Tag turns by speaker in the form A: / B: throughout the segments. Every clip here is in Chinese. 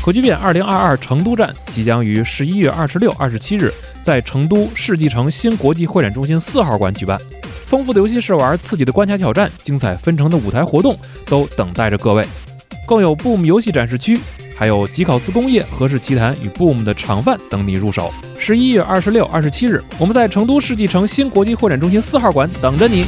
A: 核聚变2022成都站即将于十一月二十六、二十七日在成都世纪城新国际会展中心四号馆举办。丰富的游戏试玩、刺激的关卡挑战、精彩纷呈的舞台活动都等待着各位。更有 Boom 游戏展示区，还有吉考斯工业、和氏奇谈与 Boom 的厂饭等你入手。十一月二十六、二十七日，我们在成都世纪城新国际会展中心四号馆等着你。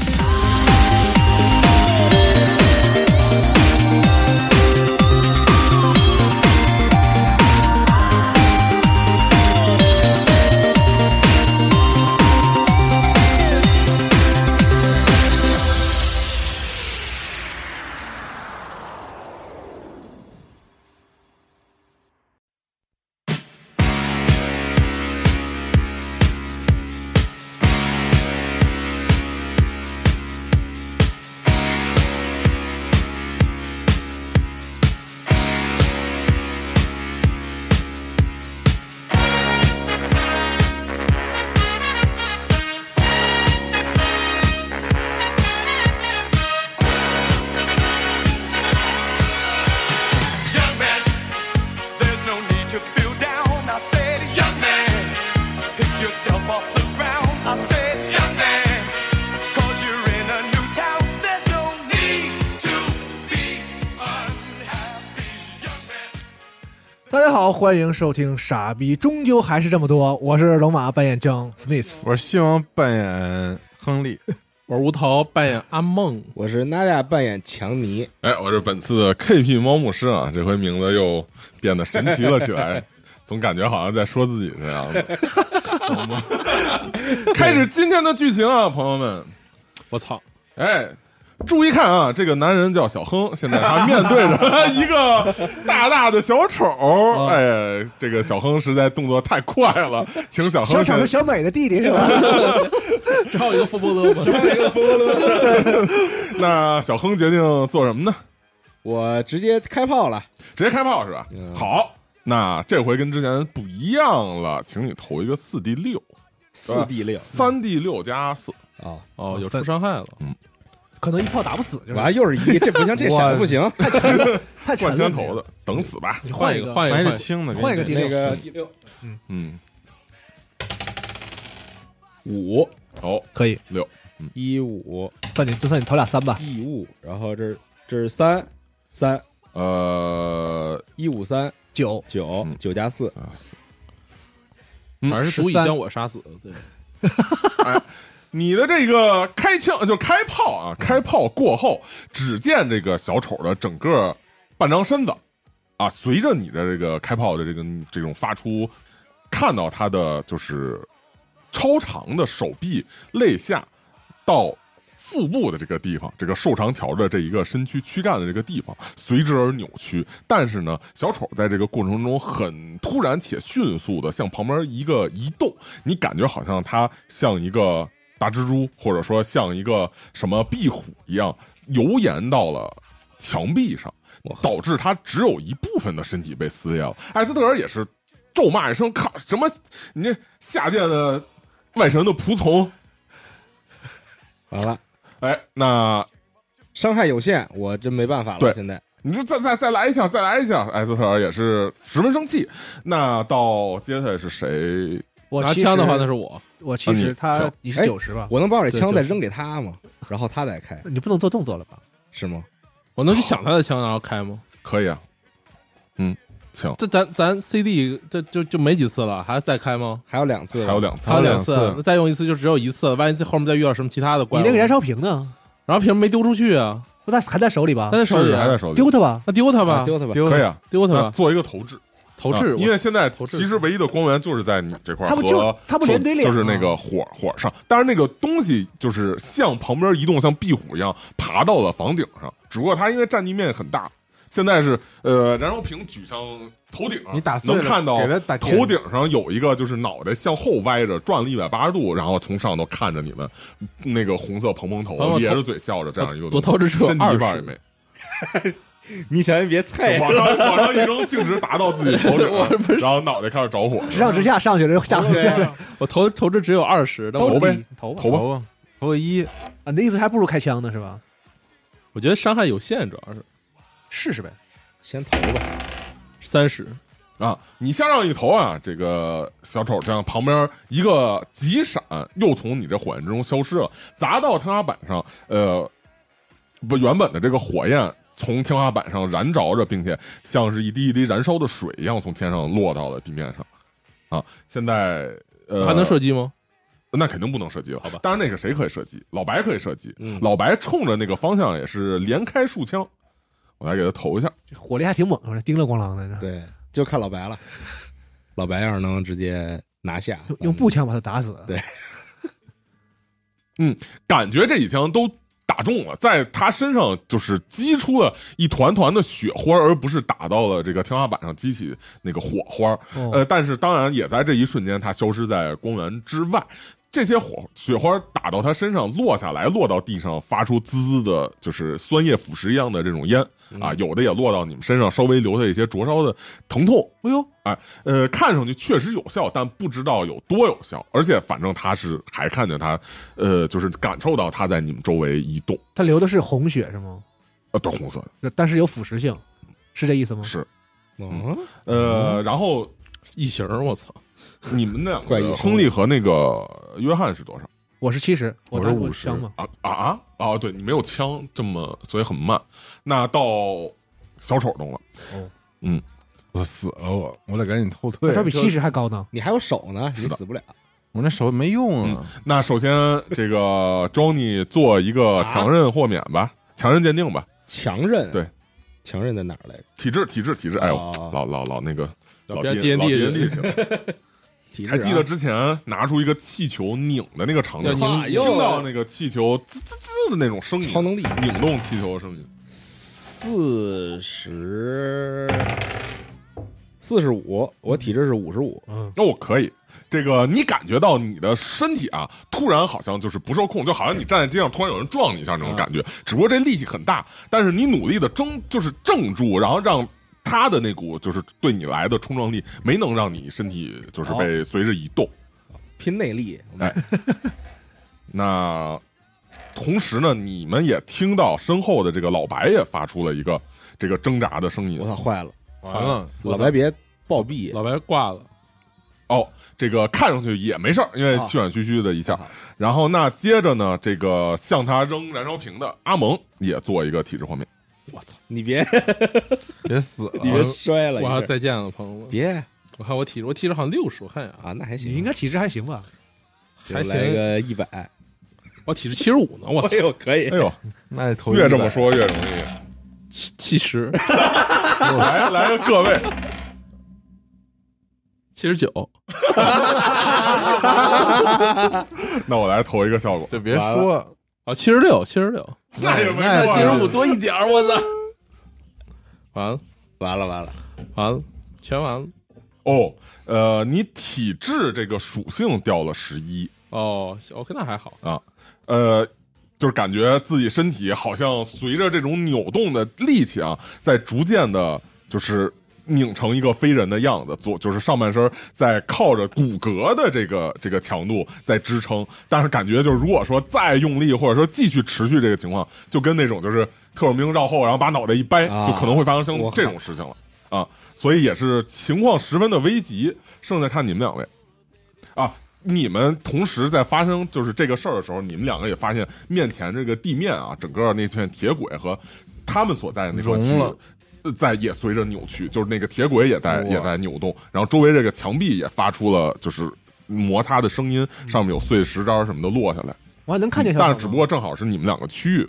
B: Young man, there's no need to feel down. I said, young man, pick yourself off the ground. I said, young man, cause you're in a new town. There's no need to be unhappy. Young man.
C: 大家好，欢迎收听《傻逼终究还是这么多》，我是龙马扮演 John Smith。
D: 我是西蒙扮演亨 利，
E: 我是吴涛，扮演阿梦。
F: 我是娜娜扮演强尼，
G: 哎，我是本次的 KP 猫牧师啊，这回名字又变得神奇了起 来，总感觉好像在说自己这样子。 懂吗？开始今天的剧情啊，朋友们，
E: 我操，
G: 哎，注意看啊，这个男人叫小亨，现在他面对着 一个大大的小丑，
E: 啊
G: 哎，这个小亨实在动作太快了，请小
C: 小
G: 亨
C: 丑
G: 先
C: 是小美的弟弟是吧？
E: 还有一个风波勒吗？
G: 那小亨决定做什么呢？
F: 我直接开炮了。嗯
G: 直接开炮是吧？好，那这回跟之前不一样了，请你投一个四 D 六。
F: 四 D 六
G: 三 D 六加四，
F: 啊！
E: 哦，有出伤害了，
C: 嗯可能一炮打不死，就是
F: 完了又是一，这不行，这
D: 哇
F: 闪不行。
C: 太沉
G: 换
C: 了。
G: 枪头的，等死吧。
C: 你
E: 换
C: 换
E: 一
C: 个
E: 个，，换一
D: 买
E: 个
D: 这，轻的，
C: 换一个
D: 给
C: 地
F: 那
D: 你
F: 个第六
G: 嗯，
F: 五
G: 哦，
C: 可以
F: 一五
C: 算你就算你投俩三吧。
F: 一五，然后这是这是三三
G: 呃，
F: 一五三
C: 九
F: 九
G: 嗯
F: 九加四，
G: 嗯
E: 反正是足以
C: 13
E: 将我杀死。对，
G: 你的这个开枪就开炮啊，开炮过后，只见这个小丑的整个半张身子啊，随着你的这个开炮的这个这种发出，看到他的就是超长的手臂、肋下到腹部的这个地方，这个瘦长条的这一个身躯躯干的这个地方随之而扭曲。但是呢，小丑在这个过程中很突然且迅速的向旁边一个移动，你感觉好像他像一个大蜘蛛，或者说像一个什么壁虎一样，游延到了墙壁上，导致他只有一部分的身体被撕裂了。艾斯特尔也是咒骂一声：“靠，什么？你这下贱的外神的仆从
F: 完了，！”
G: 哎，那
F: 伤害有限，我真没办法
G: 对
F: 了。现在
G: 你说再再再来一下，再来一下，艾斯特尔也是十分生气。那到接下来是谁？
C: 我
E: 拿
C: 其实
E: 枪的话那是我，
C: 我其
G: 啊
C: 实
G: 你
C: 他
G: 九
C: 你是
F: 哎
C: 九十吧？
F: 我能把我这
E: 对
F: 枪再
E: 就是
F: 扔给他吗？然后他再开
C: 你不能做动作了吧？
F: 是吗？
E: 我能去抢他的枪然后哦开吗？
G: 可以啊，嗯，请，
E: 这咱咱 CD 这就就没几次了，还再开吗？
F: 还有两次，
G: 还有两次
E: 还有两次
D: 还有两次，
E: 那再用一次就只有一次了。万一这后面再遇到什么其他的
C: 你
E: 怪物，
C: 那个燃烧瓶呢？
E: 然后凭什么没丢出去啊？
C: 不在还在手里吧
E: 他？在手
G: 是
E: 里
G: 还
E: 啊，
G: 在手里，
C: 丢它吧。
E: 那丢他
F: 啊
E: 吧，
F: 丢他吧，
D: 丢
G: 可以啊，
E: 丢他
G: 那
E: 吧，
G: 做一个投掷。
E: 投掷
G: 啊
E: 我
G: 因为现在
E: 投掷
G: 其实唯一的光源就是在你这块儿
C: 他不就
G: 和
C: 他不连
G: 就
C: 对脸
G: 就是
C: 吗
G: 那个火火上，但是那个东西就是向旁边移动，像壁虎一样爬到了房顶上。只不过它因为占地面很大，现在是呃燃烧瓶举向头顶，
D: 你打碎了
G: 能看到
D: 给它打
G: 头顶上有一个就是脑袋向后歪着转了一百八十度，然后从上头看着你们，那个红色蓬蓬
E: 朋友
G: 头
E: 投
G: 咧着嘴笑着这样一个
E: 我投掷只有
G: 身体一半
E: 20
G: 也没，
F: 你小心别菜
G: 就往上往上一扔，径直达到自己头顶
E: 我不，是
G: 然后脑袋开始着火。
C: 直上直下上去了又下 去了，
E: 我投投掷只有二十，但 我
G: 投呗
C: 低投吧。
G: 投吧，
D: 吧，投个一，
C: 啊，你的意思还不如开枪呢是吧？
E: 我觉得伤害有限，主要是
C: 试试呗。
F: 先投吧，
E: 三十，
G: 啊，你向上一投啊，这个小丑这样旁边一个急闪，又从你这火焰之中消失了，砸到天花板上。呃，不，原本的这个火焰从天花板上燃着着，并且像是一滴一滴燃烧的水一样从天上落到了地面上。啊，现在呃，
E: 还能射击吗？
G: 那肯定不能射击了，好吧？当然，那个谁可以射击？老白可以射击，
F: 嗯
G: 老白冲着那个方向也是连开数枪，我来给他投一下。
C: 这火力还挺猛，我这叮了咣啷的，这
F: 对，就看老白了。老白要是能直接拿下，
C: 用用步枪把他打死。
F: 对
G: 感觉这一枪都打中了，在他身上就是激出了一团团的雪花，而不是打到了这个天花板上激起那个火花。
C: 哦
G: 呃，但是当然也在这一瞬间，他消失在公园之外。这些火雪花打到他身上落下来，落到地上，发出滋滋的，就是酸液腐蚀一样的这种烟啊，有的也落到你们身上，稍微留下一些灼烧的疼痛。哎呦，哎，呃，看上去确实有效，但不知道有多有效。而且反正他是还看见他，呃，就是感受到他在你们周围移动，
C: 他流的是红血是吗？
G: 呃，都红色的，
C: 是但是有腐蚀性，是这意思吗？
G: 是
F: 嗯，
G: 呃，然后
E: 异形儿，我操！
G: 你们那两
F: 怪异
G: 个
F: 生
G: 亨利和那个约翰是多少？
C: 我是七十，
G: 我
C: 打
G: 是
C: 过
G: 五十
C: 枪嘛，
G: 啊啊啊！哦，对你没有枪，这么所以很慢。那到小丑中了，
D: 我死了我，我得赶紧后退
C: 那。时候比七十还高呢。
F: 你还有手呢，你
G: 是的
F: 死不了。
D: 我那手没用啊，
G: 那首先这 个 Johnny 做一
F: 啊
G: 个强韧豁免吧，强韧鉴定吧，
F: 强韧，啊
G: 对，
F: 强韧在哪儿来着？
G: 体质体质体质，哎呦，
F: 哦
G: 老老老那个老
E: 别
G: D 老
E: D&D
G: 老 D 去了。
F: 体质啊
G: 还记得之前拿出一个气球拧的那个场景，
E: 要拧
G: 哇
E: 又
G: 听到那个气球滋滋滋的那种声音，
F: 超能力
G: 拧动气球的声音。
F: 四十四十五，我体质是五十五，
C: 嗯，
G: 哦，可以。这个你感觉到你的身体啊，突然好像就是不受控，就好像你站在街上突然有人撞你一下那种感
E: 啊
G: 觉。只不过这力气很大，但是你努力的争，就是正住，然后让他的那股就是对你来的冲撞力没能让你身体就是被随着移动。
F: 拼内力。
G: 哎那同时呢，你们也听到身后的这个老白也发出了一个这个挣扎的声音
F: 我。操，坏了，
D: 完了，
E: 我
F: 老
E: 操
F: 白别暴毙，
E: 老白挂了，
G: 哦，这个看上去也没事儿，因为
F: 啊
G: 气喘吁吁的一下。
F: 啊
G: 然后那接着呢，这个向他扔燃烧瓶的阿蒙也做一个体质豁免。
F: 你别。
D: 别死了
F: 你别摔了，
E: 我还
F: 一阵儿
E: 再见了，朋友们。
F: 别
E: 我看我体质，我体质好像六十，我看一眼啊，
F: 啊，那还行，
C: 你应该体质还行吧？
E: 还行
F: 来个一百，
E: 我体质七十五呢，我操
F: 哎，呦可以
G: 哎，呦，
D: 那得投一
G: 越这
D: 百
G: 么，说越容 易。
E: 七十，
G: 来来个各位，
E: 七十九，
G: 那我来投一个效果。
D: 就别说，
E: 啊，七十六，七十六，
G: 那也没
D: 那
G: 错
E: 七
D: 其
E: 十
D: 实
E: 五多一点儿，我操！完了，
F: 完了完了，
E: 完了，全完了。
G: 哦，呃，你体质这个属性掉了十一
E: 哦，OK，那还好。
G: 啊，呃。就是感觉自己身体好像随着这种扭动的力气啊，在逐渐的，就是拧成一个飞人的样子，左就是上半身在靠着骨骼的这个这个强度在支撑，但是感觉就是如果说再用力或者说继续持续这个情况，就跟那种就是特种兵绕后然后把脑袋一掰，
F: 啊
G: 就可能会发生像
F: 我靠
G: 这种事情了啊，所以也是情况十分的危急，剩下看你们两位啊。你们同时在发生就是这个事儿的时候，你们两个也发现面前这个地面啊，整个那片铁轨和他们所在的那块区域
D: 融了
G: 呃在也随着扭曲，就是那个铁轨也在
D: 哇
G: 也在扭动，然后周围这个墙壁也发出了就是摩擦的声音，上面有碎石渣什么的落下来，
C: 我还能看见小丑
G: 但
C: 吗，
G: 是只不过正好是你们两个区域。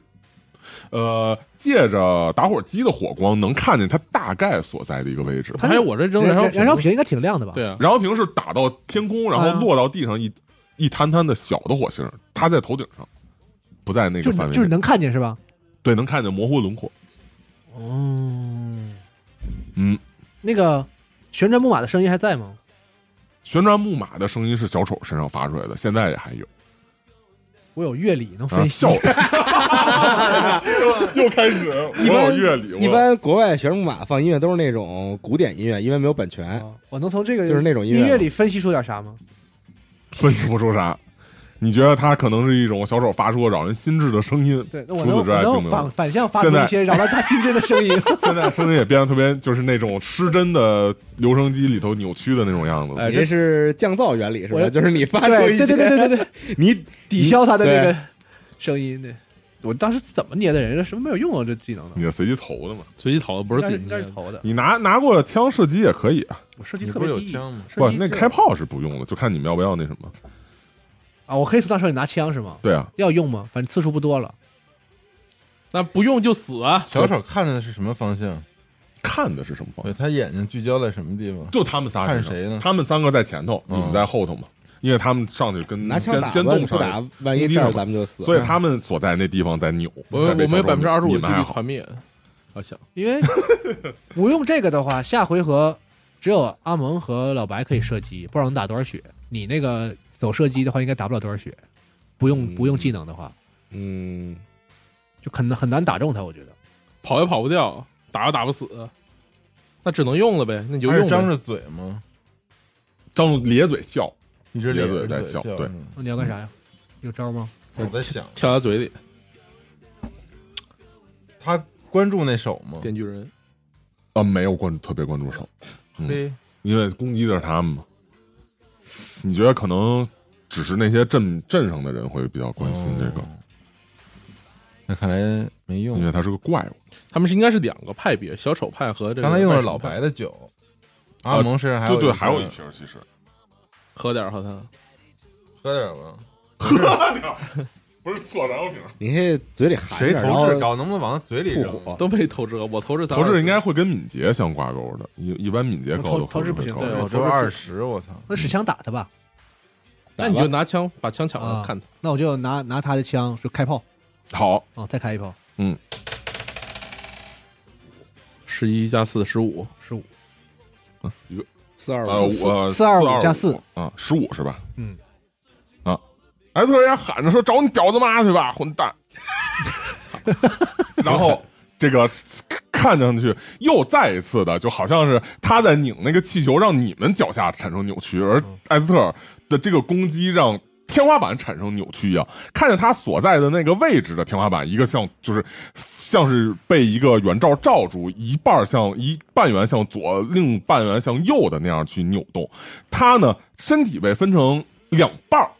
G: 呃，借着打火机的火光，能看见它大概所在的一个位置。
C: 他
E: 还有我这扔
C: 燃
E: 燃烧
C: 燃烧
E: 瓶，
C: 瓶应该挺亮的吧？
E: 对啊，
G: 燃烧瓶是打到天空，然
F: 嗯
C: 哎呀
G: 后落到地上一一滩滩的小的火星，它在头顶上，不在那
C: 就
G: 个
C: 是
G: 范围内。
C: 就是能看见是吧？
G: 对，能看见模糊轮廓。
C: 嗯
G: 嗯，
C: 那个旋转木马的声音还在吗？
G: 旋转木马的声音是小丑身上发出来的，现在也还有。
C: 我有乐理能
G: 啊，
C: 分析
G: 笑， 又开始，我
F: 一般
G: 有乐理，我
F: 一般国外旋转木马放音乐都是那种古典音乐，因为没有版
H: 哦
F: 权，
C: 啊我能从这个
F: 就是那种音
C: 音
F: 乐
C: 乐里分析出点啥吗？
G: 分析不出啥。你觉得它可能是一种小丑发出扰人心智的声音？
C: 对，那我能
G: 除
C: 我
G: 此之外并
C: 能
G: 没
C: 反
G: 有。
C: 反向发出
G: 现在
C: 一些扰乱他心智的声 音。
G: 现在声音也变得特别，就是那种失真的留声机里头扭曲的那种样子。
F: 哎，这是降噪原理是吧？
C: 我
F: 就是你发出
C: 对
F: 一
C: 对
F: 些，
C: 对对对对对，
F: 你
C: 抵消他的那
F: 对
C: 个声音。对，我当时怎么捏的人？这什么没有用啊？这技能呢？
G: 你就随机投的嘛，
E: 随机投的不是
C: 应该
E: 自己
C: 应该是
E: 捏的
C: 投的，
G: 你拿拿过枪射击也可以啊，
C: 我射击特别低。
D: 吗？
C: 射
G: 不，
C: 击
G: 那
C: 是
G: 开炮是不用的，就看你们要不要那什么。
C: 啊，我可以从他手里拿枪是吗？
G: 对啊，
C: 要用吗？反正次数不多了。
E: 那不用就死啊！
D: 小丑看的是什么方向？
G: 看的是什么方
D: 对
G: 向？
D: 他眼睛聚焦在什么地方？
G: 就他们仨身上
D: 看谁呢
G: 他们三个在前头，你
D: 嗯
G: 们在后头嘛，因为他们上去跟
F: 拿枪
G: 先
F: 打
G: 先
F: 吧，
G: 动
F: 不
G: 上
F: 打
G: 去，，
F: 万一
G: 攻击
F: 这儿
G: 上
F: 咱们就死了。
G: 所以他们所在那地方在扭。
E: 我呃我
G: 在被
E: 们有
G: 小丑
E: 百分之二十五
G: 你
E: 几
G: 们还
E: 率
G: 好
E: 团灭，好像
C: 因 为不用这个的话，下回合只有阿蒙和老白可以射击，不知道能打多少血。你那个走射击的话，应该打不了多少血，不用
F: 嗯
C: 不用技能的话，
F: 嗯，
C: 就很难很难打中他。我觉得
E: 跑也跑不掉，打又打不死，那只能用了呗，那你就
D: 他是
E: 用
D: 张
E: 呗。
D: 着嘴吗？
G: 张住咧嘴笑，
D: 一直咧
G: 咧嘴在笑
D: 笑。
G: 对
D: 嗯，
C: 那你要干啥呀？有招吗？
D: 我在想，
E: 跳他嘴里，
D: 他关注那手吗？
E: 电锯人
G: 啊，没有关注特别关注手，嗯
D: 对，
G: 因为攻击的是他们嘛。你觉得可能只是那些镇镇上的人会比较关心这个，
D: 哦。那看来没
G: 因
D: 用。
G: 为他是个怪物。
E: 他们是应该是两个派别，小丑派和这个。
D: 刚才用的是老白，的酒，阿蒙身上还有
G: 啊对对，
D: 个
G: 还有一瓶儿其实
E: 喝点儿好像。
D: 喝点吧。
G: 不是做燃油瓶，
F: 你可以嘴里含着
D: 谁
F: 然
D: 投
F: 后
D: 掷搞能不能往他嘴里
F: 吐
D: 扔？
F: 火？
E: 都没投掷，我投掷才
G: 投掷
E: 20
G: 应该会跟敏捷相挂钩的，一一般敏捷高的嗯
C: 投投掷不行哦
G: 会
E: 对
G: 高
D: 我
E: 我
D: 只
E: 投
D: 有
E: 掷
D: 二十，我操！
C: 那使枪打他吧。
E: 那你就拿枪把枪抢了
C: 啊
E: 看他。
C: 那我就拿拿他的枪就开炮
G: 好，
C: 啊、再开一炮，
E: 十一加四十五，
C: 十五。
F: 四二
G: 呃，
F: 五，
G: 我
C: 四二五
G: 五
C: 加四
G: 啊，十五是吧？
C: 嗯，
G: 啊，艾特人家喊着说：“找你婊子妈去吧，混蛋！”然后这个看上去又再一次的，就好像是他在拧那个气球，让你们脚下产生扭曲，而艾斯特尔的这个攻击让。天花板产生扭曲一样，看见他所在的那个位置的天花板，一个像就是像是被一个圆罩罩住，一半儿向一半圆向左，另半圆向右的那样去扭动。他呢，身体被分成两半儿。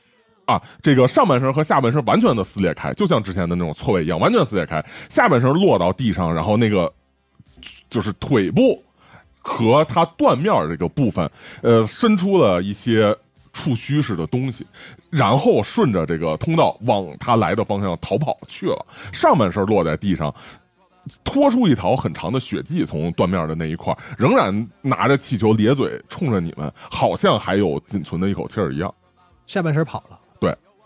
G: 啊，这个上半身和下半身完全的撕裂开，就像之前的那种错位一样，完全撕裂开。下半身落到地上，然后那个就是腿部和它断面儿这个部分，呃，伸出了一些触须似的东西，然后顺着这个通道往他来的方向逃跑去了。上半身落在地上，拖出一条很长的血迹从断面的那一块儿，仍然拿着气球咧嘴冲着你们，好像还有仅存的一口气儿一样。
C: 下半身跑了，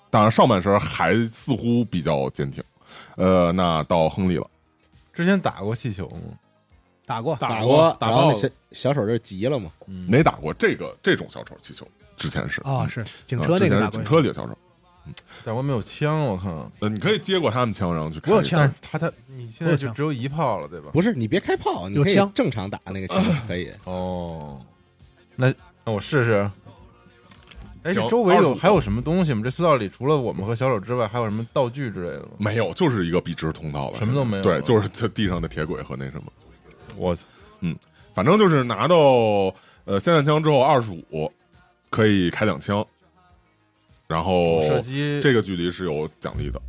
G: 当然，上半身还似乎比较坚挺。呃，那到亨利了，
D: 之前打过气球吗？
C: 打过，
E: 打
F: 过
E: 过，打
F: 然后
E: 爆
F: 那小小手这急了嘛？
G: 没打过这个这种小丑气球，之前是
C: 啊、是警
G: 啊
C: 车那
G: 之前
C: 个
G: 是
C: 打过
G: 警，车里的小丑。
D: 但我没有枪，我靠！
G: 呃，你可以接过他们枪，然后去看。
C: 我有枪
D: 但是他他你现在就只有一炮了，对吧？
F: 不是，你别开炮，你可以
C: 有枪
F: 正常打那个球，可以。
D: 哦，那那我试试。哎，这
G: 行
D: 周围有
G: 25
D: 还有什么东西吗？这隧道里除了我们和小丑之外，还有什么道具之类的吗？
G: 没有，就是一个笔直通道了，
D: 什么都没有
G: 对，就是这地上的铁轨和那什么。嗯
D: 我操！
G: 反正就是拿到呃霰弹枪之后二十五，可以开两枪，然后
D: 射击
G: 这个距离是有奖励的。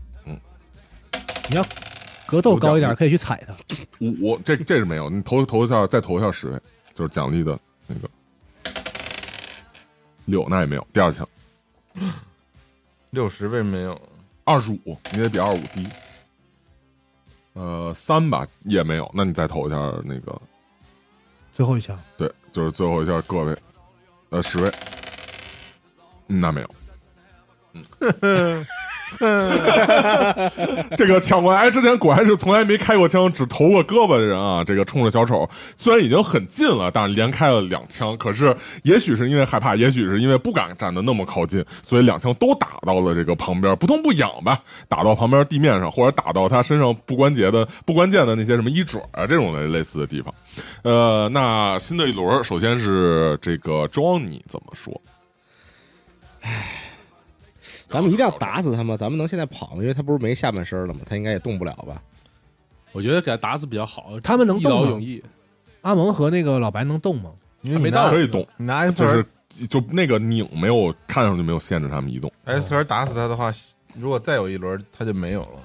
C: 格斗高一点
G: 有奖
C: 可以去踩他。
G: 五，我这这是没有，你投投一下，再投一下十位，就是奖励的那个六，那也没有。第二枪
D: 六十为什么没有？
G: 二十五，你得比二五低。呃，三吧也没有，那你再投一下那个，
C: 最后一枪，
G: 对，就是最后一下各位，呃，十位，嗯那没有。嗯 这个抢过来之前，果然是从来没开过枪，只投过胳膊的人啊。这个冲着小丑，虽然已经很近了，但是连开了两枪。可是，也许是因为害怕，也许是因为不敢站得那么靠近，所以两枪都打到了这个旁边，不痛不痒吧，打到旁边地面上，或者打到他身上不关节的、不关键的那些什么衣褶啊这种类类似的地方。呃，那新的一轮，首先是这个 Johnny 怎么说？
F: 咱们一定要打死他吗？咱们能现在跑吗？因为他不是没下半身了吗？他应该也动不了吧？
E: 我觉得给他打死比较好，
C: 他们能
E: 一
C: 动
E: 劳
C: 吗
E: 永逸。
C: 阿蒙和那个老白能动吗？
D: 因为
E: 没
D: 你
E: 到
D: 拿
G: 可以动，
D: 你拿 S
G: 就
D: 核
G: 是就那个拧没有看上去没有限制他们移动，
D: S 哦核打死他的话，如果再有一轮他就没有了，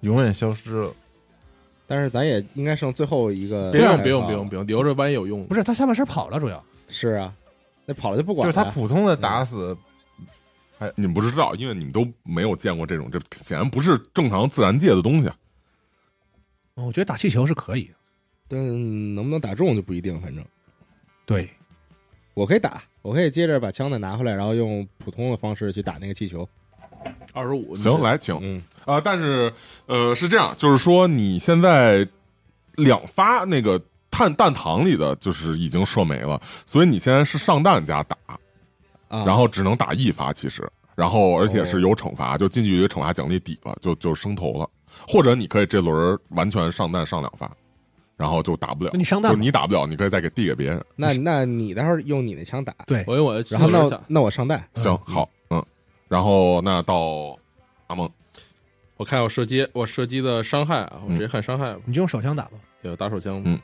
D: 永远消失了。
F: 但是咱也应该剩最后一个。
E: 别用，别用，别用，，别用，留着万一有用。
C: 不是，他下半身跑了，主要
F: 是啊，那跑了就不
D: 就
F: 管
D: 是
F: 了。
D: 他普通的打死，
G: 你们不知道，因为你们都没有见过这种，这显然不是正常自然界的东西啊。
C: 嗯我觉得打气球是可以的。
F: 但能不能打中就不一定，反正
C: 对，
F: 我可以打，我可以接着把枪再拿回来，然后用普通的方式去打那个气球。
E: 二十五，
G: 行，来，请
F: 嗯，
G: 啊、但是呃是这样，就是说你现在两发那个碳弹膛里的就是已经射没了，所以你现在是上弹加打，
F: 啊，
G: 然后只能打一发，其实，然后而且
E: 哦
G: 是有惩罚，就近距离惩罚奖励抵了，就就升头了，或者你可以这轮儿完全上弹上两发，然后就打不了
C: 那，你上
G: 就
C: 弹吧，
G: 你打不了，你可以再给递给别人。
F: 那那你待会儿用你那枪打，
C: 对
E: 我用我的
F: 然后
E: 试一
F: 那
E: 下，
F: 那我上弹。
G: 行，好，嗯，然后那到阿蒙，
E: 我看我射击，我射击的伤害啊，我直接看伤害吧，
C: 你就用手枪打吧。
E: 有打手枪，
G: 嗯，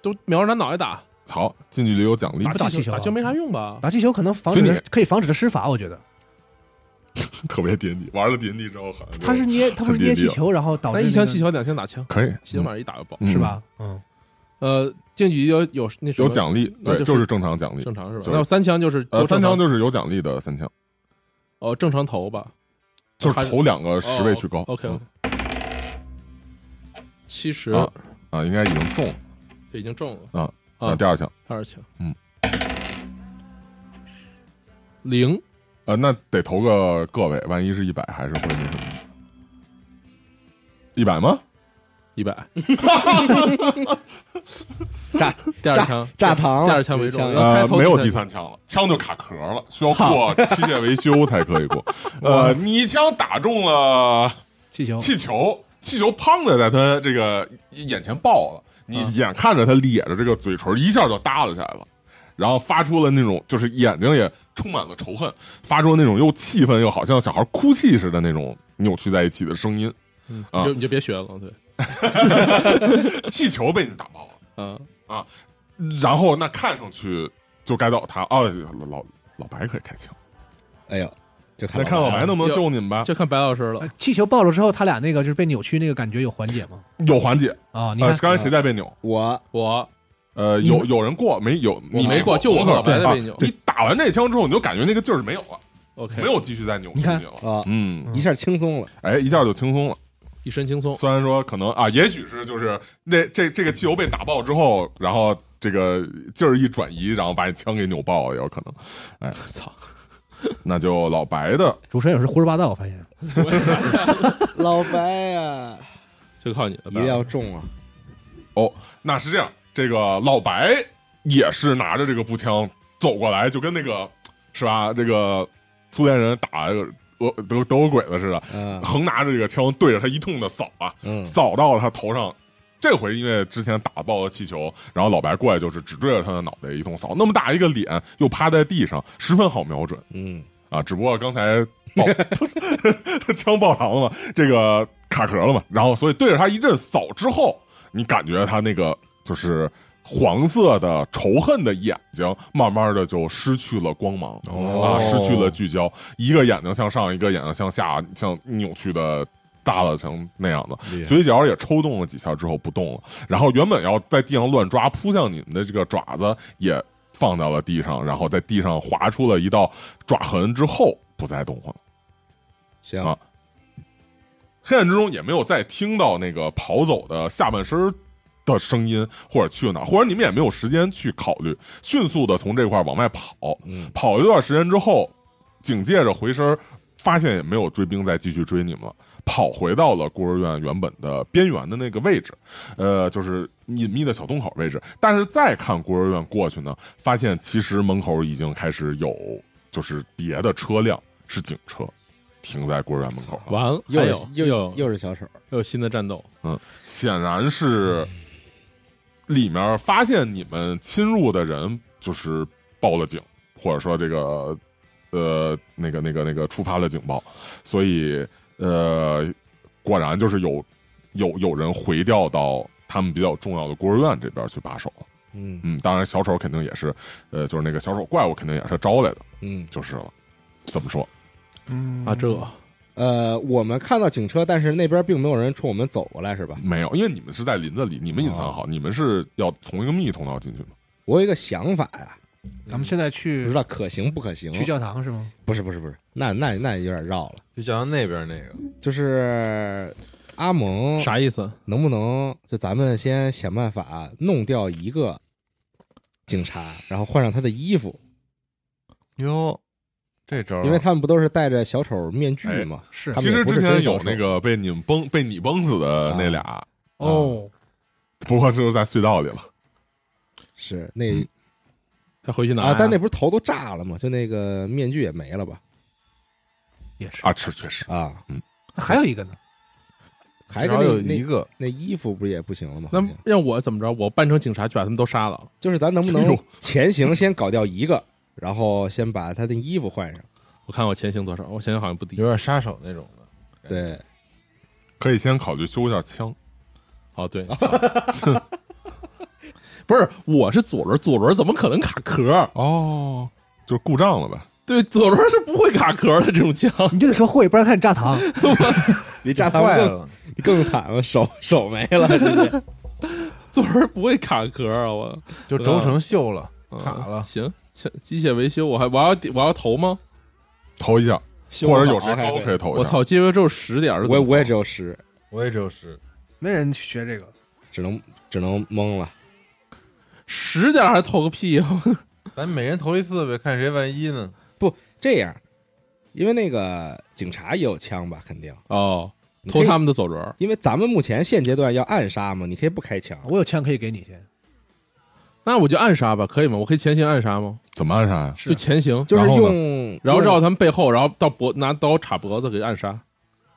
E: 都瞄着他脑袋打，
G: 好，近距离有奖励
C: 打，不打气
E: 气
C: 球啊
E: 打球没啥用吧？
C: 打气球可能防
G: 所以
C: 止
G: 你
C: 他可以防止他施法，我觉得
G: 特别点底，玩了点底之后好像就
C: 他是捏他不是
G: 很
C: 捏
G: 低
C: 气
G: 调
C: 球，然后导
E: 那
C: 致
E: 一
C: 那
E: 枪
C: 个
E: 气球，两枪打枪，
G: 可以，
E: 起码一打就爆。
G: 嗯
C: 是？吧？嗯，
E: 呃，近距离有有那什
G: 有
E: 么
G: 奖励，
E: 那
G: 对，
E: 就是
G: 就是正常奖励
E: 正。常是吧
G: 就？是
E: 那我三枪就是
G: 呃，
E: 都正
G: 三
E: 常
G: 枪就是有奖励的三枪，
E: 哦，正常投吧，
G: 就是投两个
E: 哦
G: 十位去高。
E: OK，
G: 嗯
E: 七十
G: 啊啊，应该已经中了。
E: 这已经中了
G: 啊那
E: 啊，
G: 第二枪，
E: 二枪，
G: 嗯，
E: 零
G: 呃，那得投个个位，万一是一百还是会那什么？一百吗？
E: 一百，
F: 炸
E: 第二枪
F: 炸膛了，
E: 第二枪没中
F: 这
E: 要
F: 枪
E: 开
G: 呃，
E: 头
G: 没有
E: 第
G: 第三
E: 三
G: 枪了，枪就卡壳了，需要过机械维修才可以 过。呃，你一枪打中了
C: 气球
G: 气球，气球砰的在他这个眼前爆了，你眼看着他咧着这个嘴唇，一下就耷拉下来了。然后发出了那种，就是眼睛也充满了仇恨，发出那种又气愤又好像小孩哭泣似的那种扭曲在一起的声音。
E: 嗯
G: 啊
E: 你就你就别学了，对，
G: 气球被你打爆了。
E: 啊，
G: 然后那看上去就该到他哦，老老白可以开枪，
F: 哎呦，就看
G: 那看老白能不能
E: 要
G: 救你们吧？
E: 就看白老师了
H: 哎
C: 呃，气球爆了之后，他俩那个就是被扭曲那个感觉有缓解吗？
G: 有缓解，
C: 啊，你
G: 呃
C: 看，
G: 刚才谁在被扭？
F: 我
E: 我
G: 呃，
C: 你
G: 有有人过没有？你
E: 没过就我
G: 我
E: 老白在被扭
G: 啊你打完这枪之后，你就感觉那个劲儿是没有了，
E: OK，
G: 没有继续再扭
C: 你
G: 进
C: 看
G: 去了。
F: 啊，
G: 嗯，
F: 一下轻松了。
G: 哎，一下就轻松了。
E: 一身轻松，
G: 虽然说可能啊，也许是就是那这这个汽油被打爆之后，然后这个劲儿一转移，然后把你枪给扭爆了，也有可能。哎，
E: 操，
G: 那就老白的
C: 主持人有时候胡说八道，我发现
F: 老白啊呀，
E: 就靠你了，
F: 一
E: 白
F: 定
E: 老
F: 要
E: 师
F: 中啊！
G: 哦，那是这样，这个老白也是拿着这个步枪走过来，就跟那个是吧？这个苏联人打俄德德国鬼子似的，
F: 嗯
G: 横拿着这个枪对着他一通的扫啊，
F: 嗯，
G: 扫到了他头上。这回因为之前打爆了气球，然后老白过来就是只对着他的脑袋一通扫，那么大一个脸又趴在地上，十分好瞄准
F: 嗯，
G: 啊！只不过刚才爆 枪爆膛了嘛，这个卡壳了嘛，然后所以对着他一阵扫之后，你感觉他那个就是黄色的仇恨的眼睛，慢慢的就失去了光芒、啊，失去了聚焦，一个眼睛向上，一个眼睛向下，像扭曲的。耷拉成那样的，嘴角也抽动了几下之后不动了，然后原本要在地上乱抓扑向你们的这个爪子也放到了地上，然后在地上划出了一道爪痕之后不再动了。
F: 行
G: 啊黑暗之中也没有再听到那个跑走的下半身儿的声音，或者去了哪儿，或者你们也没有时间去考虑，迅速的从这块儿往外跑。
F: 嗯
G: 跑一段时间之后，紧接着回身儿，发现也没有追兵再继续追你们了，跑回到了孤儿院原本的边缘的那个位置，呃，就是隐秘的小洞口位置。但是再看孤儿院过去呢，发现其实门口已经开始有就是别的车辆是警车停在孤儿院门口了。
E: 完了，
F: 又
E: 还
F: 是
E: 有
F: 又
E: 有
F: 又是小手，
E: 又有新的战斗，
G: 显然是里面发现你们侵入的人就是报了警，或者说这个呃那个那个那个触发了警报，所以呃果然就是有有有人回调到他们比较重要的孤儿院这边去把守了。
F: 嗯
G: 嗯，当然小丑肯定也是，呃，就是那个小丑怪物肯定也是招来的，
F: 嗯，
G: 就是了。怎么说？
E: 啊，这
F: 呃，我们看到警车，但是那边并没有人冲我们走过来，是吧？
G: 没有，因为你们是在林子里，你们隐藏好，你们是要从一个密通道进去吗？
F: 我有一个想法呀、
C: 咱们现在
A: 嗯
F: 不知
C: 去
F: 道可行不可行？
C: 去教堂是吗？
F: 不是不是不是，那那那有点绕了。
D: 就讲到那边那个，
F: 就是阿蒙
E: 啥意思？
F: 能不能就咱们先想办法弄掉一个警察，然后换上他的衣服，
D: 哟，这招儿，
F: 因为他们不都是戴着小丑面具
G: 哎
F: 吗？
C: 是
F: 他们
G: 其
F: 也
G: 实
F: 不是
G: 之前
F: 真小啊
G: 有
F: 丑
G: 那个被你们崩被你崩死的那俩，
C: 哦，
G: 不过就是在隧道里了。
F: 是那
E: 他回去拿呀
F: 啊，但那不是头都炸了吗？就那个面具也没了吧？
C: 也是
G: 啊，，是确实，
F: 啊，
C: 还有一个呢，
F: 还
D: 然后有
F: 有那
D: 一
F: 那
D: 个
F: 那衣服不是也不行了吗？
E: 那
F: 好像
E: 让我怎么着？我扮成警察去把他们都杀了。
F: 就是咱能不
G: 哎
F: 能
G: 呦
F: 前行先搞掉一个，然后先把他的衣服换上？
E: 我看我前行多少？我前行好像不低
D: 有。点杀手那种的，
F: 对，
G: 可以先考虑修一下枪。
E: 哦，对， 不是，我是左轮，左轮怎么可能卡壳？
G: 哦，就是故障了呗。
E: 对，左轮是不会卡壳的这种枪。
C: 你就得说会，不然看你炸膛。
F: 比炸
D: 坏
F: 弹
D: 了，
F: 更更惨了，手手没了，直接
E: 左轮不会卡壳啊！我
D: 就轴承锈了，
E: 嗯
D: 卡了
E: 行，行，机械维修我还我要我要投吗？
G: 投一下，
F: 修
G: 或者
F: 好
G: 有谁
F: 还
G: 高
F: 会
G: 可以投一
E: 我
G: 下。
E: 操，机械维修十点是怎么
F: 我我也
E: 投
F: 只有十，
D: 我也只有十，
H: 没人学这个，
F: 只能只能懵了。
E: 十点还投个屁呀！
D: 咱每人投一次呗，看谁万一呢？
F: 这样，因为那个警察也有枪吧，肯定
E: 哦，
F: 你可
E: 投
F: 以
E: 他们的左轮。
F: 因为咱们目前现阶段要暗杀嘛，你可以不开枪，
H: 我有枪可以给你先。
E: 那我就暗杀吧，可以吗？我可以前行暗杀吗？
G: 怎么暗啊杀呀？
E: 就前行，
F: 就是
G: 然后呢
F: 用
E: 然后
F: 用
E: 绕他们背后，然后到脖拿刀插脖子给暗杀。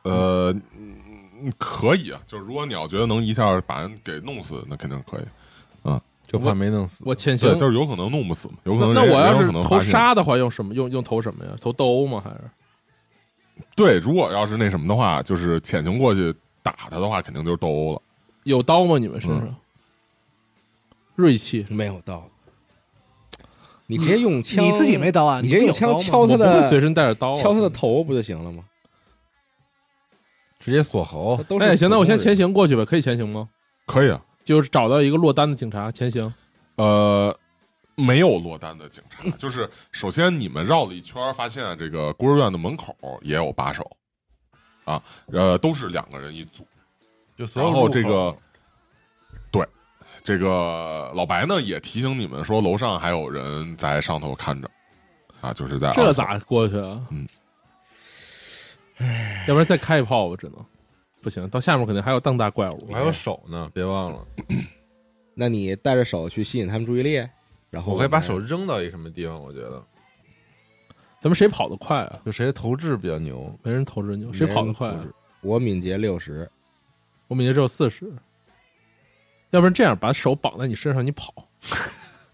G: 呃，嗯可以啊，就是如果你要觉得能一下把人给弄死，那肯定可以。
D: 就怕没弄死。
E: 我前行
G: 对，，就是有可能弄不死嘛，有可
E: 那
G: 能
E: 那
G: 人
E: 我要
G: 人有
E: 是
G: 可能
E: 投
G: 发现
E: 杀的话，用什么用用投什么呀？投斗殴吗？还是
G: 对，如果要是那什么的话，就是潜行过去打他的话，肯定就是斗殴了。
E: 有刀吗？你们身
G: 嗯
E: 上？锐气，
F: 没有刀，你直接用枪，
H: 你自己没刀啊？
F: 你
H: 这
F: 直接用枪敲
E: 我
F: 他
E: 不会随
F: 的
E: 身带着刀啊。
F: 敲他的头不就行了吗？
D: 直接锁喉
F: 他，都
E: 那也
F: 是
E: 哎行，那我先前
F: 行，
E: 行过去呗，可以前行吗？
G: 可以啊，
E: 就是找到一个落单的警察前行。
G: 呃，没有落单的警察，就是首先你们绕了一圈儿，发现啊这个孤儿院的门口也有把手，啊，呃，都是两个人一组。
D: 就所有
G: 然后
D: 入
G: 这个
D: 口，
G: 对，这个老白呢也提醒你们说，楼上还有人在上头看着，啊，就是在
E: 这
G: 二层
E: 咋过去啊？
G: 嗯，
E: 要不然再开一炮吧，只能不行，到下面肯定还有更大怪物。
D: 我还有手呢，哎别忘了，
F: 那你带着手去吸引他们注意力，然后
D: 我可以把
F: 们
D: 手扔到一什么地方，我觉得
E: 咱们谁跑得快啊？
D: 就谁的投掷比较牛，
E: 没人投掷牛，谁跑得快、
F: 没
E: 啊
F: 人？我敏捷六十，
E: 我敏捷只有四十。要不然这样，把手绑在你身上，你跑。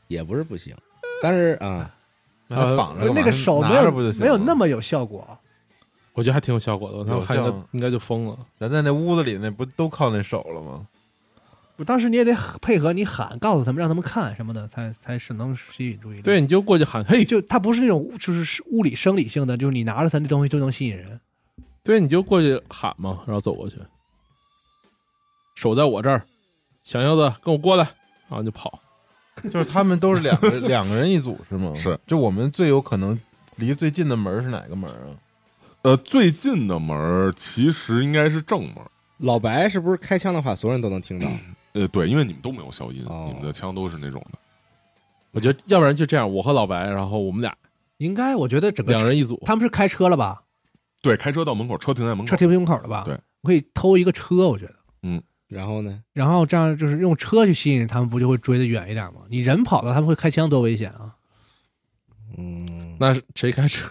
F: 也不是不行，但是啊，
D: 呃那还绑着干嘛
H: 那个手没
D: 拿着
H: 有
D: 不就行
H: 没
D: 了
H: 有那么有效果，
E: 我觉得还挺有效果的，那我看应
D: 有效
E: 该
D: 吗
E: 应该就疯了。
D: 咱在那屋子里那不都靠那手了吗？
H: 我当时你也得配合你喊，告诉他们，让他们看什么的，才才是能吸引注意力。
E: 对，，你就过去喊嘿，
H: 就它不是那种就是是物理生理性的，就是你拿着它那东西就能吸引人。
E: 对，你就过去喊嘛，然后走过去，手在我这儿，想要的跟我过来，然后就跑。
D: 就是他们都是两个 人两个人一组是吗？
G: 是，
D: 就我们最有可能离最近的门儿是哪个门儿啊？
G: 呃最近的门儿其实应该是正门儿。
F: 老白是不是开枪的话，所有人都能听到？
G: 呃，对，因为你们都没有消音，
F: 哦
G: 你们的枪都是那种的。
E: 我觉得，要不然就这样，我和老白，然后我们俩
H: 应该我觉得整个
E: 两人一组，
H: 他们是开车了吧？
G: 对，开车到门口，车停在
C: 嗯
G: 门口
H: 车。停门口了吧？
G: 对，
H: 我可以偷一个车，我觉得，
F: 然后呢？
H: 然后这样就是用车去吸引他们，不就会追得远一点吗？你人跑了，他们会开枪，多危险啊！
F: 嗯，
E: 那谁开车？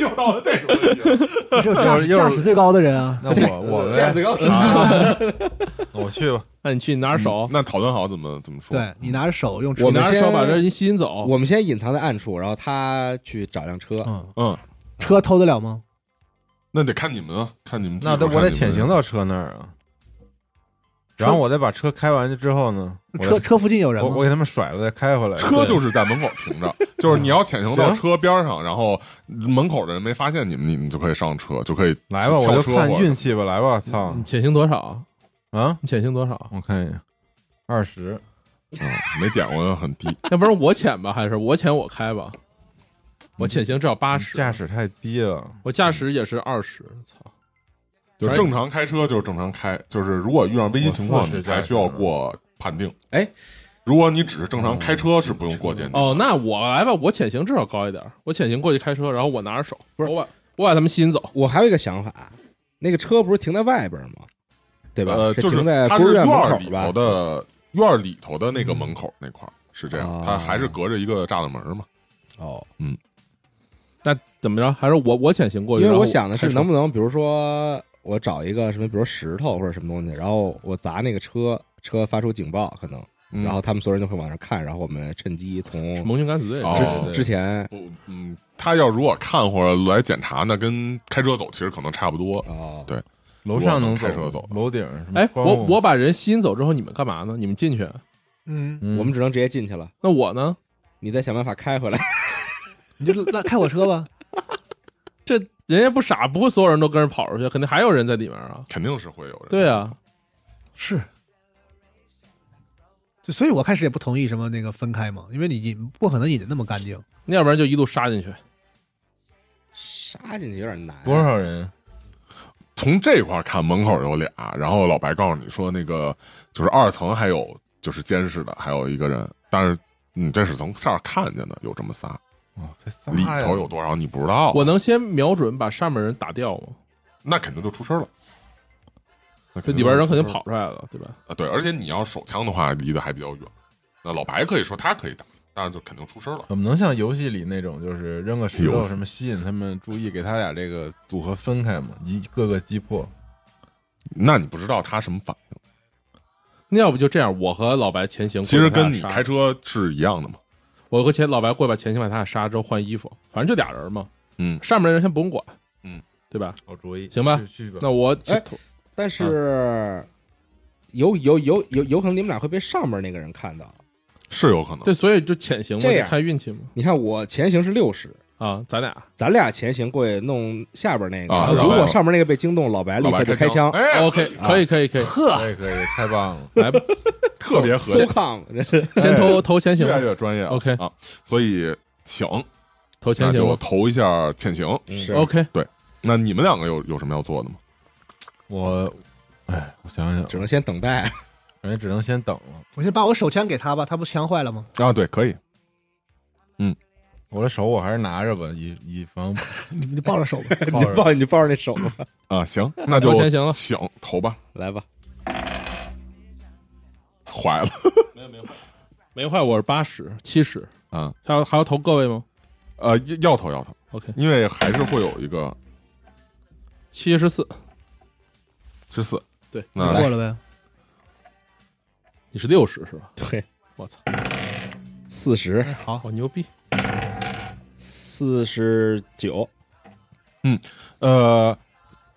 G: 又到了这种问题了，
H: 你是有驾驶
D: 又是
H: 驾驶最高的人啊，
D: 那我我呗，
F: 子高
D: 啊我去吧，
E: 那你去你拿着手，
G: 嗯那讨论好怎么怎么说？
C: 对你拿着手用
F: 我
E: 你
F: 们
E: 嗯拿着手
F: 先
E: 把这人吸引走。
F: 我们先隐藏在暗处，然后他去找辆车。
C: 嗯，
G: 嗯，
C: 车偷得了吗？
G: 那得看你们啊，看你们自己
D: 那得
G: 看你
D: 我
G: 们
D: 得潜行到车那儿啊，然后我再把车开完之后呢，我再
C: 车车附近有人
D: 我
C: 吗
D: 我？给他们甩了再开回来。
G: 车就是在门口停 着，就是你要潜行到
D: 行
G: 车边上，然后门口的人没发现你们，你们就可以上车，就可以
D: 来吧，我
G: 敲
D: 就
G: 车
D: 看
G: 或者
D: 运气吧，来吧，操
E: 你潜行多少？
D: 啊！
E: 你潜行多少？
D: 我看一眼，二十，
G: 嗯没点过很低，
E: 要不然我潜吧，还是我潜我开吧？我潜行至少八十，
D: 驾驶太低了。
E: 我驾驶也是二十。操，
G: 就
E: 反正
G: 正常开车就是正常开，就是如果遇上危机情
D: 我
G: 况，
D: 四十
G: 你才需要过判定。
F: 哎，
G: 如果你只是正常开车，是不用过鉴定。
E: 哦，那我来吧，我潜行至少高一点儿，我潜行过去开车，然后我拿着手，不是我把我把他们吸引走。
F: 我还有一个想法，那个车不是停在外边吗？对吧？
G: 呃，就是
F: 停在
G: 它
F: 孤儿
G: 是
F: 院
G: 院
F: 门
G: 儿
F: 口
G: 里头
F: 吧？
G: 的院儿里头的那个门口那块儿是这样
F: 啊，
G: 它还是隔着一个栅栏门嘛。
F: 哦，
E: 那怎么着？还是我我潜行过
F: 因
E: 去？
F: 为
E: 然后
F: 我想的是，
E: 开车
F: 能不能比如说我找一个什么，比如石头或者什么东西，然后我砸那个车，车发出警报，可能，
G: 嗯
F: 然后他们所有人就会往上看，然后我们趁机从
E: 盟军敢死队
G: 哦
E: 这是
F: 之之前
G: 不，嗯，他要如果看或者来检查，那跟开车走其实可能差不多。
F: 哦，
G: 对
D: 楼上能
G: 我能开车走
D: 楼顶什么
E: 哎，
G: 哦
D: 窗户？
E: 我我把人吸引走之后，你们干嘛呢？你们进去，
C: 嗯，
D: 嗯
F: 我们只能直接进去了，
E: 那我呢？
F: 你再想办法开回来。
C: 你就拉开我车吧。
E: 这人家不傻，不会所有人都跟着跑出去，肯定还有人在里面啊。
G: 肯定是会有人。
E: 对啊，
C: 是，就所以我开始也不同意什么那个分开嘛，因为你引不可能引的那么干净。
E: 那要不然就一路杀进去。
G: 哦
F: 杀进去有点难，
D: 多少人？
G: 从这块儿看，门口有俩，然后老白告诉你说，那个就是二层还有就是监视的，还有一个人，但是你这是从上面看见的，有这么仨，
D: 哇，才仨
G: 里
D: 哎呀
G: 头有多少你不知道，
E: 我能先瞄准把上面人打掉吗？
G: 那肯定就出事了。那
E: 这
G: 肯
E: 里
G: 定
E: 边人
G: 就
E: 肯
G: 出
E: 定
G: 事了
E: 跑出来了，对吧？
G: 啊，对，而且你要手枪的话，离得还比较远。那老白可以说他可以打，但是就肯定出事了。
D: 怎么能像游戏里那种，就是扔个石
G: 游
D: 头
G: 戏
D: 什么吸引他们注意，给他俩这个组合分开嘛，一个个击破。
G: 那你不知道他什么反应，
E: 那要不就这样，我和老白前行，
G: 其实跟你
E: 过去把他
G: 开
E: 杀，
G: 车是一样的嘛。
E: 我和前老白过去把前行把他俩杀之后换衣服，反正就俩人嘛。
G: 嗯
E: 上面的人先不用管，
G: 嗯，
E: 对吧？
D: 好主意，
E: 行吧
D: 去去吧。
E: 那我
F: 哎但是有有有有有可能你们俩会被上面那个人看到。
G: 是有可能。
E: 对，所以就潜行嘛，
F: 这
E: 就
F: 样
E: 看运气嘛。
F: 你看我前行是六十，
E: 啊，咱俩
F: 咱俩前行过去弄下边那个，
G: 啊
F: 然后
G: 老
F: 如
G: 白
F: 果上面那个被惊动，老白立
G: 老白
F: 刻就
G: 开
F: 枪，
G: 哎
E: OK，可以可以可以，
D: 可以可以，太棒 了！
E: 来吧，
G: 特别哎合
F: 搜
G: 理，
F: 抗，这是
E: 先投投哦前行
G: 哎越
E: 吧
G: 来，越专业了。
E: OK
G: 啊，所以请
E: 投
G: 那
E: 前行
G: 就
E: 吧。
G: 投一下潜行。
F: 是
E: OK，
G: 那你们两个有有什么要做的吗？
D: 我，哎，我想想，
F: 只能先等待。
D: 感觉只能先等了。
C: 我先把我手枪给他吧，他不枪坏了吗？
G: 啊，对，可以。
D: 我的手我还是拿着吧，以以 防
C: 你你抱着手吧。
D: 抱着
F: 抱你就抱着那手吧，
G: 啊，行，那就
E: 投前行了
G: 请投吧。
F: 来吧。
G: 坏了
E: 没坏，我是八十七十，
G: 啊，
E: 还要还要投各位吗
G: 呃，要投要投，
E: ？OK，
G: 因为还是会有一个
E: 七十四，
G: 十四。
E: 对，
G: 那
C: 过了呗，
E: 你是六十是吧？
F: 对，
E: 我操，
F: 四十
E: 好，我牛逼，
F: 四十九，
G: 呃，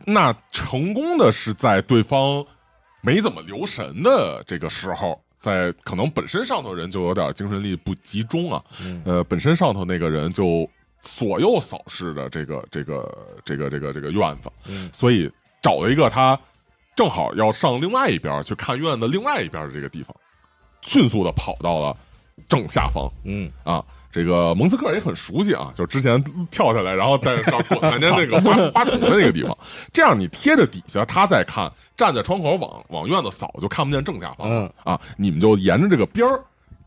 G: 那成功的是在对方没怎么留神的这个时候，在可能本身上头人就有点精神力不集中啊，呃，本身上头那个人就左右扫视着这个这个这个这个这个院子，
F: 嗯
G: 所以找了一个他正好要上另外一边去看院子另外一边的这个地方，迅速的跑到了正下方，
F: 嗯，
G: 啊，这个蒙斯克尔也很熟悉啊，就之前跳下来，然后在上过咱家那个花花筒的那个地方，这样你贴着底下，他在看，站在窗口往往院子扫，就看不见正下
F: 嗯
G: 方了、啊。你们就沿着这个边儿。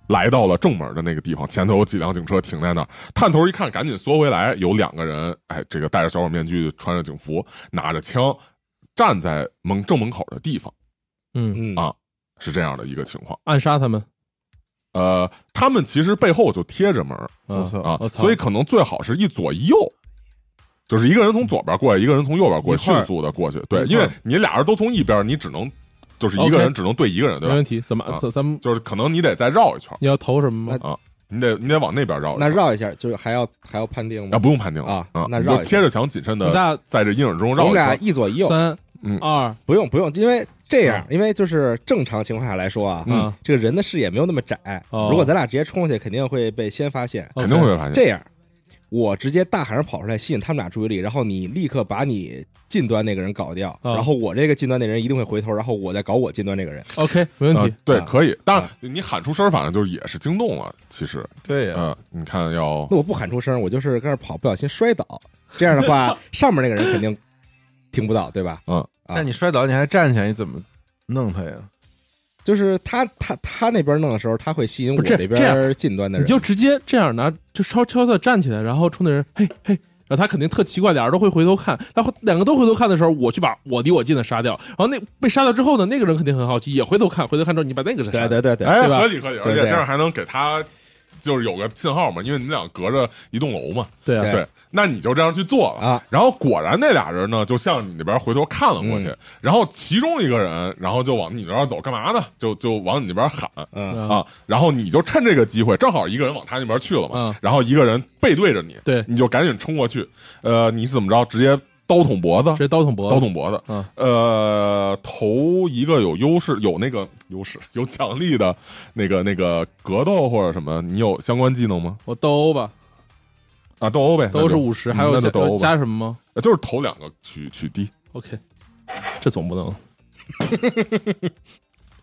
G: 来到了正门的那个地方，前头有几辆警车停在那儿，探头一看，赶紧缩回来。有两个人，哎，这个戴着小丑面具，穿着警服，拿着枪，站在门正门口的地方，
F: 嗯
E: 嗯，
G: 啊是这样的一个情况。
E: 暗杀他们，
G: 呃，他们其实背后就贴着门，
E: 啊
D: 我操
G: 啊
E: 我，操，
G: 所以可能最好是一左一右，就是一个人从左边过去，一个人从右边过去，
D: 一块
G: 迅
D: 儿
G: 速的过去。对，
D: 一块儿
G: 因为你俩人都从一边，你只能就是一个
E: OK
G: 人只能对一个人，对
E: 没
G: 吧
E: 问？题。怎么
G: 啊
E: 咱咱们
G: 就是可能你得再绕一圈，
E: 你要投什么吗？
G: 你得你得往那边绕一
F: 那
G: 圈。
F: 绕一下，就是还要还要判定
G: 啊，
F: 吗？
G: 不用判定了
F: 啊
G: 啊，
F: 那
G: 你
F: 绕
G: 就
F: 一
G: 贴着墙紧身
E: 你
G: 的
E: 大
G: 在这阴影中
F: 我
G: 绕
F: 们
G: 一
F: 俩
G: 圈。
F: 一左一右，
E: 三
G: 嗯
E: 二
F: 不用不用，因为这样，因为就是正常情况下来说啊，
G: 嗯
E: 啊，
F: 这个人的视野没有那么窄。
E: 哦
F: 如果咱俩直接冲过去，肯定会被先发现。
G: 肯定会被发现。
F: 这样，我直接大喊着跑出来，吸引他们俩注意力，然后你立刻把你近端那个人搞掉，
E: 啊
F: 然后我这个近端那人一定会回头，然后我再搞我近端那个人。
E: OK，没问
G: 啊
E: 题。
G: 对，
F: 啊
G: 可以。当然，你喊出声儿，反正就是也是惊动了。其实，
D: 对啊呀，
G: 嗯，你看要
F: 那我不喊出声，我就是跟那儿跑，不小心摔倒，这样的话，上面那个人肯定听不到，对吧？
D: 那你摔倒你还站起来，你怎么弄他呀？
F: 就是他他他那边弄的时候，他会吸引我
E: 不是
F: 这
E: 这样
F: 边近端的
E: 你
F: 人。
E: 就直接这样拿，就悄悄的站起来，然后冲那人，嘿嘿，然后他肯定特奇怪，俩人都会回头看。他会两个都回头看的时候，我去把我离我近的杀掉，然后那被杀掉之后呢，那个人肯定很好奇，也回头看，回头看之后你把那个人杀
F: 对
E: 掉。
F: 对对对，啊
G: 哎，
F: 对吧
G: 合？理合理，
F: 就
G: 而
F: 是这
G: 且
F: 样
G: 这样还能给他就是有个信号嘛，因为你们俩隔着一栋楼嘛。
E: 对啊
F: 对
G: 对，那你就这样去做了
F: 啊。
G: 然后果然那俩人呢，就向你那边回头看了过去
F: 嗯，
G: 然后其中一个人，然后就往你那边走，干嘛呢？就就往你那边喊。
F: 嗯，
E: 啊，
G: 啊，然后你就趁这个机会，正好一个人往他那边去了嘛，
E: 嗯
G: 然后一个人背对着你，
E: 对
G: 你就赶紧冲过去，呃，你怎么着，直接刀捅脖子
E: 直，接刀捅脖
G: 刀
E: 子。
G: 捅脖子，
E: 嗯
G: 呃，头一个有优势，有那个优势，有奖励的那个那个格斗或者什么，你有相关技能吗？
E: 我斗殴吧，
G: 啊，斗殴呗，
E: 斗殴是
G: 那就
E: 五十，
G: 嗯
E: 还有
G: 那就
E: 加
G: 斗殴吧，
E: 加什么吗
G: 呃就是头两个取取低，
E: ？OK，这总不能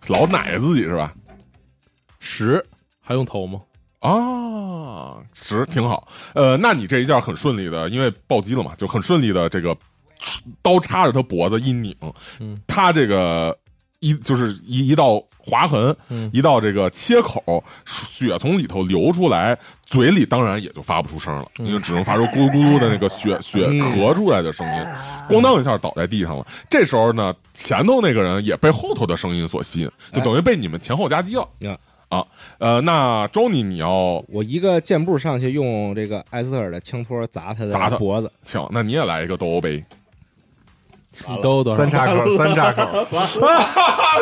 G: 老奶自己是吧？
E: 十还用投吗？
G: 啊，十挺好。呃，那你这一下很顺利的，因为暴击了嘛，就很顺利的这个刀插着他脖子一拧，
E: 嗯
G: 他这个一就是一一道划痕，
E: 嗯
G: 一道这个切口，血从里头流出来，嘴里当然也就发不出声了，
E: 嗯
G: 因为只能发出咕噜咕噜的那个血血咳出来的声音，咣当一下倒在地上了。这时候呢，前头那个人也被后头的声音所吸引，就等于被你们前后夹击了。
F: 呀
G: 啊，呃，那 Johnny 你要
F: 我一个箭步上去，用这个艾斯特尔的枪托砸他
G: 砸他
F: 的脖子，
G: 请，那你也来一个斗殴杯。
E: 你斗殴多少
D: 三？岔口，三岔口，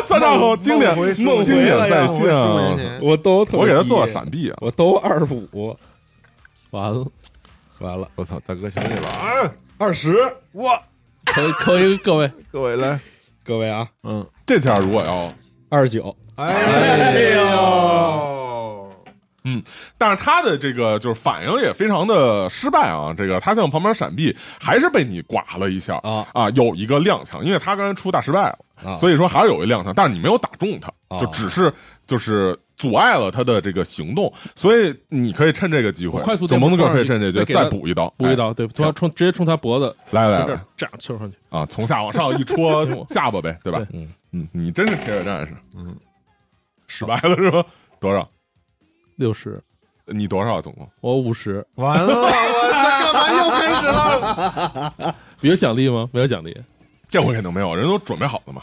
G: 三岔口经典
D: 梦回
G: 经
D: 梦回
G: 典
D: 了
G: 再
D: 让
G: 现
D: 我输
G: 啊
D: 人！家
F: 我都特 别
G: 我给他
F: 低
G: 做了闪，避啊！
F: 我都二十五，
E: 完了，
F: 完了
D: 我操，大哥求你了
G: 哎
D: 啊！
F: 二十，
D: 哇，
E: 可以可以，各位
D: 各位来，
F: 各位啊，
D: 嗯，
G: 这下如果要，
F: 二十九，
D: 哎呦，
G: 但是他的这个就是反应也非常的失败啊！这个他向旁边闪避，还是被你剐了一下
F: 啊
G: 有一个踉跄，因为他刚才出大失败了，
F: 啊
G: 所以说还是有一踉跄，但是你没有打中他，
F: 啊
G: 就只是就是阻碍了他的这个行动，所以你可以趁这个机会，
E: 我快速
G: 就
E: 垫
G: 蒙
E: 步
G: 德克
E: 上
G: 可以
E: 去
G: 趁这
E: 再
G: 机
E: 给
G: 会再
E: 他
G: 补一刀，
E: 补一
G: 哎啊
E: 刀，对，他冲直接冲他脖子，
G: 来来
E: 就这
G: 来
E: 样这样抽上去。
G: 啊，从下往上一 戳下巴呗，对吧？
E: 对
G: 嗯嗯，你真是铁血战士，嗯，失败了是吧？多少？
E: 六十，
G: 你多少啊总共？
E: 我五十，
D: 完了，我操，干嘛又开始了？
E: 有奖励吗？没有奖励，
G: 这回肯定没有，人都准备好了嘛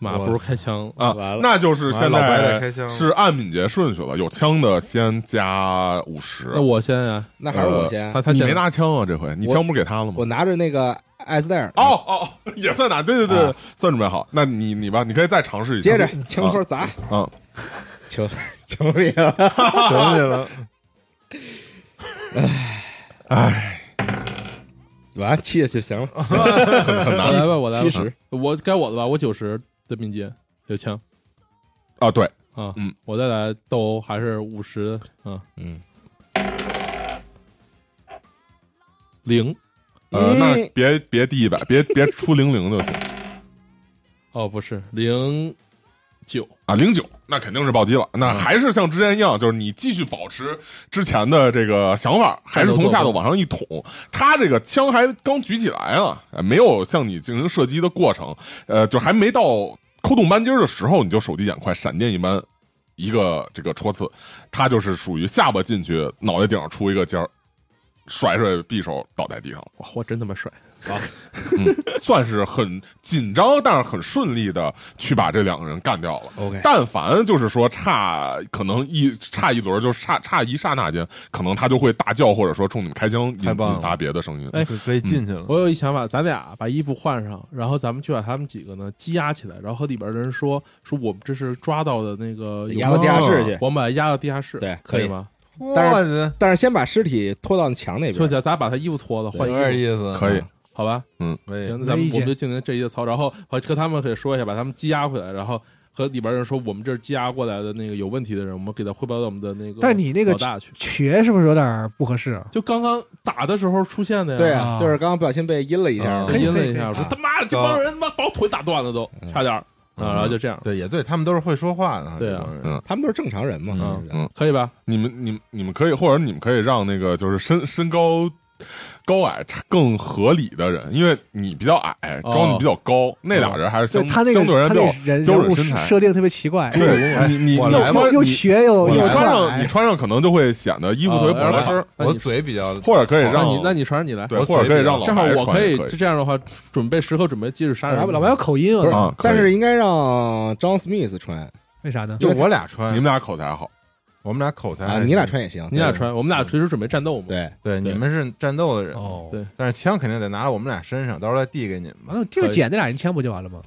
E: 妈
F: 我
E: 不如开枪了。
G: 啊
F: 完了！
G: 那就是现
D: 完了老白在
G: 在
D: 开枪
G: 是按敏捷顺序了，有枪的先加五十呃
E: 那。我先啊呀，
F: 那还是我先
E: 他，他
G: 你
E: 先
G: 没拿枪啊？这回你
F: 我
G: 枪不是给他了吗
F: 我？拿着那个艾斯戴尔，
G: 哦哦，哦也算拿，对对对
F: 啊，
G: 算准备好。那你你吧，你可以再尝试一下。
F: 接着枪托砸，
G: 啊，
F: 求 求你了，
D: 求你了，
F: 完七就行了，
E: 我来吧，我来吧
F: 七，十，
E: 我该我的吧，我九十的敏捷有枪
G: 啊，对，
E: 啊，
G: 嗯，
E: 我再来斗殴还是五十，嗯
F: 嗯，
E: 零
G: 呃，
F: 嗯
G: 那别别第一百，别别出零零就行
E: 哦不是零九，
G: 啊，零九，嗯那肯定是暴击了。那还是像之前一样，就是你继续保持之前的这个想法，还是从下头往上一捅。他这个枪还刚举起来啊，呃没有向你进行射击的过程，呃，就还没到扣动扳机儿的时候，你就手疾眼快，闪电一般一个这个戳刺，他就是属于下巴进去，脑袋顶上出一个尖儿，甩甩匕首倒在地上了。
E: 哇，我真他妈帅，
F: 了。
G: 算是很紧张，但是很顺利的去把这两个人干掉了。
F: OK，
G: 但凡就是说差，可能一差一轮，就是差差一刹那间，可能他就会大叫，或者说冲你们开枪，引
D: 太棒了
G: 引发别的声音。
E: 哎
D: 可可以进去了。
E: 我有一想法，咱俩把衣服换上，然后咱们就把他们几个呢羁押起来，然后和里边的人说说我们这是抓到的那个
F: 押到地下室去，
E: 我们把他押到地下室，
F: 对
E: 可
F: 可以
E: 以吗？
D: 我
F: 但
D: 去，
F: 但是先把尸体拖到墙那
E: 就
F: 边。
E: 咱咱把他衣服脱了，
D: 有
E: 换衣
D: 点
E: 服，
D: 意思，啊
G: 可以，
E: 好吧？
D: 可以
E: 行，那咱
H: 没意
E: 们我
H: 见
E: 们就进行这一节操，然后和和他们可以说一下，把他们羁押回来，然后和里边人说我们这是羁押过来的那个有问题的人，我们给他汇报到我们的那个
H: 但是你那个
E: 老大去，
H: 瘸是不是有点不合适啊？
E: 就刚刚打的时候出现的呀，
F: 对
H: 啊
F: 啊，就是刚刚不小心被阴了一下
D: 啊
F: 嘛。
E: 我
H: 可以
E: 阴了
H: 可以
E: 一下，
H: 可以
E: 我说
H: 啊
E: 他妈的这帮人他妈把我腿打断了都，
F: 嗯
E: 差点儿啊，然后就这样，
D: 对，也对，他们都是会说话的，
E: 对啊
D: 这帮人
G: 嗯
F: 他们都是正常人嘛，
E: 嗯
F: 对不对
G: 嗯，
E: 可以吧？
G: 你们你们你们可以，或者你们可以让那个就是身身高。高矮差更合理的人，因为你比较矮，
E: 哦
G: 高你比较高，那俩人还是
H: 对
G: 相
H: 他那个
G: 相对而言
H: 他
G: 比
H: 那
G: 较
H: 个人
G: 标准
H: 人物
G: 身材
H: 设定特别奇怪，
G: 对你你
D: 我
G: 你
D: 来
G: 穿
D: 吧
H: 又又
G: 你
H: 瘸又
D: 我
H: 又啊
G: 你
D: 来
G: 穿
H: 又
G: 上你穿上可能就会显得衣服特别
E: 啊
G: 不
E: 然
G: 合
E: 后
G: 身，
E: 那
D: 我
E: 你
D: 嘴比较
G: 或者可以
E: 那
G: 让
E: 你那你传你来，
G: 对，
D: 我
G: 或者可以让老
E: 正好
G: 白
E: 我
G: 穿
E: 可
G: 也
E: 以
G: 可以
E: 这样的话，准备时刻准备接着杀
H: 老白
E: 人。
H: 老白有口音啊，
G: 啊，可以
F: 但是应该让 John Smith 穿
H: 为啥呢？
D: 就我俩
G: 你
D: 穿，
G: 们俩口才好，
D: 我们俩口才还
F: 啊，
D: 行
F: 你俩穿也行，
E: 你俩穿，我们俩随时准备战斗嘛。
F: 对，
D: 对，
E: 对
D: 你们是战斗的人，
H: 哦，
E: 对
D: 但是枪肯定得拿到我们俩身上，到时候再递给你们
H: 完
D: 吧。
H: 了，这个
E: 可以
H: 捡那俩人枪不就完了吗？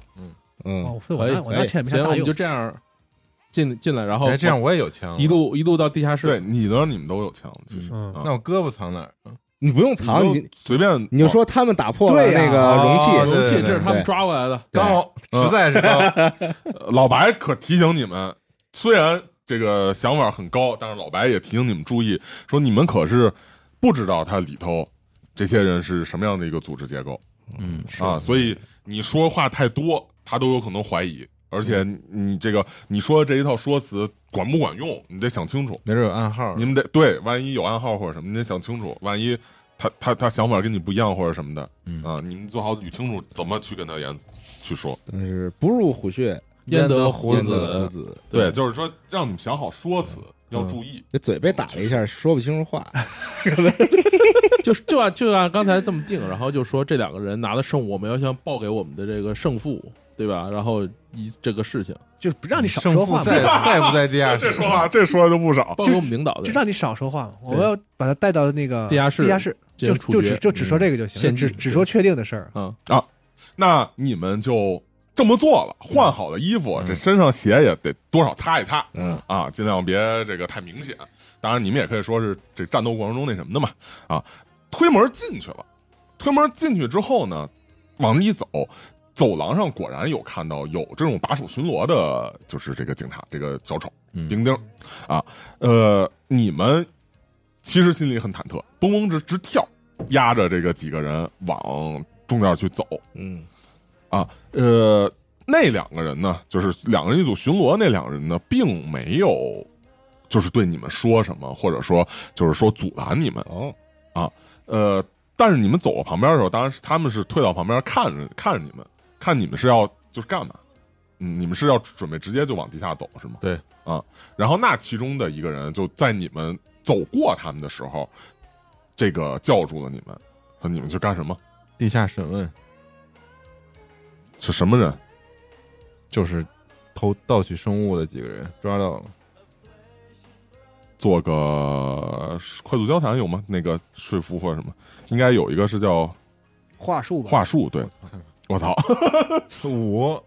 F: 嗯，
H: 哦，所以我
E: 可以
H: 那我
F: 可
H: 那
F: 以
H: 枪也没啥
E: 哎行，我
H: 大
E: 们就
H: 用。
E: 这样进进来，然后
D: 哎，这样我也有枪了，
E: 一路一路到地下室。
G: 对，你的你们都有枪，其实
H: 嗯，
D: 那我胳膊藏哪儿？
F: 你不用
G: 你
F: 藏，
G: 都哦
F: 你
G: 随便，
F: 你就说他们打破了
H: 对呀
F: 那个容器，
D: 哦
E: 容器
D: 对对对
E: 这是他们抓过来的，
D: 刚好，
G: 嗯
D: 实在是刚好，
G: 呃老白可提醒你们，虽然这个想法很高，但是老白也提醒你们注意，说你们可是不知道它里头这些人是什么样的一个组织结构
D: 嗯，
G: 啊，所以你说话太多，他都有可能怀疑，而且你这个你说这一套说辞管不管用，你得想清楚。
D: 没准有暗号。
G: 你们得对，万一有暗号或者什么，你得想清楚。万一他他他想法跟你不一样或者什么的，
D: 嗯
G: 啊，你们做好捋清楚怎么去跟他言去说。
F: 但是不入虎穴，
E: 焉得啊
D: 虎
E: 虎
F: 焉
D: 子
F: 得虎
E: 子？
F: 子。
G: 对，就是说让你们想好说辞，要
E: 嗯
G: 注意。
F: 这嘴被打了一下，说不清楚话。
E: 就就按就按刚才这么定，然后就说这两个人拿的胜，我们要向报给我们的这个胜负，对吧？然后以这个事情
H: 就是不让你少
D: 胜
H: 说
D: 负
H: 话嘛
D: 在，在不在地下室？
G: 这说话这说的不少，
E: 报给我们领导的
H: 就，让你少说话嘛。我们要把他带到那个
E: 地下室
H: 地下室
E: 进
H: 就
E: 行
H: 就
E: 处嗯
H: 只
E: 决。
H: 就只说这个就行，
E: 献
H: 只
E: 祭
H: 只说确定的事儿。
E: 嗯，
G: 那你们就这么做了，换好了衣服，这身上鞋也得多少擦一擦，
F: 嗯
G: 啊，尽量别这个太明显。当然，你们也可以说是这战斗过程中那什么的嘛，啊，推门进去了，推门进去之后呢，往里走。走廊上果然有看到有这种把守巡逻的，就是这个警察，这个小丑
D: 嗯
G: 丁丁，啊，呃，你们其实心里很忐忑，嘣嘣直直跳，压着这个几个人往中间去走，
F: 嗯，
G: 呃，那两个人呢，就是两个人一组巡逻，那两个人呢，并没有就是对你们说什么，或者说就是说阻拦你们。
F: 哦，
G: 呃，但是你们走到旁边的时候，当然是他们是退到旁边看着看着你们，看你们是要就是干嘛？嗯，你们是要准备直接就往地下走是吗？
D: 对
G: 啊，然后那其中的一个人就在你们走过他们的时候，这个叫住了你们，说你们去干什么？
D: 地下审问
G: 是什么人？
D: 就是偷盗取生物的几个人抓到了，
G: 做个呃快速交谈有吗？那个说服或者什么，应该有一个是叫
H: 话术吧，
G: 话术。对，我操，
D: 我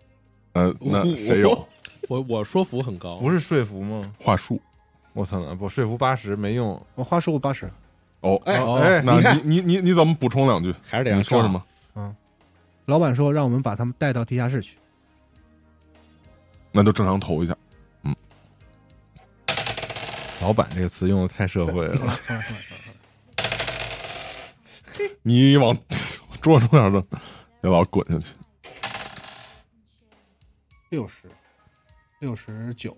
G: 呃，那谁有
E: 我我说服很高，
D: 不是说服吗？
G: 话术？
D: 我操，我说服八十没用。
H: 我话术八十，
G: 哦，
F: 哎
E: 哦
D: 哎，
G: 那
F: 你看
G: 你你你你怎么补充两句？
F: 还是得让
G: 你说什
F: 上
G: 么？
H: 老板说让我们把他们带到地下室去。
G: 那就正常投一下。
D: 老板这个词用的太社会了。
H: 算了算了算了
G: 你往 桌子上扔，别老滚下去。
H: 六十，六十九，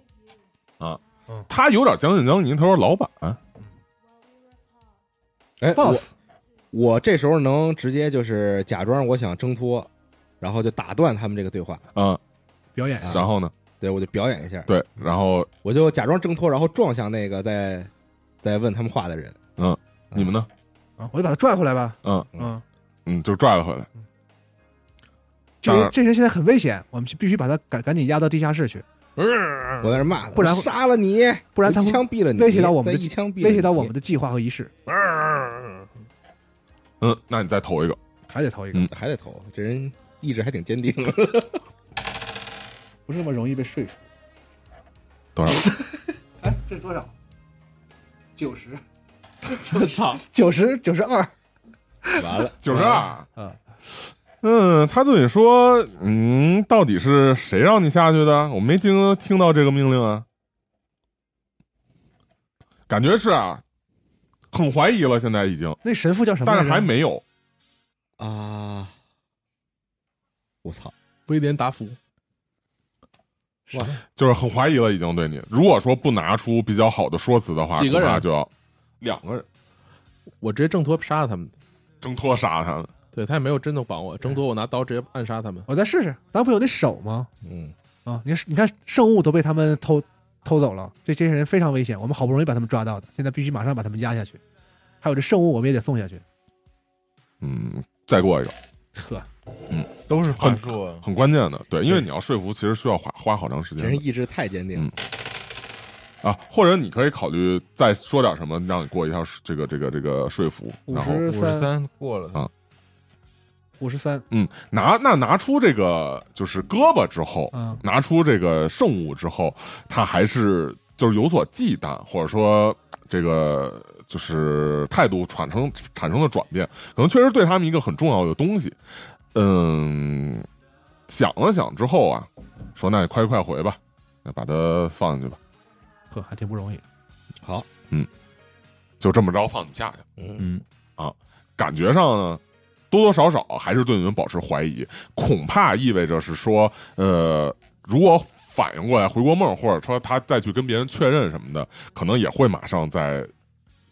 G: 他有点将信将疑，他说老板，嗯
F: 哎
H: boss
F: 我我这时候能直接就是假装我想挣脱，然后就打断他们这个对话，
G: 嗯，
H: 表演啊
G: 然后呢？
F: 对我就表演一下，
G: 对，然后
F: 我就假装挣脱，然后撞向那个在在问他们话的人。
G: 你们呢？
H: 啊，我就把他拽回来吧。
G: 嗯，
H: 嗯，
G: 嗯，就拽了回来。
H: 这
G: 当
H: 人
G: 然
H: 这人现在很危险，我们必须把他赶赶紧押到地下室去，
F: 我在这骂他，
H: 不然
F: 我杀了你，
H: 不然他
F: 一
H: 会
F: 枪毙了你，
H: 威胁到我们的
F: 再一枪毙了你，
H: 威胁到我们的计划和仪式。
G: 嗯，那你再投一个，
H: 还得投一个，
F: 嗯，还得投，这人意志还挺坚定。
H: 不是那么容易被睡出。
G: 多少？
H: 哎，这是多少？九十，
E: 操，
H: 九十，九十二。
F: 完了，
G: 九十二。
H: 嗯，
G: 啊嗯，他自己说，嗯，到底是谁让你下去的？我没听听到这个命令啊，感觉是啊，很怀疑了，现在已经，
H: 那神父叫什么来
G: 但
H: 着？
G: 是还没有，
F: 啊！我操！
E: 威廉达福，
G: 就是很怀疑了，已经对你。如果说不拿出比较好的说辞的话，
E: 几个人
G: 恐怕就要两个人
E: 我直接挣脱杀了他们。
G: 挣脱杀他们。
E: 对他也没有真的绑我，挣脱我拿刀直接暗杀他们。
H: 我再试试。咱不有那手吗？
F: 嗯，
H: 啊，你看你看，圣物都被他们偷偷走了，这这些人非常危险。我们好不容易把他们抓到的，现在必须马上把他们压下去。还有这圣物，我们也得送下去。
G: 嗯，再过一个，
H: 呵，
D: 都是话
G: 很
D: 术啊，
G: 很关键的，对，因为你要说服，其实需要花花好长时
F: 这
G: 间
F: 人
G: 的
F: 意志太坚定了。
G: 啊。或者你可以考虑再说点什么，让你过一下这个这个这个说服，
H: 五
G: 然后
H: 十
D: 五十
H: 三，
D: 三过了，
H: 五十三。
G: 嗯，拿那拿出这个就是胳膊之后，
H: 嗯，
G: 拿出这个圣物之后，他还是就是有所忌惮，或者说这个就是态度产生产生了转变，可能确实对他们一个很重要的东西。嗯，想了想之后啊，说那你快快回吧，那把它放进去吧，
H: 呵，还挺不容易。
F: 好，
G: 就这么着放你下去。啊
F: 嗯，
D: 嗯，
G: 感觉上呢，多多少少还是对你们保持怀疑，恐怕意味着是说，呃，如果反应过来回国梦，或者说他再去跟别人确认什么的，可能也会马上再，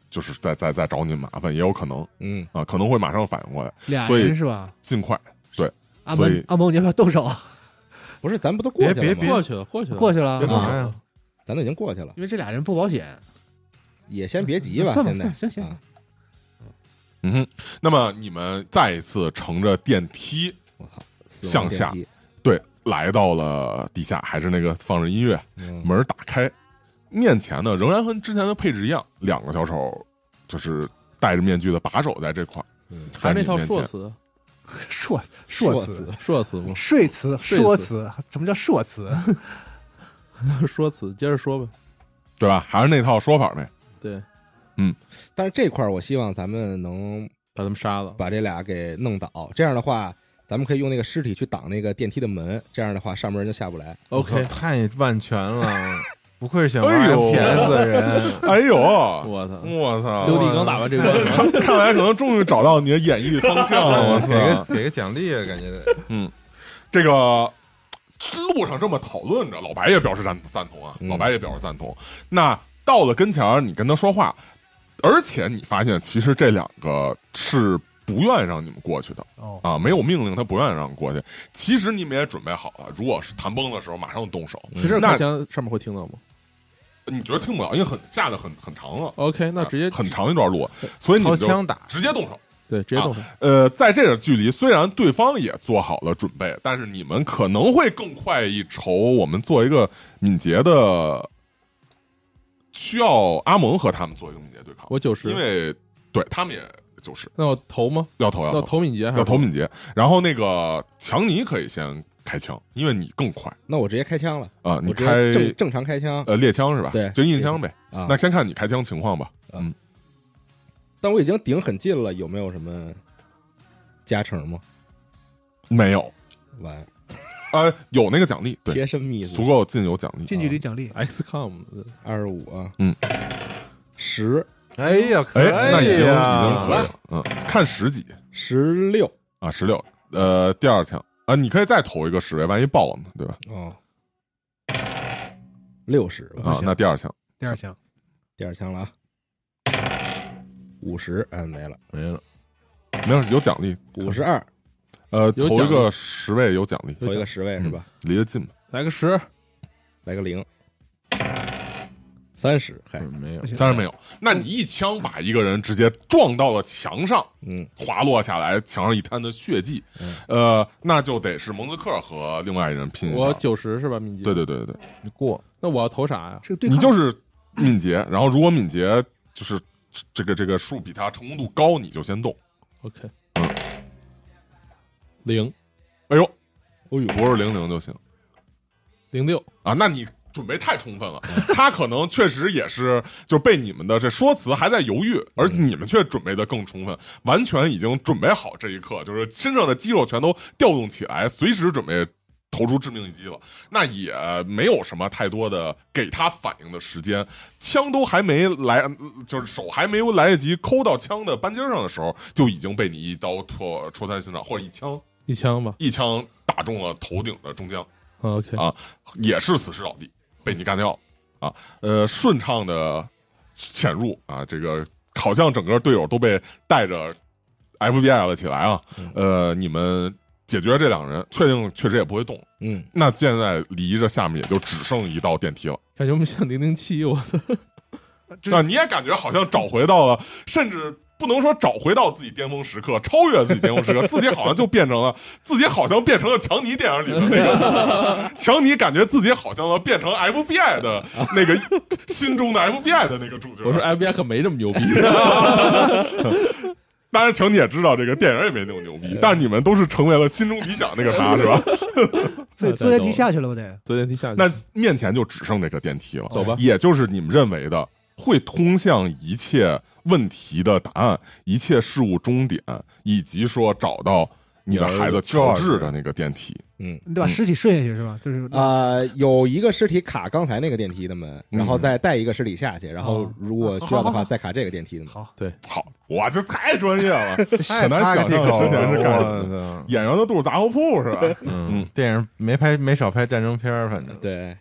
G: 就是再再再找你麻烦，也有可能
F: 嗯，
G: 啊，可能会马上反应过来，
H: 俩
G: 所以
H: 人是吧？
G: 尽快。
H: 阿
G: 所以
H: 蒙，阿蒙，你要不要动手？
F: 不是，咱不都过
D: 别
F: 去了
D: 别
F: 吗？
D: 别
E: 过去了，过去了，
H: 过去了
D: 别，动
F: 啊
D: 啥呀？
F: 咱都已经过去了，
H: 因为这俩人不保 险。
F: 也先别急吧。
H: 算吧
F: 现在
H: 算行行
F: 啊
G: 嗯哼，那么你们再一次乘着电梯，
F: 我操，死亡
G: 向下
F: 电梯
G: 对，来到了地下，还是那个放着音乐，
F: 嗯
G: 门打开，面前呢仍然和之前的配置一样，两个小丑就是戴着面具的把手在这块儿，
F: 嗯
G: 在
E: 还是
G: 你
E: 那套
G: 面
E: 硕
G: 前
E: 词，
H: 硕
F: 硕
H: 硕词，
F: 死，
E: 硕词吗？
H: 说词，
E: 说
H: 说词，什么叫说词？
E: 说词，接着说吧。
G: 对吧？还是那套说法呗。
E: 对，
F: 但是这块儿我希望咱们能
E: 把他们杀了。
F: 把这俩给弄倒，这样的话。咱们可以用那个尸体去挡那个电梯的门，这样的话上面人就下不来。
D: 我
E: OK，
D: 操太万全了， 不愧选玩
G: 哎呦
D: FPS 的 人，
G: 哎呦， 我
E: 我操，
G: 操！
E: 兄弟刚打完这关，
G: 看来可能终于找到你的演绎方向 了。我
D: 给个
G: 操，
D: 给个奖励啊，感觉得
G: 这个路上这么讨论着，老白也表示赞赞同啊，
F: 嗯
G: 老白也表示赞同。那到了跟前儿，你跟他说话，而且你发现其实这两个是不愿意让你们过去的。
H: 哦，
G: 啊，没有命令他不愿意让你过去。其实你们也准备好了，如果是谈崩的时候马上动手，
E: 可
G: 嗯
E: 是
G: 那
E: 开枪上面会听到吗
G: 你觉得听不了，因为很下的很很长了，
E: ？OK，那直接
G: 很长一段路，所以你
D: 掏
G: 们就
D: 枪打，
G: 直接动手。
E: 对，直接动手。
G: 呃，在这个距离，虽然对方也做好了准备，但是你们可能会更快一筹。我们做一个敏捷的，需要阿蒙和他们做一个敏捷对抗，
E: 我九十
G: 因，为对他们也就是
E: 那我投吗？
G: 要投要投
E: 要投敏捷还
G: 啊要
E: 是
G: 投？敏捷，然后那个强尼可以先开枪，因为你更快。
F: 那我直接开枪了，
G: 啊，你
F: 我直
G: 开
F: 接正正常开枪
G: 呃猎枪是吧？
F: 对
G: 就硬枪呗。
F: 啊。
G: 那先看你开枪情况吧。
F: 但我已经顶很近了，有没有什么加成吗？
G: 没有，
F: 完，
G: 呃，有那个奖励，对，
F: 贴身密
G: 足
F: 度
G: 够进有奖励。
H: 近距离奖励，
E: XCOM 的
F: 二十五啊，
G: 嗯，
F: 十
D: 哎呀，可
G: 哎，
D: 以
G: 那已经已经可以
D: 呀，
G: 了。嗯，看十几
F: 十六
G: 啊，十六，呃，第二枪啊，你可以再投一个十位，万一爆了呢，对吧？
F: 哦，六十吧，
G: 啊，那第二枪
H: 第二枪，
F: 第二枪了啊，五十哎没了，
D: 没了，
G: 没有有奖励，
F: 五十二
G: 呃，
E: 有
G: 投
E: 奖
G: 一
E: 励
G: 个十位有奖励，
F: 投
E: 嗯
F: 一个十位是吧？
G: 离得近嘛。
E: 来个十，
F: 来个零，三十，嗨，
D: 嗯没有
H: 不，行
G: 哎当然没有。那你一枪把一个人直接撞到了墙上，
F: 嗯，
G: 滑落下来，墙上一滩的血迹，呃，那就得是蒙斯克和另外一人拼一下。
E: 我九十是吧，敏捷？
G: 对，对对对对，
D: 你过
E: 那我要投啥呀？
H: 这个对
G: 你
H: 抗
G: 就是敏捷，然后如果敏捷就是这个这个数比他成功度高，你就先动。
E: OK，零
G: 哎呦，
E: 哦呦
G: 不是零零就行
E: 零六，
G: 啊，那你。准备太充分了，他可能确实也是就被你们的这说辞还在犹豫，而你们却准备的更充分，完全已经准备好这一刻，就是身上的肌肉全都调动起来，随时准备投出致命一击了。那也没有什么太多的给他反应的时间，枪都还没来，就是手还没有来得及抠到枪的扳尖上的时候，就已经被你一刀戳戳穿心脏，或者一枪
E: 一枪吧。
G: 一枪打中了头顶的中将。
E: 啊 OK，
G: 啊也是死尸倒地，被你干掉啊。呃，顺畅的潜入啊，这个好像整个队友都被带着 FBI 了起来啊。呃，你们解决这两人，确定确实也不会动。
F: 嗯，
G: 那现在离着下面也就只剩一道电梯了。
E: 感觉我们像零零七，我操！
G: 那啊你也感觉好像找回到了，甚至。不能说找回到自己巅峰时刻，超越自己巅峰时刻，自己好像就变成了，自己好像变成了强尼电影里的那个强尼，感觉自己好像要变成 FBI 的那个心中的 FBI 的那个主角。
E: 我说 FBI 可没这么牛 逼，
G: 当然强尼也知道这个电影也没那么牛
E: 哎
G: 逼，但是你们都是成为了心中理想那个他，是吧？
H: 所以
E: 太
H: 坐电
E: 逗
H: 梯
E: 了
H: 下去了吧得？
E: 昨天听下去
G: 那面前就只剩这个电梯了，
E: 走吧
G: 也就是你们认为的会通向一切问题的答案、一切事物终点，以及说找到你的孩子乔治的那个电梯。
F: 嗯
H: 你
G: 嗯
H: 得把尸体顺下去是吧？就是
F: 呃，有一个尸体卡刚才那个电梯的门，然后
G: 嗯
F: 再带一个尸体下去，然后
H: 哦
F: 如果需要
H: 好
F: 的
H: 好
F: 话
H: 好
F: 再卡这个电梯的门。
H: 好，
G: 好，哇，这太专业了，
D: 太
G: 很难
D: 趴个
G: 想
D: 地
G: 象
D: 沟
G: 之前是干什么。
D: 干
G: 演员的肚子杂货铺是吧？
D: 嗯，电影没拍没少拍战争片儿，反正
E: 哦
F: 对，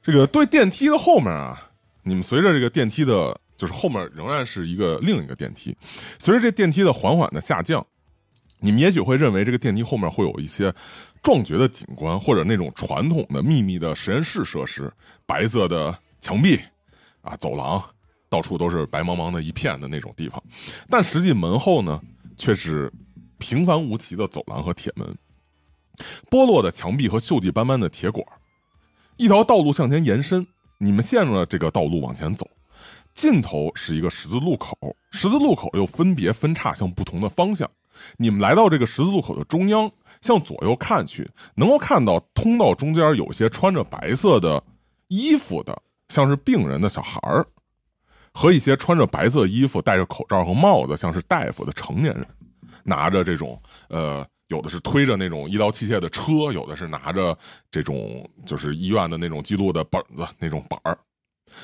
G: 这个对电梯的后面啊，你们随着这个电梯的，就是后面仍然是一个另一个电梯，随着这电梯的缓缓的下降，你们也许会认为这个电梯后面会有一些壮绝的景观，或者那种传统的秘密的实验室设施，白色的墙壁啊，走廊到处都是白茫茫的一片的那种地方，但实际门后呢，却是平凡无奇的走廊和铁门，剥落的墙壁和锈迹斑斑的铁管。一条道路向前延伸，你们陷入了这个道路往前走，尽头是一个十字路口，十字路口又分别分叉向不同的方向。你们来到这个十字路口的中央，向左右看去，能够看到通道中间有些穿着白色的衣服的，像是病人的小孩儿，和一些穿着白色衣服、戴着口罩和帽子，像是大夫的成年人，拿着这种呃，有的是推着那种医疗器械的车，有的是拿着这种就是医院的那种记录的本子那种板儿，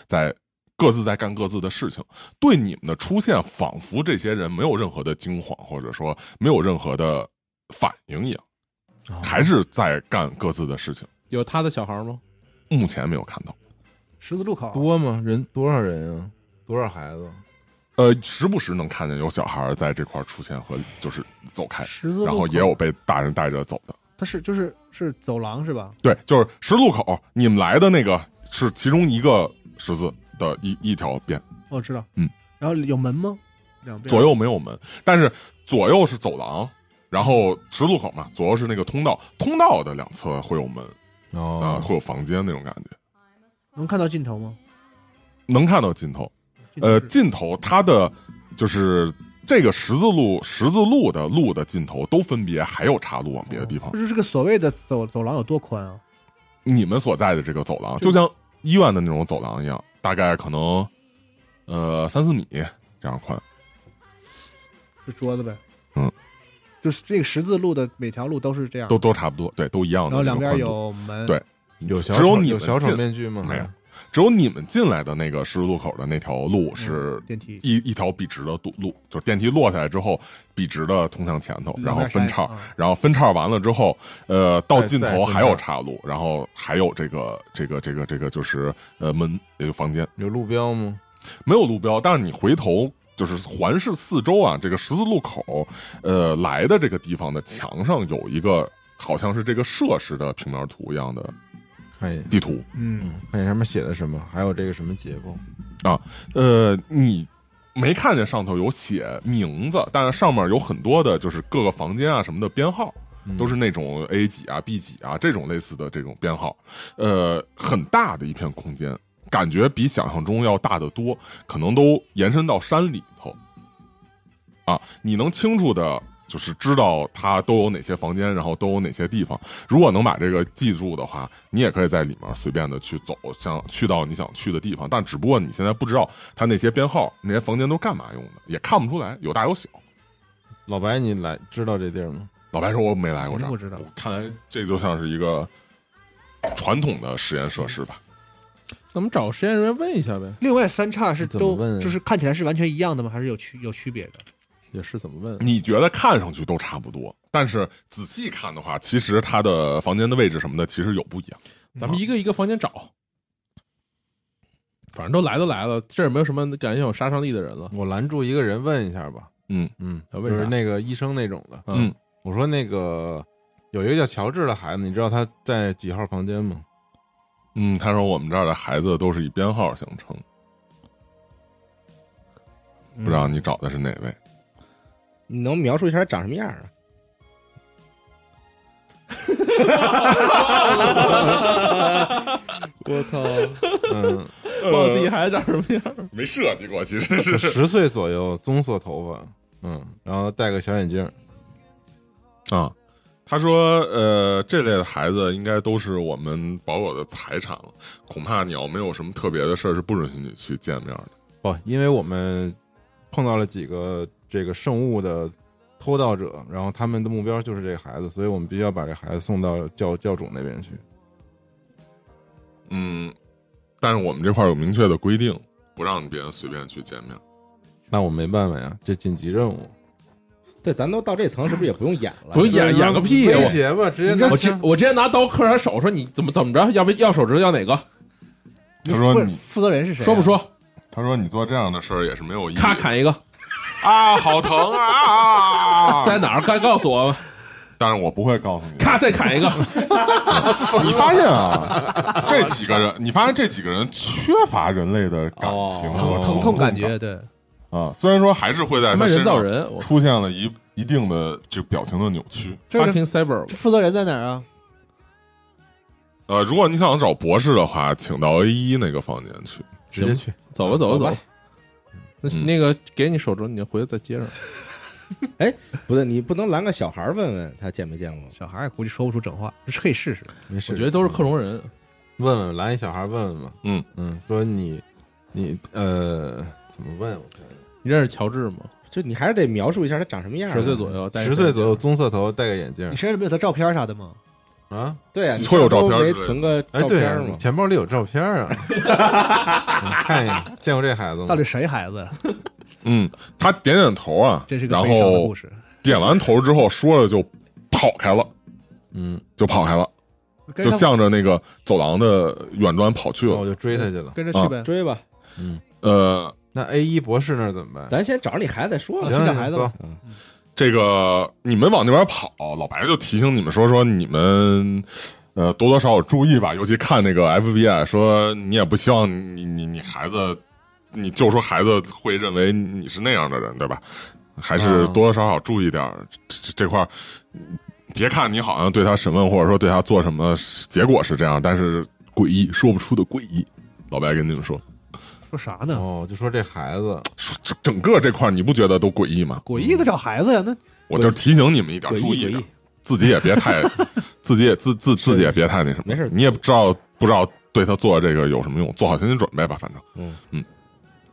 G: 在各自在干各自的事情。对你们的出现，仿佛这些人没有任何的惊慌，或者说没有任何的反应一样，还是在干各自的事情。
E: 有他的小孩吗？
G: 目前没有看到，
H: 十字路口
D: 多吗？人多少人啊？多少孩子？
G: 呃，时不时能看见有小孩儿在这块儿出现和就是走开，
H: 十字路口，
G: 哎然后也有被大人带着走的。
H: 它是就是是走廊是吧？哦
G: 对，就是十字路口，你们来的那个是其中一个十字的一一条边。
H: 我知道，
G: 嗯，
H: 然后有门吗？两边
G: 左右没有门，但是左右是走廊，然后十字路口嘛，左右是那个通道，通道的两侧会有门啊、
D: 哦，
G: 会有房间那种感觉，
H: 能看到尽头吗？
G: 能看到尽头。
H: 尽头
G: 呃，
H: 是
G: 尽头它的就是这个十字路十字路的路的尽头都分别还有岔路往别的地方
H: 哦就。是这个所谓的走走廊有多宽啊？
G: 你们所在的这个走廊，就像医院的那种走廊一样，大概可能呃三四米这样宽。
H: 是桌子呗。
G: 嗯，
H: 就是这个十字路的每条路都是这样，
G: 都都差不多，对，都一样的。
H: 然后两边，有门。
G: 对
D: 有小
G: 只有
D: 丑
G: 你
D: 有
G: 们
D: 小丑
G: 进
D: 面具吗？
G: 没有只有你们进来的那个十字路口的那条
D: 嗯
G: 路是
H: 电梯，
G: 一一条笔直的路路，就是电梯落下来之后，笔直的通向前头，
D: 嗯
G: 然后分叉
H: 两，边塞啊
G: 然后分叉完了之后，呃，到
D: 再
G: 尽
D: 再
G: 头
D: 分
G: 还有
D: 叉
G: 岔路，然后还有这个这个这个这个就是呃门也就房间，
D: 有路标吗？
G: 没有路标，但是你回头就是环视四周啊，这个十字路口，呃，来的这个地方的墙上有一个好像是这个设施的平面图一样的
D: 看一眼，
G: 地图。
H: 嗯，
D: 看一眼上面写的什么，还有这个什么结构。
G: 呃，你没看见上头有写名字，但是上面有很多的，就是各个房间啊什么的编号，
D: 嗯
G: 都是那种 A 几啊、B 几啊这种类似的这种编号。呃，很大的一片空间，感觉比想象中要大得多，可能都延伸到山里头。啊，你能清楚的。就是知道它都有哪些房间，然后都有哪些地方。如果能把这个记住的话，你也可以在里面随便的去走，像去到你想去的地方。但只不过你现在不知道它那些编号、那些房间都干嘛用的，也看不出来，有大有小。
D: 老白，你来知道这地儿吗？
G: 老白说：“我没来过这儿
C: 不，知道。
D: 嗯
G: 看来这就像是一个传统的实验设施吧。
E: 咱们找实验人员问一下呗。
C: 另外三叉是
D: 怎么
C: 都
D: 问啊
C: 就是看起来是完全一样的吗？还是有区有区别的？
E: 也是怎么问？
G: 你觉得看上去都差不多，但是仔细看的话，其实它的房间的位置什么的其实有不一样。
E: 咱们一个一个房间找。反正都来都来了，这也没有什么感觉有杀伤力的人了。
D: 我拦住一个人问一下吧。
G: 嗯
D: 嗯，
E: 啊
D: 就
E: 为啥
D: 是那个医生那种的。
G: 嗯，
D: 我说那个有一个叫乔治的孩子，你知道他在几号房间吗？
G: 嗯，他说我们这儿的孩子都是以编号相称，不知道你找的是哪位？
F: 你能描述一下他长什么样啊？
D: 我操！嗯，
E: 问我自己孩子长什么样？
G: 没设计过，其实是
D: 十岁左右，棕色头发，嗯，然后戴个小眼镜，
G: 啊。他说：“呃，这类的孩子应该都是我们保有的财产了，恐怕你要没有什么特别的事儿，是不允许你去见面的。
D: 不，哦因为我们碰到了几个这个圣物的偷盗者，然后他们的目标就是这个孩子，所以我们必须要把这孩子送到教教主那边去。
G: 嗯，但是我们这块儿有明确的规定，不让别人随便去见面。
D: 那我没办法呀，这紧急任务，
F: 对，咱都到这层，是不是也不用演了？
E: 不用演演个屁呀！
D: 威
E: 我
D: 胁吧，直接拿
E: 我直我直接拿刀刻上他手，说你怎么怎么着，要不要手指要哪个？
G: 他说
C: 不是
G: 你
C: 负责人是谁啊？
E: 说不说？
G: 他说你做这样的事儿也是没有意义。
E: 咔砍一个，
G: 啊，好疼啊 啊！啊啊
E: 在哪儿？该告诉我，
G: 但是我不会告诉你。
E: 咔再砍一个。
G: 你发现啊，这几个人，你发现这几个人缺乏人类的感情和
D: 哦
C: 疼痛感觉对，
G: 啊，虽然说还是会在
E: 他
G: 他
E: 妈人
G: 身
E: 造
G: 上
E: 人，我
G: 出现了一一定的这个表情的扭曲。
C: 这是
E: fucking cyber，
C: 这负责人在哪儿啊？
G: 呃，如果你想找博士的话，请到 A 一那个房间去。
D: 直接去，
E: 走吧走
F: 走
E: 吧走
F: 吧
E: 吧。那
G: 嗯
E: 那个给你手镯，你回头再接上。
F: 不对，你不能拦个小孩儿问问他见没见过。
C: 小孩儿估计说不出整话，这可以试试。
D: 没事。
E: 我觉得都是克隆人，
D: 问问拦一小孩问问吧，
G: 嗯
D: 嗯，说你你呃怎么问？
E: 你认识乔治吗？
F: 就你还是得描述一下他长什么样。啊
E: 十岁左，右，戴
D: 十岁左右，
E: 眼镜，
D: 棕色头，戴个眼镜
C: 你身上没有他照片啥的吗？
D: 啊，
F: 对啊，
G: 会有照片之类
F: 你没
G: 的
F: 存个
D: 哎
F: 照
D: 对
F: 片
D: 啊
F: 吗，？
D: 钱包里有照片啊， 你看一眼，见过这孩子吗
C: 到？底谁孩子？
G: 嗯，他点点头啊，
C: 这是个
G: 然
C: 悲伤的
G: 后
C: 故事，
G: 点完头之后说了就跑开了，
D: 嗯，
G: 就跑开了，
C: 跟着
G: 就
C: 他哦
G: 向着那个走廊的远端跑去
D: 那
G: 了
D: 我。就追他去了。
C: 跟着
G: 啊
C: 去
H: 啊
C: 呗。
F: 追吧，
G: 呃，
D: 那 A 一博士那儿怎么办？
F: 咱先找着你孩子再说吧。
D: 行，啊
C: 找孩子
D: 走
C: 吧，
G: 这个你们往那边跑，老白就提醒你们说说你们。呃，多多少少注意吧，尤其看那个 FBI 说，你也不希望你你你孩子，你就说孩子会认为你是那样的人，对吧？还是
D: 啊
G: 多多少少注意点儿这这块儿。别看你好像对他审问或者说对他做什么，结果是这样，但是诡异说不出的诡异。老白跟你们说，
C: 说啥
G: 嗯
C: 呢？
D: 哦，就说这孩子，
G: 说这整个这块儿你不觉得都诡异吗？
C: 诡异的找孩子呀？那
G: 我就提醒你们一点
F: 诡，
G: 注
F: 异
G: 意
F: 诡
G: 点
F: 异，
G: 自己也别 太，自己也自自自己也别太那什么，
F: 没事
G: 你也不知道不知道对他做这个有什么用，做好心理准备吧，反正，
F: 嗯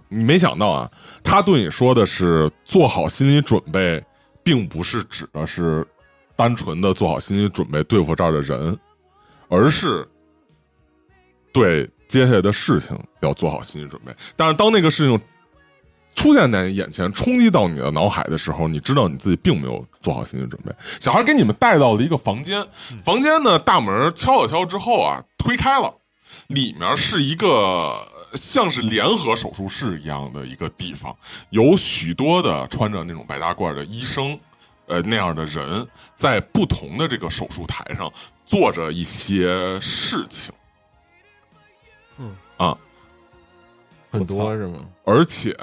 G: 你没想到啊，他对你说的是做好心理准备，并不是指的是单纯的做好心理准备对付这儿的人，而是对接下来的事情要做好心理准备。但是当那个事情出现在你眼前，冲击到你的脑海的时候，你知道你自己并没有做好心理准备。小孩给你们带到了一个房间，房间呢大门敲了敲之后啊，推开了，里面是一个像是联合手术室一样的一个地方，有许多的穿着那种白大褂的医生，呃那样的人在不同的这个手术台上做着一些事情。
C: 嗯
G: 啊，
D: 很
F: 我操
D: 多是吗？
G: 而且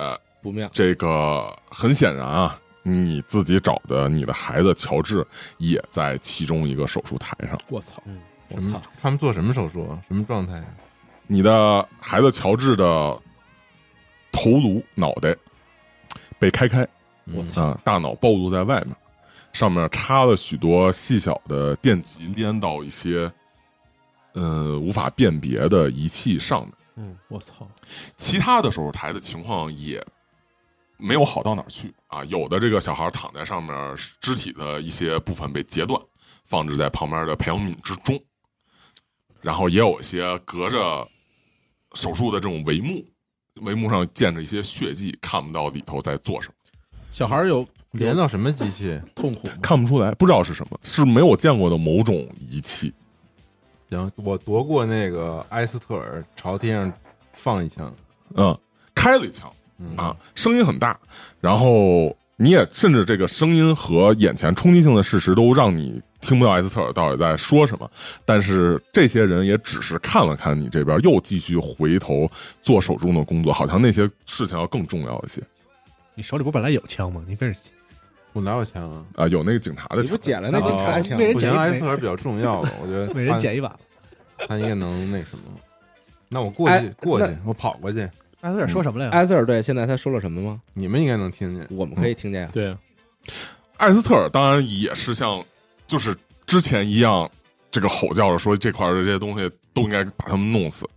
F: 不妙，
G: 这个很显然啊，你自己找的你的孩子乔治也在其中一个手术台上。
E: 我操，
F: 我
D: 什
F: 操
D: 么，？他们做什么手术？啊？什么状态啊？
G: 你的孩子乔治的头颅脑袋被开开，
F: 我
G: 啊、大脑暴露在外面，上面插了许多细小的电极，连到一些呃无法辨别的仪器上面。
E: 我操，
G: 其他的手术台的情况也没有好到哪儿去啊。有的这个小孩躺在上面，肢体的一些部分被截断，放置在旁边的培养皿之中。然后也有一些隔着手术的这种帷幕，帷幕上溅着一些血迹，看不到里头在做什么，
E: 小孩儿有
D: 连到什么机器？
E: 痛苦吗，
G: 看不出来，不知道是什么，是没有见过的某种仪器。
D: 行，我夺过那个埃斯特尔，朝天上放一枪。
G: 嗯，开了一枪。
D: 嗯
G: 啊，，声音很大，然后你也甚至这个声音和眼前冲击性的事实都让你听不到艾斯特尔到底在说什么。但是这些人也只是看了看你这边，又继续回头做手中的工作，好像那些事情要更重要一些
H: 你手里不本来有枪吗？你 非是
D: 我哪有枪啊？
G: 啊。有那个警察的
F: 你不
G: 枪，
F: 捡了那警察
D: 哦
F: 枪
H: 被？人
D: 不行，
H: 捡一
D: 埃斯特尔比较重要吧？我 觉得
H: 每人捡一
G: 嗯
H: 把，
D: 他他应该能那什么。那我过
F: 哎
D: 去过去
F: 那，
D: 我跑过去，
H: 艾斯尔说什么来
G: 嗯哎
H: 着？
F: 埃塞尔对，现在他说了什么吗？
D: 你们应该能听见。
F: 我们可以听见呀。啊
E: 对，
G: 艾斯特尔当然也是像就是之前一样，这个吼叫着说这块儿的这些东西都应该把他们弄死，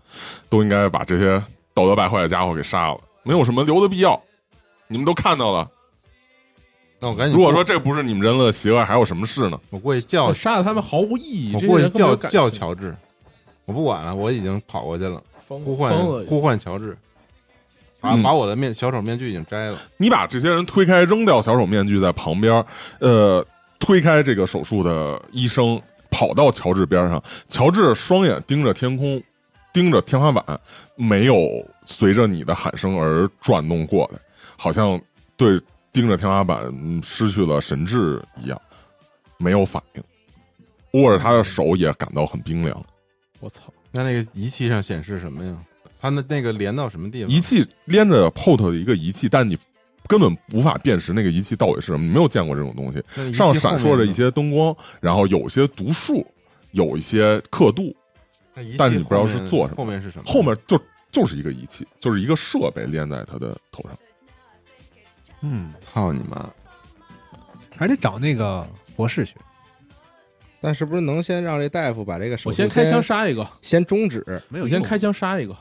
G: 都应该把这些道德败坏的家伙给杀了，没有什么留的必要。你们都看到了，
D: 那我赶紧
G: 如
D: 过，
G: 果说这不是你们人类的邪恶，还有什么事呢？
D: 我过去叫
E: 我，杀了他们毫无意义。
D: 我
E: 这些
D: 过去
E: 人根本没
D: 叫
E: 有感
D: 叫
E: 情，
D: 乔治，我不管了，我已经跑过去了，
E: 疯了
D: 呼唤
E: 疯了
D: 呼唤乔治，把
G: 嗯
D: 把我的面小丑面具已经摘了。
G: 你把这些人推开，扔掉小丑面具在旁边，呃，推开这个手术的医生，跑到乔治边上。乔治双眼盯着天空，盯着天花板，没有随着你的喊声而转动过来，好像对盯着天花板嗯失去了神智一样，没有反应。握着他的手也感到很冰凉。
E: 我操，
D: 那那个仪器上显示什么呀？它那那个连到什么地方？
G: 仪器连着 POT 的一个仪器，但你根本无法辨识那个仪器到底是什么，你没有见过这种东西。
D: 那仪器
G: 上闪烁
D: 后面
G: 着一，
D: 呢
G: 些灯光，然后有一些读数，有一些刻度，
D: 那仪器
G: 但是你不知道
D: 后面
G: 是做什么
D: 后面是什么？
G: 后面就就是一个仪器，就是一个设备连在他的头上。
H: 嗯，
D: 操你妈！
H: 还得找那个博士去。
F: 但是不是能先让这大夫把这个手
E: 我
F: 术
E: 先开枪杀一个，
F: 先终止？
H: 没有用
E: 我先开枪杀一个，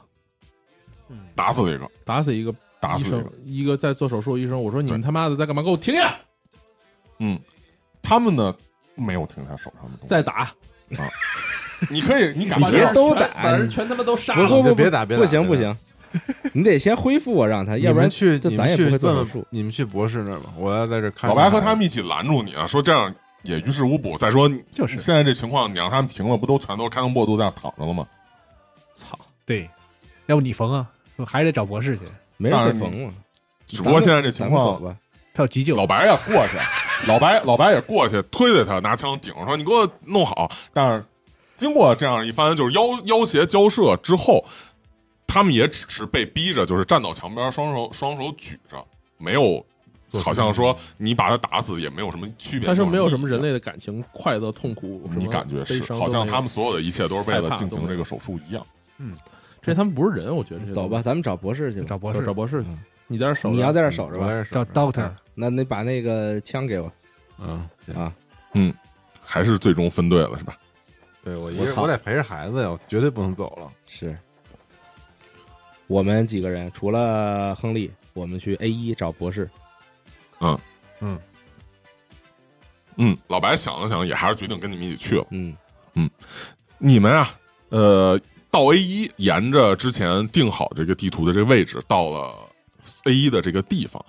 G: 打死这个，
E: 打死一个
G: 打
E: 医
G: 死这个
E: 生。，一个在做手术的医生。我说你们他妈的在干嘛？给我停下！
G: 他们呢没有停在手上的东西。
E: 再打，
G: 你可以，你敢
E: 把
F: 别
E: 人
F: 都
E: 全
F: 打
E: 把人全他妈都杀
F: 不
E: 了。
F: 不
D: 啊你就
F: 不，
D: 别打别打
F: 不行不
D: 别打
F: 行，你得先恢复我让他，要不然
D: 你们去
F: 这
D: 你
F: 咱
D: 们
F: 也
D: 去
F: 不会做手
D: 问
F: 术
D: 问。你们去博士那儿吧，我要在这儿看。
G: 老白和他们一起拦住你啊，说这样也于事无补。再说
H: 就是
G: 现在这情况，你让他们停了，不都全都开膛破肚在那躺着了吗？
E: 操，
H: 对，要不你缝啊，还是得找博士去。
F: 没人会缝我。
G: 只不过现在这情
F: 咱们走
G: 况，
F: 吧，
H: 他有急救，
G: 老白也过去，老白老白也过去推推他，拿枪顶着说：“你给我弄好。”但是经过这样一番就是要要挟交涉之后，他们也只是被逼着，就是站到墙边，双手双手举着，没有好像说你把他打死也没有什么区别。
E: 他是没有
G: 就是
E: 什么人类的感情，快乐、痛苦，什
G: 你
E: 么
G: 感觉
E: 悲
G: 是
E: 伤
G: 好像他
E: 们
G: 们所有的一切都是为
E: 害
G: 了
E: 怕
G: 进
E: 都
G: 行
E: 没
G: 这
E: 有
G: 个手术一样。
E: 这他们不是人，我觉得这
F: 走吧，，咱们找博士去吧
H: 找。博
E: 找
H: 士
E: 找，博士去
F: 嗯。
E: 你在这守着，
F: 你要在这
D: 这
F: 守着
D: 我
F: 吧，
D: 在这
H: 找
D: 守着
H: Doctor。
F: 那你把那个枪给我。
D: 嗯，行
F: 啊
G: 还是最终分队了，是吧？
D: 对我一个
F: 我
D: 人
F: 操
D: 我得陪着孩子呀，我绝对不能走了。
F: 是我们几个人，除了亨利，我们去 A 一找博士。
G: 嗯，老白想了想，也还是决定跟你们一起去了。
F: 嗯，
G: 你们啊，呃，到 A 一，沿着之前定好这个地图的这个位置，到了 A 一的这个地方，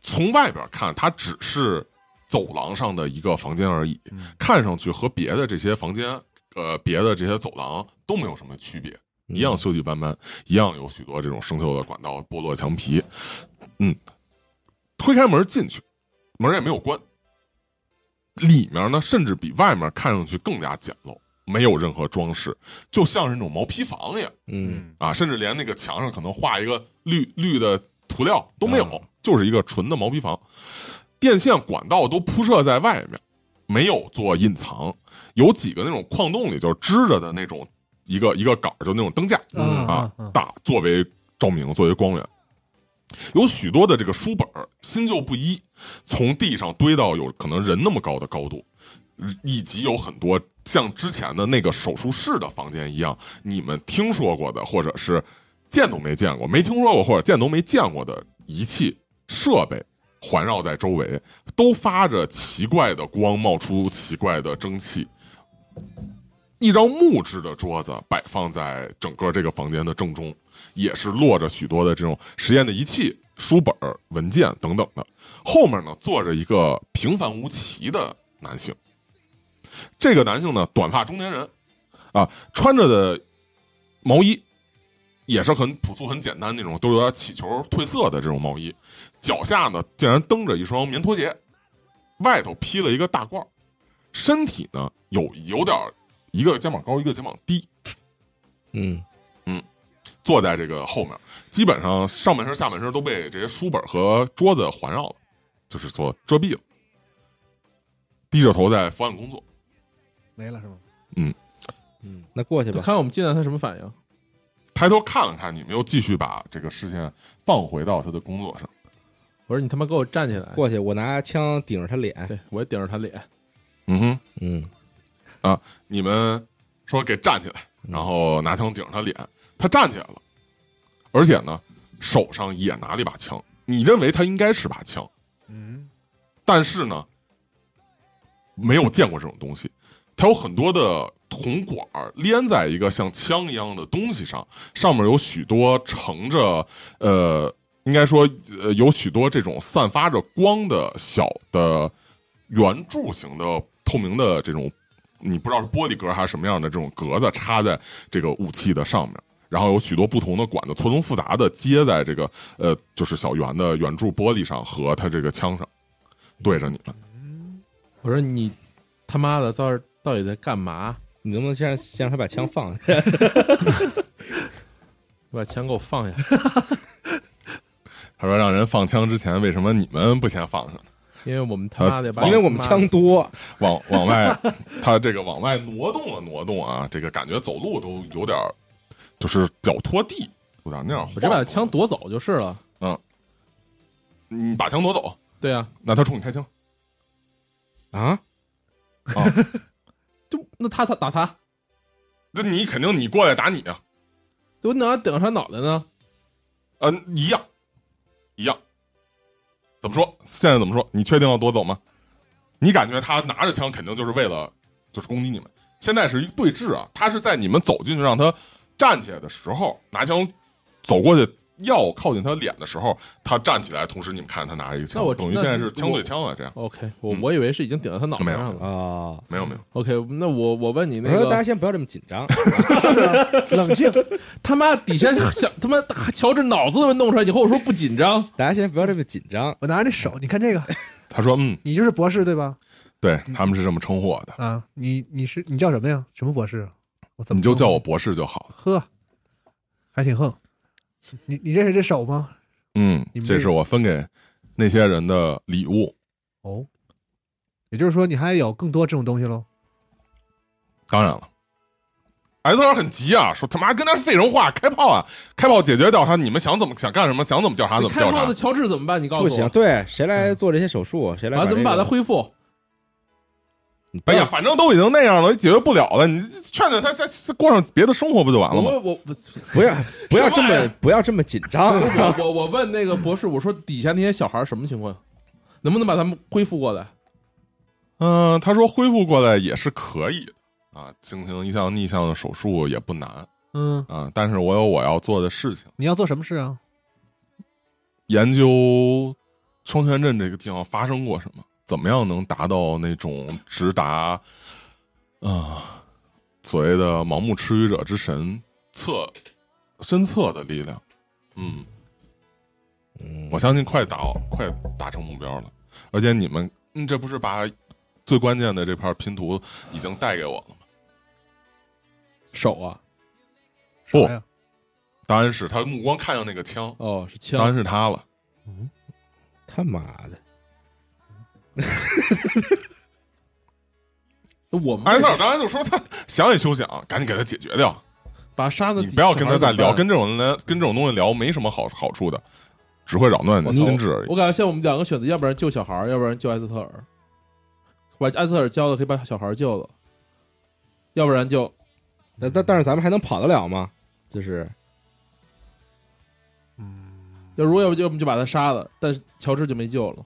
G: 从外边看，它只是走廊上的一个房间而已，看上去和别的这些房间，呃，别的这些走廊都没有什么区别，一样锈迹斑斑，一样有许多这种生锈的管道、剥落墙皮。嗯，推开门进去，门也没有关，里面呢，甚至比外面看上去更加简陋。没有任何装饰，就像是那种毛坯房一样
F: 嗯，
G: 啊，甚至连那个墙上可能画一个绿绿的涂料都没有，就是一个纯的毛坯房。电线管道都铺设在外面，没有做隐藏，有几个那种矿洞里就是支着的那种一个一个杆儿，就那种灯架，啊
H: 啊，啊
G: 大作为照明，作为光源。有许多的这个书本儿新旧不一，从地上堆到有可能人那么高的高度，以及有很多像之前的那个手术室的房间一样，你们听说过的，或者是见都没见过、没听说过或者见都没见过的仪器设备，环绕在周围，都发着奇怪的光，冒出奇怪的蒸汽。一张木质的桌子摆放在整个这个房间的正中，也是落着许多的这种实验的仪器、书本儿、文件等等的。后面呢，坐着一个平凡无奇的男性。这个男性呢，短发中年人，啊，穿着的毛衣也是很朴素、很简单那种，都有点起球褪色的这种毛衣。脚下呢，竟然蹬着一双棉拖鞋，外头披了一个大褂儿，身体呢有有点儿一个肩膀高，一个肩膀低，
F: 嗯，
G: 坐在这个后面，基本上上半身、下半身都被这些书本和桌子环绕了，就是所遮蔽了。低着头在伏案工作，
H: 没了是吗？
D: 嗯
F: 那过去吧。
E: 看我们进来他什么反应？
G: 抬头看了看你们，又继续把这个视线放回到他的工作上。
E: 我说你他妈给我站起来！
F: 过去，我拿枪顶着他脸。
E: 对我也顶着他脸，
G: 嗯哼，
F: 嗯
G: 你们说给站起来，然后拿枪顶着他脸，他站起来了，而且呢，手上也拿了一把枪。你认为他应该是把枪，
H: 嗯，
G: 但是呢，没有见过这种东西。它有很多的铜管儿连在一个像枪一样的东西上，上面有许多盛着，呃，应该说呃有许多这种散发着光的小的圆柱形的透明的这种，你不知道是玻璃格还是什么样的这种格子插在这个武器的上面。然后有许多不同的管子错综复杂的接在这个呃，就是小圆的圆柱玻璃上和它这个枪上，对着你们。
E: 我说你他妈的到到底在干嘛？
F: 嗯你能不能先让先让他把枪放下？
E: 你把枪给我放下！
G: 他说让人放枪之前，为什么你们不先放上？
E: 因为我们他妈的把，
G: 呃
F: 啊因为我们枪多。
G: 往往外，他这个往外挪动了挪动啊，这个感觉走路都有点儿，就是脚拖地，有点那样晃。
E: 我直接把枪夺走就是了。
G: 你把枪夺走，
E: 对啊，
G: 那他冲你开枪，
F: 啊，
E: 就那他他打他，
G: 那你肯定你过来打你啊，
E: 我哪顶上他脑袋呢？
G: 嗯，一样，一样。怎么说？现在怎么说？你确定要夺走吗？你感觉他拿着枪肯定就是为了就是攻击你们。现在是一对峙啊，他是在你们走进去让他站起来的时候，拿枪走过去要靠近他脸的时候，他站起来，同时你们看他拿着一个枪
E: 那我，
G: 等于
E: 那
G: 现在是枪对枪啊，这样
E: OK，我
G: 嗯
E: 我以为是已经顶到他脑袋上了。
F: 啊，
G: 没有
H: 嗯
G: 没有，
E: OK，那我我问你
F: 我
E: 那
F: 说大家
E: 个
F: 先不要这么紧张。
H: 冷静，
E: 他妈底下想他妈乔治脑子都弄出来，你和我说不紧张，
F: 大家先不要这么紧张。
H: 我拿着手，你看这个，
G: 他说嗯，
H: 你就是博士对吧？
G: 对
H: 嗯
G: 他们是这么称呼我的，
H: 啊，你你是你叫什么呀？什么博士？啊我怎么
G: 你就
H: 称呼
G: 叫我博士就好了。
H: 呵，还挺横。你你认识这手吗？
G: 嗯
H: 你，们
G: 这
H: 这
G: 是我分给那些人的礼物。
H: 哦，也就是说你还有更多这种东西喽。
G: 当然了，艾泽尔很急啊，说他妈跟他废人话，开炮啊，开炮解决掉他，你们想怎么想干什么，想怎么调查
E: 你
G: 怎么
E: 开
G: 调
E: 炮的
G: 查。
E: 乔治怎么办？你告诉
F: 不
E: 我，
F: 行，对，谁来做这些手术？谁来
E: 啊，
F: 这
E: 怎么把
F: 个
E: 它恢复？
F: 你 不
G: 哎
F: 要
E: 啊
G: 呀， 反正都已经那样了，也解决不了了，你劝劝他，再再过上别的生活不
F: 啊
G: 就完了吗？
E: 我我我
F: 不 要不要这
E: 什么玩
F: 么
E: 意儿
F: 不要这么紧张。
E: 我我我问那个博士，我说底下那些小孩儿什么情况？能不能把他们恢复过来？
G: 嗯、他说恢复过来也是可以的啊，进行一项逆向的手术也不难
H: 嗯，
G: 啊，但是我有我要做的事情，
H: 你要做什么事啊？
G: 研究双泉镇这个地方发生过什么，怎么样能达到那种直达啊、所谓的盲目吃鱼者之神测身测的力量。嗯，
F: 嗯
G: 我相信快达快达成目标了，而且你们，嗯，这不是把最关键的这块拼图已经带给我了吗？
F: 手啊，
G: 不
C: 啥呀
G: 答案是他目光看向那个枪，
F: 哦，是
G: 答案
F: 枪，
G: 是他了。
F: 他妈的，
E: 我们
G: 艾塞尔当时就说他想也休想，赶紧给他解决掉。
E: 把杀的
G: 你不要跟他再聊，
E: 小孩怎么办
G: 跟这种人跟这种东西聊没什么好好处的，只会扰乱你的
E: 我
G: 心智而已。
E: 我感觉现在我们两个选择，要不然救小孩儿，要不然救艾斯特尔。把艾斯特尔教了，可以把小孩儿救了；要不然就
F: 但但但是咱们还能跑得了吗？就是
E: 要如果要不就我们就把他杀了，但是乔治就没救了。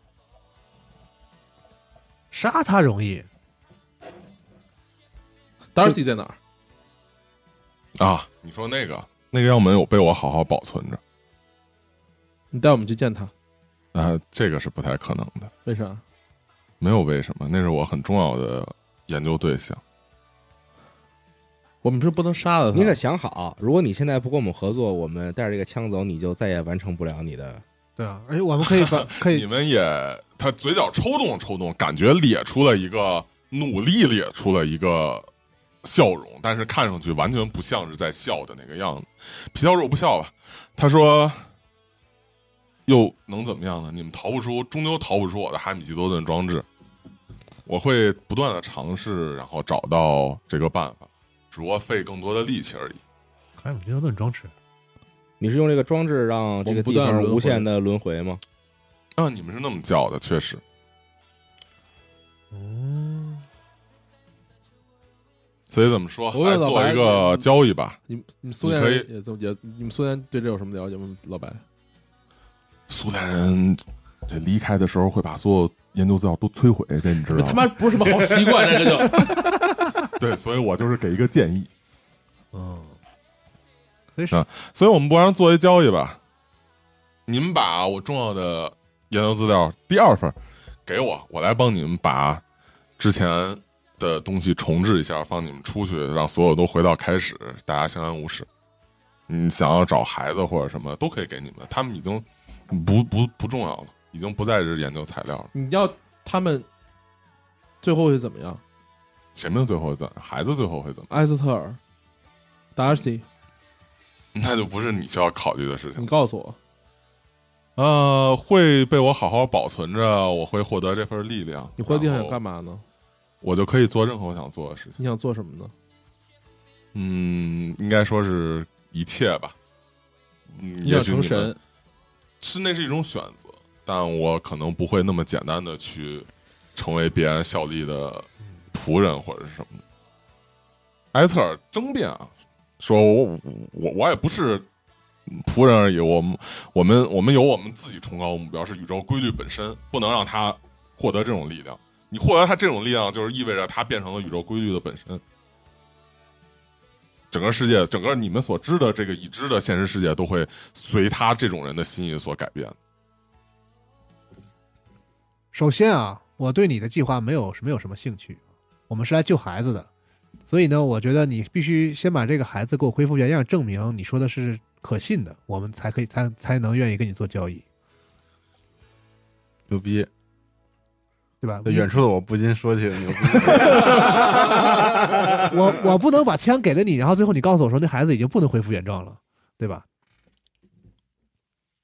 H: 杀他容易，
E: Darcy 在哪儿？
G: 啊，你说那个那个样本有被我好好保存着，
E: 你带我们去见他，
G: 啊、这个是不太可能的。
E: 为啥？
G: 没有为什么，那是我很重要的研究对象。
E: 我们是不能杀了他。
F: 你可想好，如果你现在不跟我们合作，我们带着这个枪走，你就再也完成不了你的。
H: 对啊，而且我们可以 把可
G: 你
H: 以
G: 们也，他嘴角抽动抽动，感觉咧出了一个努力咧出了一个笑容，但是看上去完全不像是在笑的那个样子，皮笑肉不笑吧。他说：“又能怎么样呢？你们逃不出，终究逃不出我的海米基多顿装置。我会不断的尝试，然后找到这个办法，只不过费更多的力气而已。
H: 还有牛顿装置，
F: 你是用这个装置让这个地
E: 我们不断
F: 方
E: 轮回
F: 无限的轮回吗？
G: 啊，你们是那么叫的，确实。
E: 嗯
G: 所以怎么说，
E: 我问
G: 来
E: 老
G: 做
E: 白
G: 一个交易吧。
E: 你们你们苏联人也这么也，你们苏联对这有什么了解吗？老白，
G: 苏联人这离开的时候会把所有研究资料都摧毁，这你知
E: 这他妈不是什么好习惯，这个就
G: 对，所以我就是给一个建议。
H: 嗯，所以
G: 啊所以我们不然做一交易吧。你们把我重要的研究资料第二份给我，我来帮你们把之前的东西重置一下，放你们出去，让所有都回到开始，大家相安无事。你想要找孩子或者什么都可以给你们，他们已经不不不重要了，已经不再是研究材料了。
E: 你要他们最后会怎么样？
G: 谁们最后会怎样？孩子最后会怎么
E: 艾斯特尔、Darcy，
G: 样？那就不是你需要考虑的事情
E: 你。告诉我，
G: 呃，会被我好好保存着，我会获得这份力量。
E: 你回地上想干
G: 嘛？
E: 嘛呢？
G: 我就可以做任何我想做的事情。
E: 你想做什么呢？
G: 嗯，应该说是一切吧。嗯，
E: 你
G: 也
E: 想
G: 许
E: 成
G: 你们
E: 神，
G: 是那是一种选择，但我可能不会那么简单的去成为别人效力的仆人或者是什么的。埃特尔争辩啊，说我我我也不是仆人而已，我们我们我们有我们自己崇高的目标，是宇宙规律本身，不能让他获得这种力量。你获得他这种力量，就是意味着他变成了宇宙规律的本身。整个世界，整个你们所知的这个已知的现实世界，都会随他这种人的心意所改变。
H: 首先啊，我对你的计划没有没有什么兴趣，啊我们是来救孩子的，所以呢，我觉得你必须先把这个孩子给我恢复原样，证明你说的是可信的，我们才可以才才能愿意跟你做交易，
D: 牛逼！
H: 对吧？
D: 远处的我不禁说起了牛逼。
H: 我我不能把枪给了你，然后最后你告诉我说那孩子已经不能恢复原状了，对吧？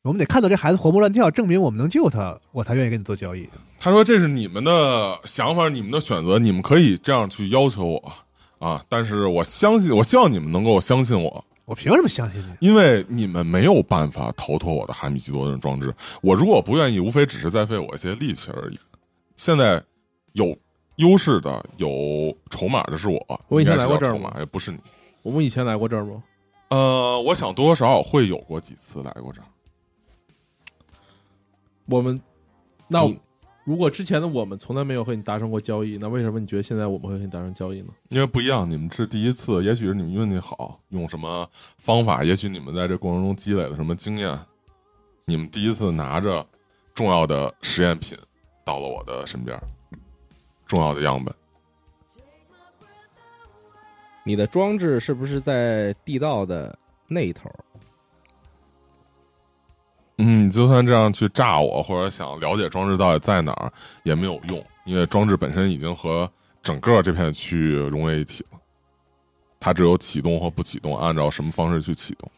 H: 我们得看到这孩子活蹦乱跳，证明我们能救他，我才愿意跟你做交易。
G: 他说：“这是你们的想法，你们的选择，你们可以这样去要求我啊！但是我相信，我希望你们能够相信我，
H: 我凭什么相信你？
G: 因为你们没有办法逃脱我的哈米基多顿装置。我如果不愿意，无非只是在费我一些力气而已。现在有优势的、有筹码的是我，
E: 我以前
G: 应该是
E: 来过
G: 要
E: 这儿
G: 筹
E: 吗
G: 码，也不是你。
E: 我们以前来过这儿吗？
G: 呃，我想多多少少会有过几次来过这儿。”
E: 我们那
F: 你
E: 如果之前的我们从来没有和你达成过交易，那为什么你觉得现在我们会和你达成交易呢？
G: 因为不一样，你们是第一次，也许是你们运气好，用什么方法，也许你们在这过程中积累了什么经验，你们第一次拿着重要的实验品到了我的身边，重要的样本。
F: 你的装置是不是在地道的那一头？
G: 嗯，你就算这样去炸我，或者想了解装置到底在哪儿，也没有用，因为装置本身已经和整个这片区域融为一体了。它只有启动和不启动，按照什么方式去启动，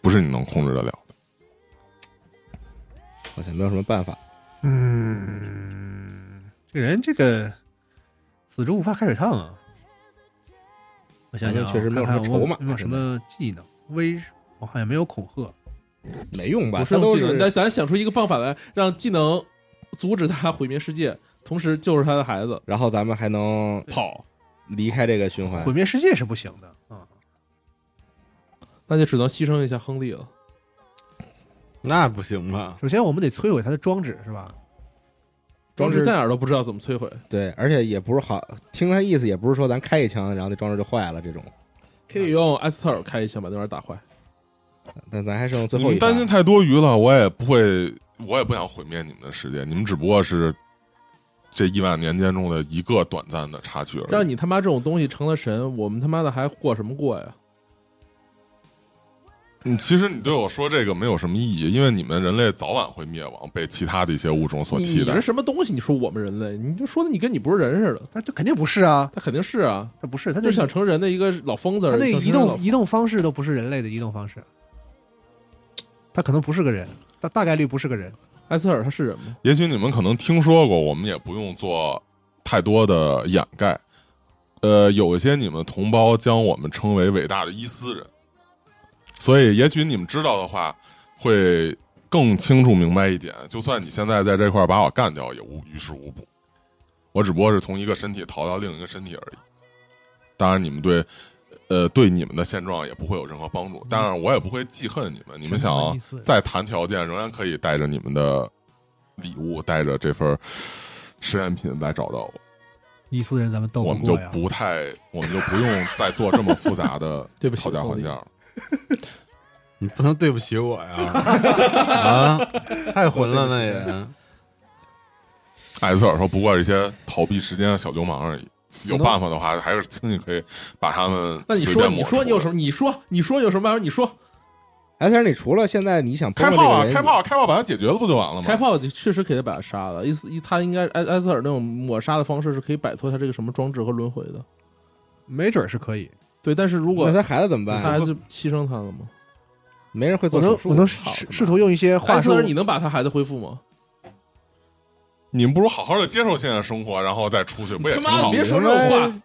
G: 不是你能控制得了的。
F: 好像没有什么办法。
H: 嗯，这人这个死猪不怕开水烫啊！我想想、啊，
F: 好像确实没有什么
H: 看看我
F: 筹码
H: 没有什
F: 现在
H: 么技能。威，我好像没有恐吓。
F: 没用吧？
E: 不是
F: 他
E: 用
F: 都
E: 技能，
F: 是
E: 咱咱想出一个办法来，让技能阻止他毁灭世界，同时救着他的孩子
F: 然后咱们还能
E: 跑，
F: 离开这个循环
H: 毁。灭世界是不行的啊！
E: 那就只能牺牲一下亨利了。
D: 那不行
F: 啊
D: 吧？
H: 首先我们得摧毁他的装置，是吧？
E: 装置
F: 置
E: 在哪儿都不知道怎么摧毁，
F: 对，而且也不是好，听他意思也不是说咱开一枪，然后那装置就坏了这种。
E: 可以用艾斯特尔开一枪把那玩意儿打坏。
F: 但咱还剩最
G: 你
F: 后一
G: 们担
F: 发
G: 心太多余了，我也不会，我也不想毁灭你们的世界，你们只不过是这亿万年间中的一个短暂的插曲而已。
E: 让你他妈这种东西成了神，我们他妈的还过什么过呀？
G: 你嗯其实你对我说这个没有什么意义，因为你们人类早晚会灭亡，被其他的一些物种所
E: 你
G: 替
E: 你
G: 代
E: 是。什么东西？你说我们人类，你就说的你跟你不是人似的。
H: 他这肯定不是啊，
E: 他肯定是啊，
H: 他不是，他
E: 他
H: 这
E: 就想成人的一个老疯子而
H: 他那
E: 已。想成
H: 移
E: 人老
H: 动移动方式都不是人类的移动方式，他可能不是个人，大大概率不是个人。
E: 艾斯特尔他是人吗？
G: 也许你们可能听说过，我们也不用做太多的掩盖。呃，有一些你们同胞将我们称为伟大的伊斯人，所以也许你们知道的话，会更清楚明白一点。就算你现在在这块儿把我干掉，也无于事无补。我只不过是从一个身体逃到另一个身体而已。当然，你们对，呃，对你们的现状也不会有任何帮助。当然，我也不会记恨你们。你
H: 什
G: 们想
H: 么
G: 啊
H: 意思
G: 再谈条件，仍然可以带着你们的礼物，带着这份实验品来找到我。
H: 伊斯人咱们斗
G: 我
H: 不
G: 们就
H: 过呀，
G: 不太，我们就不用再做这 么复杂的
E: 对不起
G: 讨价还价了。
D: 你不能对不起我 呀！啊，太混了那也。
G: 艾斯尔哎说，不过是一些逃避时间的小流氓而已。有办法的话，还是轻易可以把他们
E: 那你
G: 随
E: 说，
G: 便
E: 你
G: 抹除
E: 说你有什
G: 的
E: 么？你说，你说有什么办法？你说
F: 艾斯特尔，你除了现在你想
G: 开
F: 崩
G: 炮
F: 溃
G: 啊
F: 这个？人
G: 开炮！啊！开炮！把它解决了不就完了吗？
E: 开炮确实可以把他杀了。伊斯伊他应该艾艾斯特尔那种抹杀的方式是可以摆脱他这个什么装置和轮回的。
C: 没准儿是可以。
E: 对，但是如
F: 那
E: 果
F: 他孩子怎么
E: 他
F: 办？
E: 还是牺牲他了吗？
F: 没人会
H: 我
F: 做
H: 能
F: 手术。
H: 我能
F: 操
H: 试试图用一些话
G: 哎
E: 艾斯
H: 术
E: 特，尔，你能把他孩子恢复吗？
G: 你们不如好好的接受现在生活，然后再出去，不也
E: 他
G: 挺
E: 妈的，
G: 好
E: 别
G: 吗？
E: 说这种话。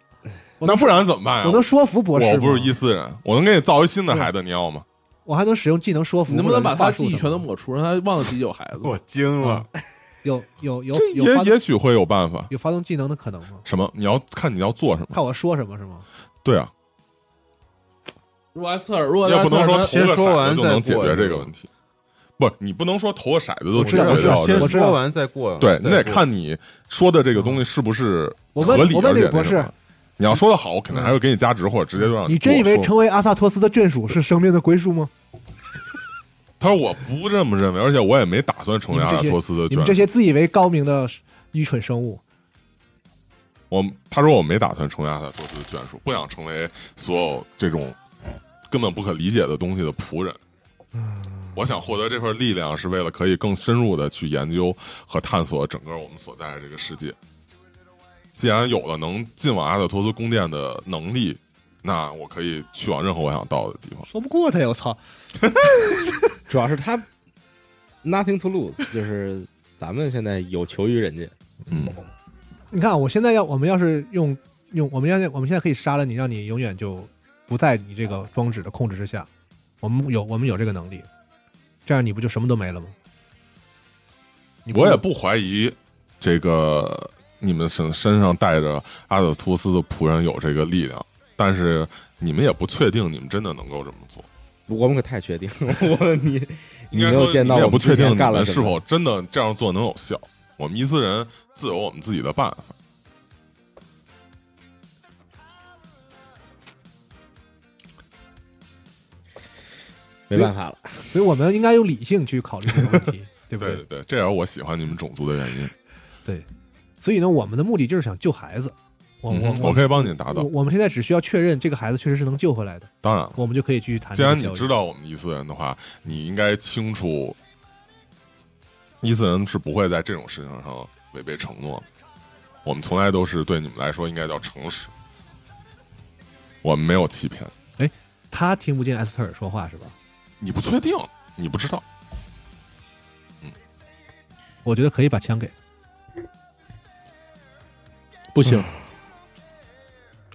H: 我
G: 那
H: 能
G: 不然怎么办呀？
H: 我能说服博士吗，
G: 我不是伊斯人，我能给你造一新的孩子，你要吗？
H: 我还能使用技能说服，
E: 你能不能把
H: 话
E: 他的
H: 术
E: 记忆
H: 什
E: 全
H: 么
E: 都抹除，让他忘了自己有孩子？
D: 我惊了，
H: 有有有
G: 这
H: 有
G: 也
H: 发动
G: 也许会有办法。
H: 有发动技能的可能吗？
G: 什么？你要看你要做什么？
H: 看我说什么是吗？
G: 对啊，
E: 如果艾斯特尔，如果
G: 也
E: 艾
G: 不
E: 斯特
G: 能说投个
E: 尔他
D: 先说
G: 骰
D: 完
G: 子就能
D: 再
G: 解
D: 过
G: 决
D: 是
G: 这
D: 吧
G: 个问题，不，你不能说投个骰子就
H: 我
G: 能
H: 知
G: 解
H: 道
G: 决
H: 我知道
G: 到这
D: 先
G: 个。
H: 知道
D: 说完再过。
G: 对
D: 再
G: 你得
D: 过
G: 看你说的这个东西是不是
H: 我
G: 合
H: 问
G: 理
H: 我问
G: 而
H: 这
G: 且
H: 个博
G: 那什
H: 士嗯
G: 么，你要说的好，我肯定还会给你加值，或者直接就让
H: 你真以为
G: 过
H: 成为阿萨托斯的眷属是生命的归宿吗？
G: 他说我不这么认为，而且我也没打算成为
H: 你
G: 阿
H: 们这
G: 拉
H: 些
G: 托斯的
H: 你们这
G: 眷属。
H: 些自以为高明的愚蠢生物，
G: 我他说我没打算成为阿萨托斯的眷属，不想成为所有这种根本不可理解的东西的仆人。我想获得这份力量，是为了可以更深入的去研究和探索整个我们所在的这个世界。既然有了能进往阿萨托斯宫殿的能力，那我可以去往任何我想到的地方。
H: 说不过他呀！我操，
F: 主要是他 nothing to lose，就是 咱们现在有求于人家。
G: 嗯，
H: 你看啊我现在要我们要是用用我们现在我们现在可以杀了你，让你永远就不在你这
G: 嗯
H: 个装置的控制之下。我们有我们有这个能力，这样你不就什么都没了吗？你
G: 我也不怀疑这个你们身身上带着阿德图斯的仆人有这个力量，但是你们也不确定你们真的能够这么做。
F: 我们可太确定，了，我 你你
G: 应
F: 没
G: 该
F: 有
G: 说
F: 见到
G: 们
F: 我
G: 也不确
F: 之前
G: 定你
F: 干了
G: 们
F: 什
G: 是
F: 么
G: 否真的这样做能有效。我们伊斯人自有我们自己的办法。
F: 没办法了。
H: 所以我们应该用理性去考虑这个问 题，对不
G: 对对对，这也是我喜欢你们种族的原因。
H: 所以呢，我们的目的就是想救孩子。我
G: 嗯
H: 我
G: 哼我可以帮你达
H: 我
G: 到。
H: 我们现在只需要确认这个孩子确实是能救回来的，
G: 当然了，
H: 我们就可以继续谈
G: 既
H: 这个
G: 然
H: 交易。
G: 你知道我们伊斯人的话，你应该清楚，伊斯人是不会在这种事情上违背承诺的。我们从来都是对你们来说应该叫诚实。我没有欺骗，
C: 他听不见艾斯特尔说话是吧？
G: 你不确定，你不知道。
C: 我觉得可以把枪给
E: 不行，嗯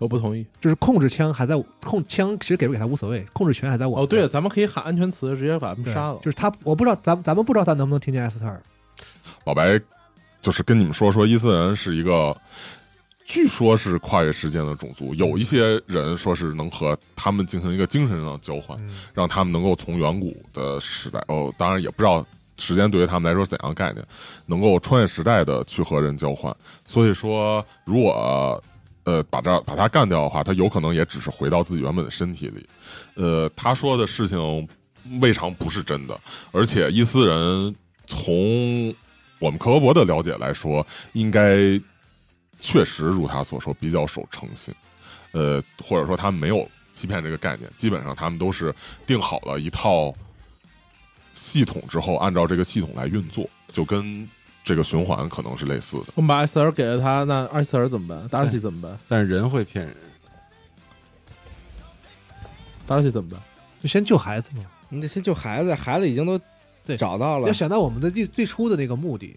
E: 我不同意。
C: 就是控制枪还在我控枪，其实给不给他无所谓，控制权还在我。
E: 哦，对了，，咱们可以喊安全词，直接把他们
C: 对
E: 杀了
C: 就。是他，我不知道咱咱们不知道他能不能听见艾斯特尔。
G: 老白就是跟你们说说，伊斯兰是一个，据说是跨越时间的种族，有一些人说是能和他们进行一个精神上的交换，
C: 嗯
G: 让他们能够从远古的时代，哦，当然也不知道时间对于他们来说是怎样的概念，能够穿越时代的去和人交换。所以说，如果呃把这把他干掉的话，他有可能也只是回到自己原本的身体里。呃，他说的事情未尝不是真的，而且伊斯人从我们克罗伯的了解来说，应该确实如他所说比较守诚信，呃，或者说他们没有欺骗这个概念，基本上他们都是定好了一套系统之后，按照这个系统来运作，就跟这个循环可能是类似的。
E: 我们把艾斯尔给了他，那艾斯尔怎么办？达尔西怎么办？
F: 但是人会骗人，
E: 达尔西怎么办？
H: 就先救孩子
E: 嗯
H: 嘛。
F: 你得先救孩子，孩子已经都
H: 对
F: 找到了
H: 要，想到我们的最最初的那个目的，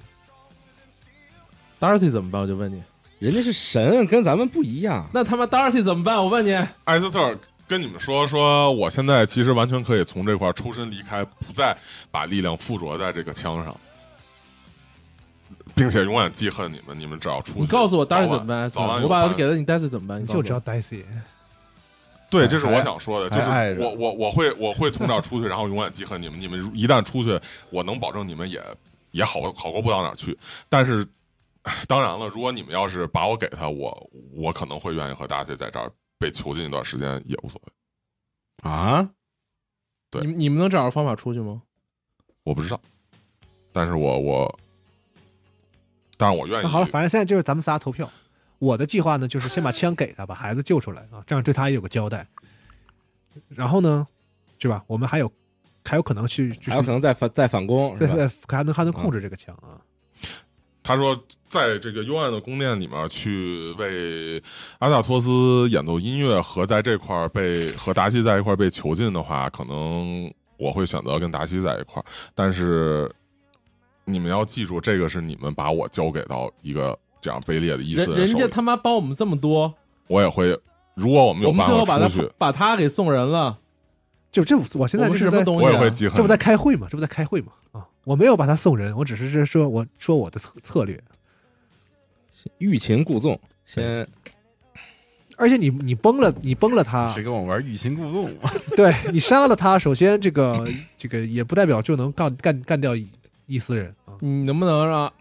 E: 达尔西怎么办？我就问你，
F: 人家是神，跟咱们不一样。
E: 那他妈达尔西怎么办？我问你，
G: 艾斯特尔哎跟你们说，说我现在其实完全可以从这块抽身离开，不再把力量附着在这个枪上，并且永远记恨你们。你们只要出去，
E: 你告诉我达尔西怎么办？艾斯
G: 早晚早晚
E: 尔，
G: 有
E: 我把
G: 办
E: 他给了你，达尔西怎么办？你告诉
H: 就
E: 我
H: 只要 Daisy。
G: 对，这是我想说的，就
D: 还爱
G: 是
D: 着
G: 我我我会我会从这儿出去，然后永远记恨你们。你们如一旦出去，我能保证你们也也好好过不到哪儿去。但是，唉当然了，如果你们要是把我给他，我我可能会愿意和大家在这儿被囚禁一段时间也无所谓。
F: 啊，
G: 对
E: 你你们能找着方法出去吗？
G: 我不知道，但是我我，但是我愿意。
H: 那好了，反正现在就是咱们仨投票。我的计划呢，就是先把枪给他，把孩子救出来啊，这样对他也有个交代。然后呢，是吧？我们还有还有可能去，就
F: 还有可
H: 是
F: 能再反再反攻，是
H: 对
F: 吧？
H: 对，还能还能控制这个枪啊。
G: 他说，在这个幽暗的宫殿里面去为阿萨托斯演奏音乐，和在这块儿被和达西在一块儿被囚禁的话，可能我会选择跟达西在一块儿。但是你们要记住，这个是你们把我交给到一个这样卑劣的伊斯
E: 人人
G: 手
E: 家
G: 里，
E: 他妈帮我们这么多，
G: 我也会。如果我们
E: 我
G: 有
E: 们
G: 办
E: 最后把
G: 法
E: 他
G: 出去，
E: 把他给送人了，
H: 就这，我现
E: 我
H: 在
E: 们
H: 就是是
E: 什么
H: 在
E: 东西
G: 我也
E: 啊
G: 会？记恨你。
H: 这不在开会嘛？这不在开会嘛？啊，我没有把他送人，我只是是说我说我的策策略。
F: 欲擒故纵，先
H: 而且你你崩了，你崩了他，
D: 谁跟我玩欲擒故纵？啊
H: 对你杀了他，首先这 个这个也不代表就能干干干掉伊伊斯人啊，
E: 你能不能让
H: 而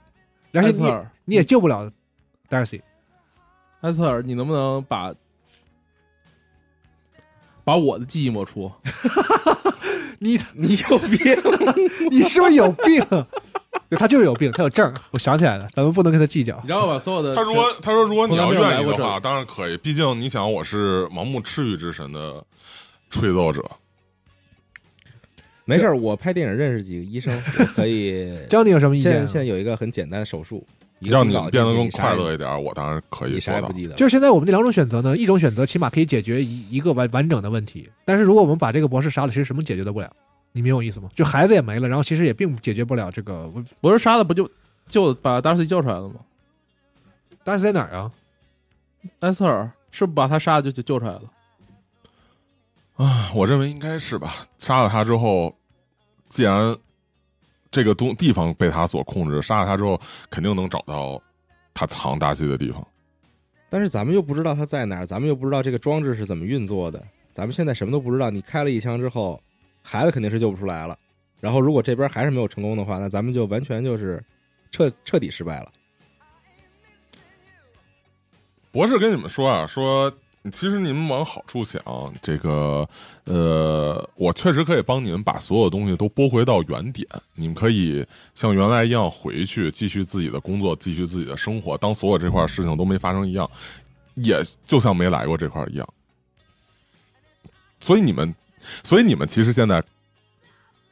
H: 且
E: 艾斯
H: 你
E: 特
H: 也
E: 尔？
H: 你也救不了 Darcy。
E: 艾斯特尔，你能不能把把我的记忆抹除？
H: 你
F: 你有病！
H: 你是不是有病？ 对他就是有病，他有证儿。我想起来了，咱们不能跟他计较
E: 你。知道吧？所有的
G: 他如果他说如果你要
E: 从来没有来
G: 愿意
E: 过
G: 的
E: 这
G: 话，
E: 儿
G: 当然可以。毕竟你想，我是盲目赤玉之神的吹奏者，
F: 没事儿，我拍电影认识几个医生，我可以。
H: 江，你有什么意啊
F: 现在
H: 见
F: 现？在有一个很简单的手术，一个
G: 让你
F: 冰镐
G: 变得
F: 进去
G: 更
F: 你啥
G: 快
F: 也
G: 乐一点，我当然可以
F: 你
G: 做
F: 啥也
G: 到
F: 不。记得了。
H: 就是现在我们这两种选择呢，一种选择起码可以解决一一个完完整的问题，但是如果我们把这个博士杀了，其实什么解决都不了。你明白我意思吗？就孩子也没了，然后其实也并解决不了这个。
E: 博士杀了，不就就把达尔西叫出来了吗？
H: 但是在哪儿啊？
E: 艾斯特尔是不是把他杀了就就救出来了？
G: 啊，我认为应该是吧。杀了他之后，既然这个东地方被他所控制，杀了他之后肯定能找到他藏大西的地方。
F: 但是咱们又不知道它在哪儿，咱们又不知道这个装置是怎么运作的，咱们现在什么都不知道。你开了一枪之后，孩子肯定是救不出来了。然后如果这边还是没有成功的话，那咱们就完全就是彻彻底失败了。
G: 博士跟你们说啊，说其实你们往好处想，这个呃，我确实可以帮你们把所有东西都拨回到原点，你们可以像原来一样回去，继续自己的工作，继续自己的生活，当所有这块事情都没发生一样，也就像没来过这块一样。所以你们，所以你们其实现在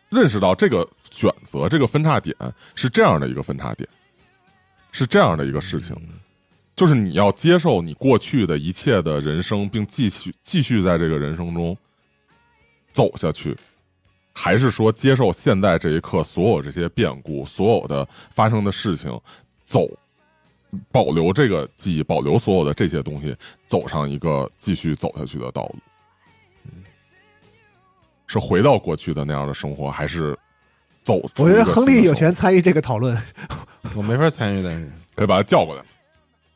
G: 认识到这个选
H: 嗯
G: 择，这个分叉点是这样的一个分叉点，是这样的一个事情。就是你要接受你过去的一切的人生，并继续继续在这个人生中走下去，还是说接受现在这一刻所有这些变故、所有的发生的事情，走，保留这个记忆，保留所有的这些东西，走上一个继续走下去的道路？
H: 嗯
G: 是回到过去的那样的生活，还是走出
H: 我觉
G: 一
H: 得
G: 个
H: 亨
G: 新的
H: 利有
G: 生活
H: 权参与这个讨论。
D: 我没法参与，但是
G: 可以把他叫过来。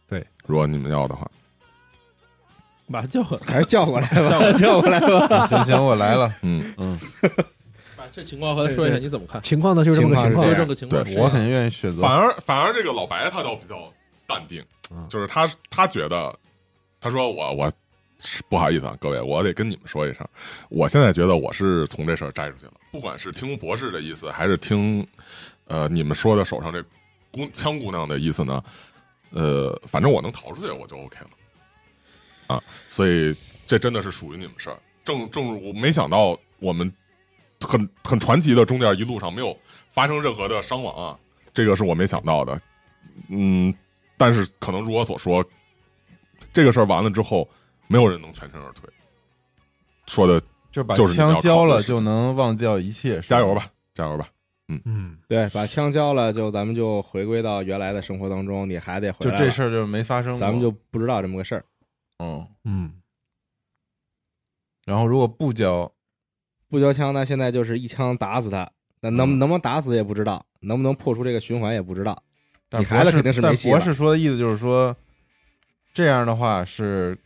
D: 对，
G: 如果你们要的话，
E: 把他叫过来。
F: 还是叫过来吧，叫过来吧。
D: 行行，我来了，
G: 嗯，
D: 嗯，
E: 把这情况和他说一下，
H: 对对
E: 你怎么看？
H: 情况呢 就是这么个情
D: 情
H: 况
D: 况
E: 就是这个情况，
G: 对
E: 谁
D: 我
E: 啊
D: 很愿意选择
G: 反而反而这个老白他倒比较淡定，
D: 嗯
G: 就是他他觉得，他说我我是不好意思啊，各位，我得跟你们说一声，我现在觉得我是从这事儿摘出去了，不管是听博士的意思，还是听呃你们说的手上这姑枪姑娘的意思呢，呃，反正我能逃出去，我就 OK 了啊，所以这真的是属于你们事儿。正正如我没想到，我们很很传奇的，中间一路上没有发生任何的伤亡啊，这个是我没想到的。嗯，但是可能如我所说，这个事儿完了之后，没有人能全身而退。说的
D: 就把
G: 就是你要
D: 枪交
G: 考虑
D: 了
G: 的事情
D: 就能忘掉一切，
G: 加油吧，加油吧，
H: 嗯，
F: 对，把枪交了，就咱们就回归到原来的生活当中，你还得回
D: 是
F: 来
D: 吧！
F: 了。
D: 就这事儿就没发生过，
F: 咱们就不知道这么个事儿。
D: 嗯。
H: 嗯，
D: 然后如果不交，
F: 不交枪呢，现在就是一枪打死他，那能、
G: 嗯
F: 能不能打死也不知道，能不能破除这个循环也不知道。
D: 但
F: 你孩子
D: 博士
F: 肯定是没
D: 但
F: 戏了
D: 博士说的意思就是说，这样的话是，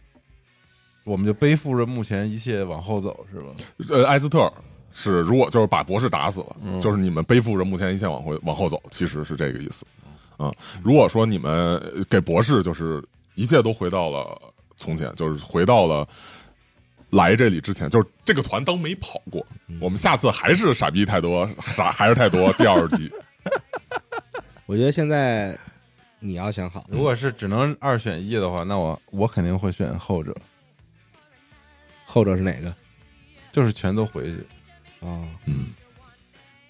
D: 我们就背负着目前一切往后走，是吧？
G: 呃，艾斯特尔是如果就是把博士打死了，
D: 嗯
G: 就是你们背负着目前一切往回往后走，其实是这个意思。啊、如果说你们呃给博士就是一切都回到了从前，就是回到了来这里之前，就是这个团当没跑过。我们下次还是傻逼太多，傻还是太多。第二季，
F: 我觉得现在你要想好，
D: 如果是只能二选一的话，那我我肯定会选后者，
F: 后者是哪个啊、
D: 就是全都回去，
G: 嗯，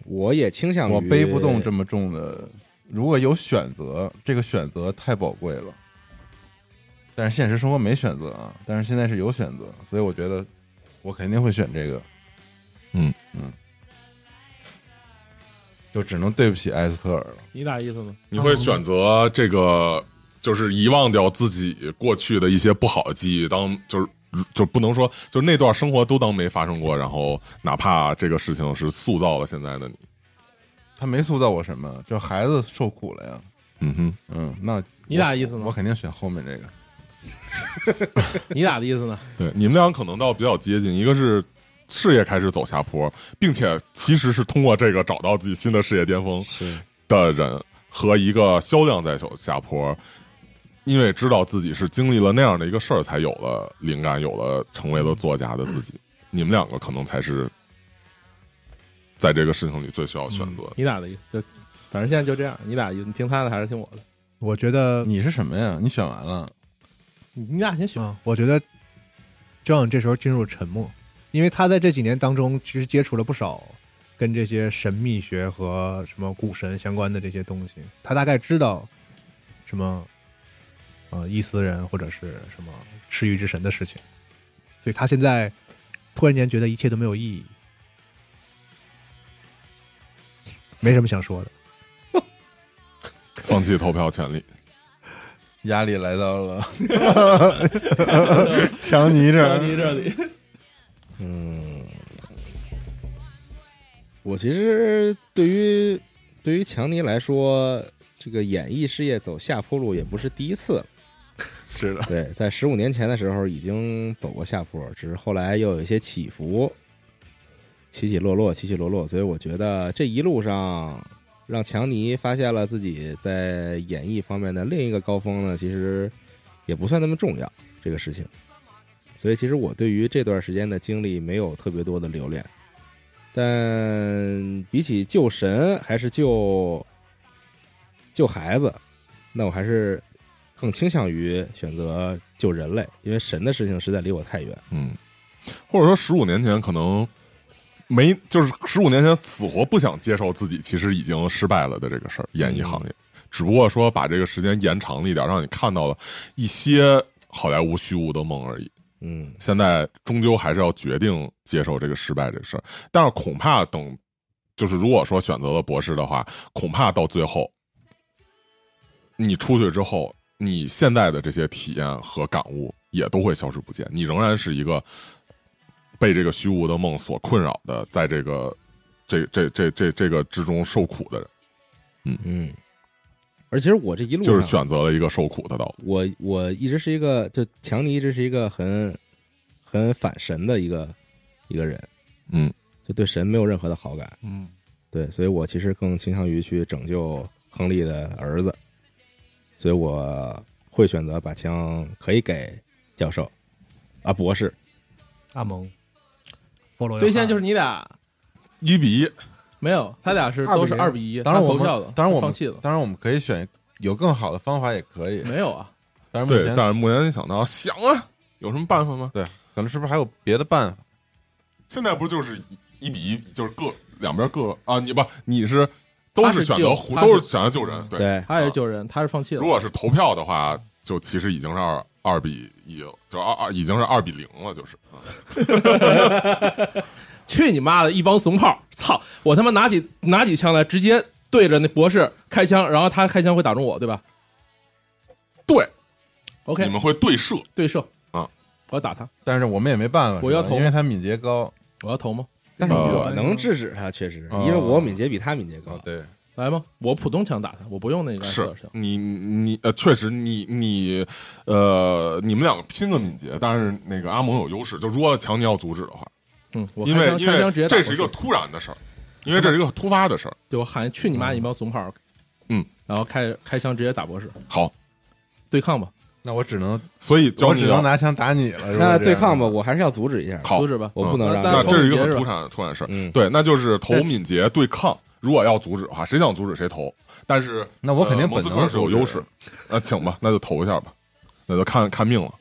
F: 我也倾向于
D: 我背不动这么重的。如果有选择，这个选择太宝贵了。但是现实生活没选择啊，但是现在是有选择，所以我觉得我肯定会选这个。
G: 嗯
D: 嗯，就只能对不起埃斯特尔了。
E: 你俩意思呢？
G: 你会选择这个，就是遗忘掉自己过去的一些不好的记忆，当就是就不能说就是那段生活都当没发生过，然后哪怕这个事情是塑造了现在的你，
D: 他没塑造我什么，就孩子受苦了呀。
G: 嗯哼，
D: 嗯，那
E: 你俩意思呢
D: 我肯定选后面这个。
E: 你俩的意思呢？
G: 对，你们俩可能倒比较接近，一个是事业开始走下坡，并且其实是通过这个找到自己新的事业巅峰
F: 是
G: 的人，和一个销量在走下坡。因为知道自己是经历了那样的一个事儿，才有了灵感，有了成为了作家的自己。你们两个可能才是在这个事情里最需要选择的。
E: 你俩的意思，就
F: 反正现在就这样，你俩你听他的还是听我的？
H: 我觉得，
D: 你是什么呀？你选完了，
E: 你你俩先选。
H: 嗯，我觉得 John 这时候进入沉默，因为他在这几年当中其实接触了不少跟这些神秘学和什么古神相关的这些东西，他大概知道什么呃伊斯人或者是什么赤玉之神的事情，所以他现在突然间觉得一切都没有意义，没什么想说的。
G: 放弃投票权利，
D: 压力来到 了强尼这
G: 啊
E: 到
D: 儿。
E: 你这里，
F: 嗯，我其实对于对于强尼来说，这个演艺事业走下坡路也不是第一次了。
D: 是的，
F: 对，在十五年前的时候已经走过下坡，只是后来又有一些起伏，起起落落，起起落落。所以我觉得这一路上，让强尼发现了自己在演艺方面的另一个高峰呢，其实也不算那么重要这个事情。所以其实我对于这段时间的经历没有特别多的留恋，但比起救神还是救救孩子，那我还是更倾向于选择救人类，因为神的事情实在离我太远。
G: 嗯，或者说十五年前可能没，就是十五年前死活不想接受自己其实已经失败了的这个事儿，演艺行业。只不过说把这个时间延长了一点，让你看到了一些好莱坞虚无的梦而已。
F: 嗯，
G: 现在终究还是要决定接受这个失败这事儿。但是恐怕等，就是如果说选择了博士的话，恐怕到最后，你出去之后，你现在的这些体验和感悟也都会消失不见，你仍然是一个被这个虚无的梦所困扰的，在这个这这这这这个之中受苦的人，
F: 嗯，而其实我这一路
G: 就是
F: 上
G: 选择了一个受苦的道路。
F: 我我一直是一个，就强尼一直是一个很很反神的一个一个人，
G: 嗯，
F: 就对神没有任何的好感，
D: 嗯，
F: 对，所以我其实更倾向于去拯救亨利的儿子，所以我会选择把枪可以给教授啊博士，
C: 阿蒙，follow your heart，
E: 所以现在就是你俩
G: 一比一，
E: 没有，他俩是都是二比一，
D: 当然
E: 他
D: 我
E: 投票
D: 们
E: 的，
D: 当然我
E: 他放
D: 们
E: 弃了，
D: 当然我们可以选有更好的方法也可以，
E: 没有啊，
D: 但是目
G: 对，
D: 前
G: 但是目前想到想啊，有什么办法吗？
D: 可能是不是还有别的办法？
G: 现在不就是一比一，就是各两边各啊，你不你是都
E: 他是
G: 选
E: 救
G: 择胡，
E: 他是嗯
G: 都是选择救人。对，
F: 对，
E: 他也是救人，他是放弃了
G: 如。果是投票的话，就其实已经是二二比一了，就二二已经是二比零了，就是。嗯
E: 去你妈的，一帮怂炮！操，我他妈拿起拿起枪来，直接对着那博士开枪，然后他开枪会打中我，对吧
G: 对，
E: ？OK，
G: 你们会对射，
E: 对射
G: 啊，
E: 我要打他，
D: 但是我们也没办法，
E: 我要
D: 是吧
E: 投
D: 因为他敏捷高。
E: 我要投吗？
F: 但是
G: 呃
F: 我
H: 哦
F: 能制止他，确实，
G: 哦
F: 因为我敏捷比他敏捷高
D: 哦，，对，
E: 来吗？我普通枪打他，我不用那个
G: 是
E: 射手
G: 你你呃，确实你你呃，你们两个拼个敏捷，但是那个阿蒙有优势，就如果强尼要阻止的话，
E: 嗯，我
G: 因
E: 开
G: 为
E: 枪
G: 因
E: 开
G: 为
E: 枪直接打
G: 这
E: 过去。
G: 是一个突然的事儿，因为这是一个突发的事儿。
E: 对我喊去你妈，你帮怂炮，
G: 嗯，
E: 然后开开枪直接打博士，
G: 好，
E: 对抗吧，
D: 那我只能
G: 所以教
D: 我
G: 你
D: 只
G: 要
D: 能拿枪打你了。如果
F: 那
D: 这样
F: 对抗吧，，我还是要阻止一下，
G: 好
E: 阻止吧，
F: 我不能
E: 嗯
F: 让
E: 那
F: 他
G: 那
E: 投
G: 这是一
E: 敏
G: 个
E: 捷
G: 很
E: 吧
G: 突然突然的事儿。
F: 嗯，
G: 对，那就是投敏捷对抗。如果要阻止的话，谁想阻止谁投。但是
D: 那我肯定
G: 呃蒙
D: 本
G: 斯
D: 能
G: 科是有优势。，呃，请吧，那就投一下吧，那就看看命了。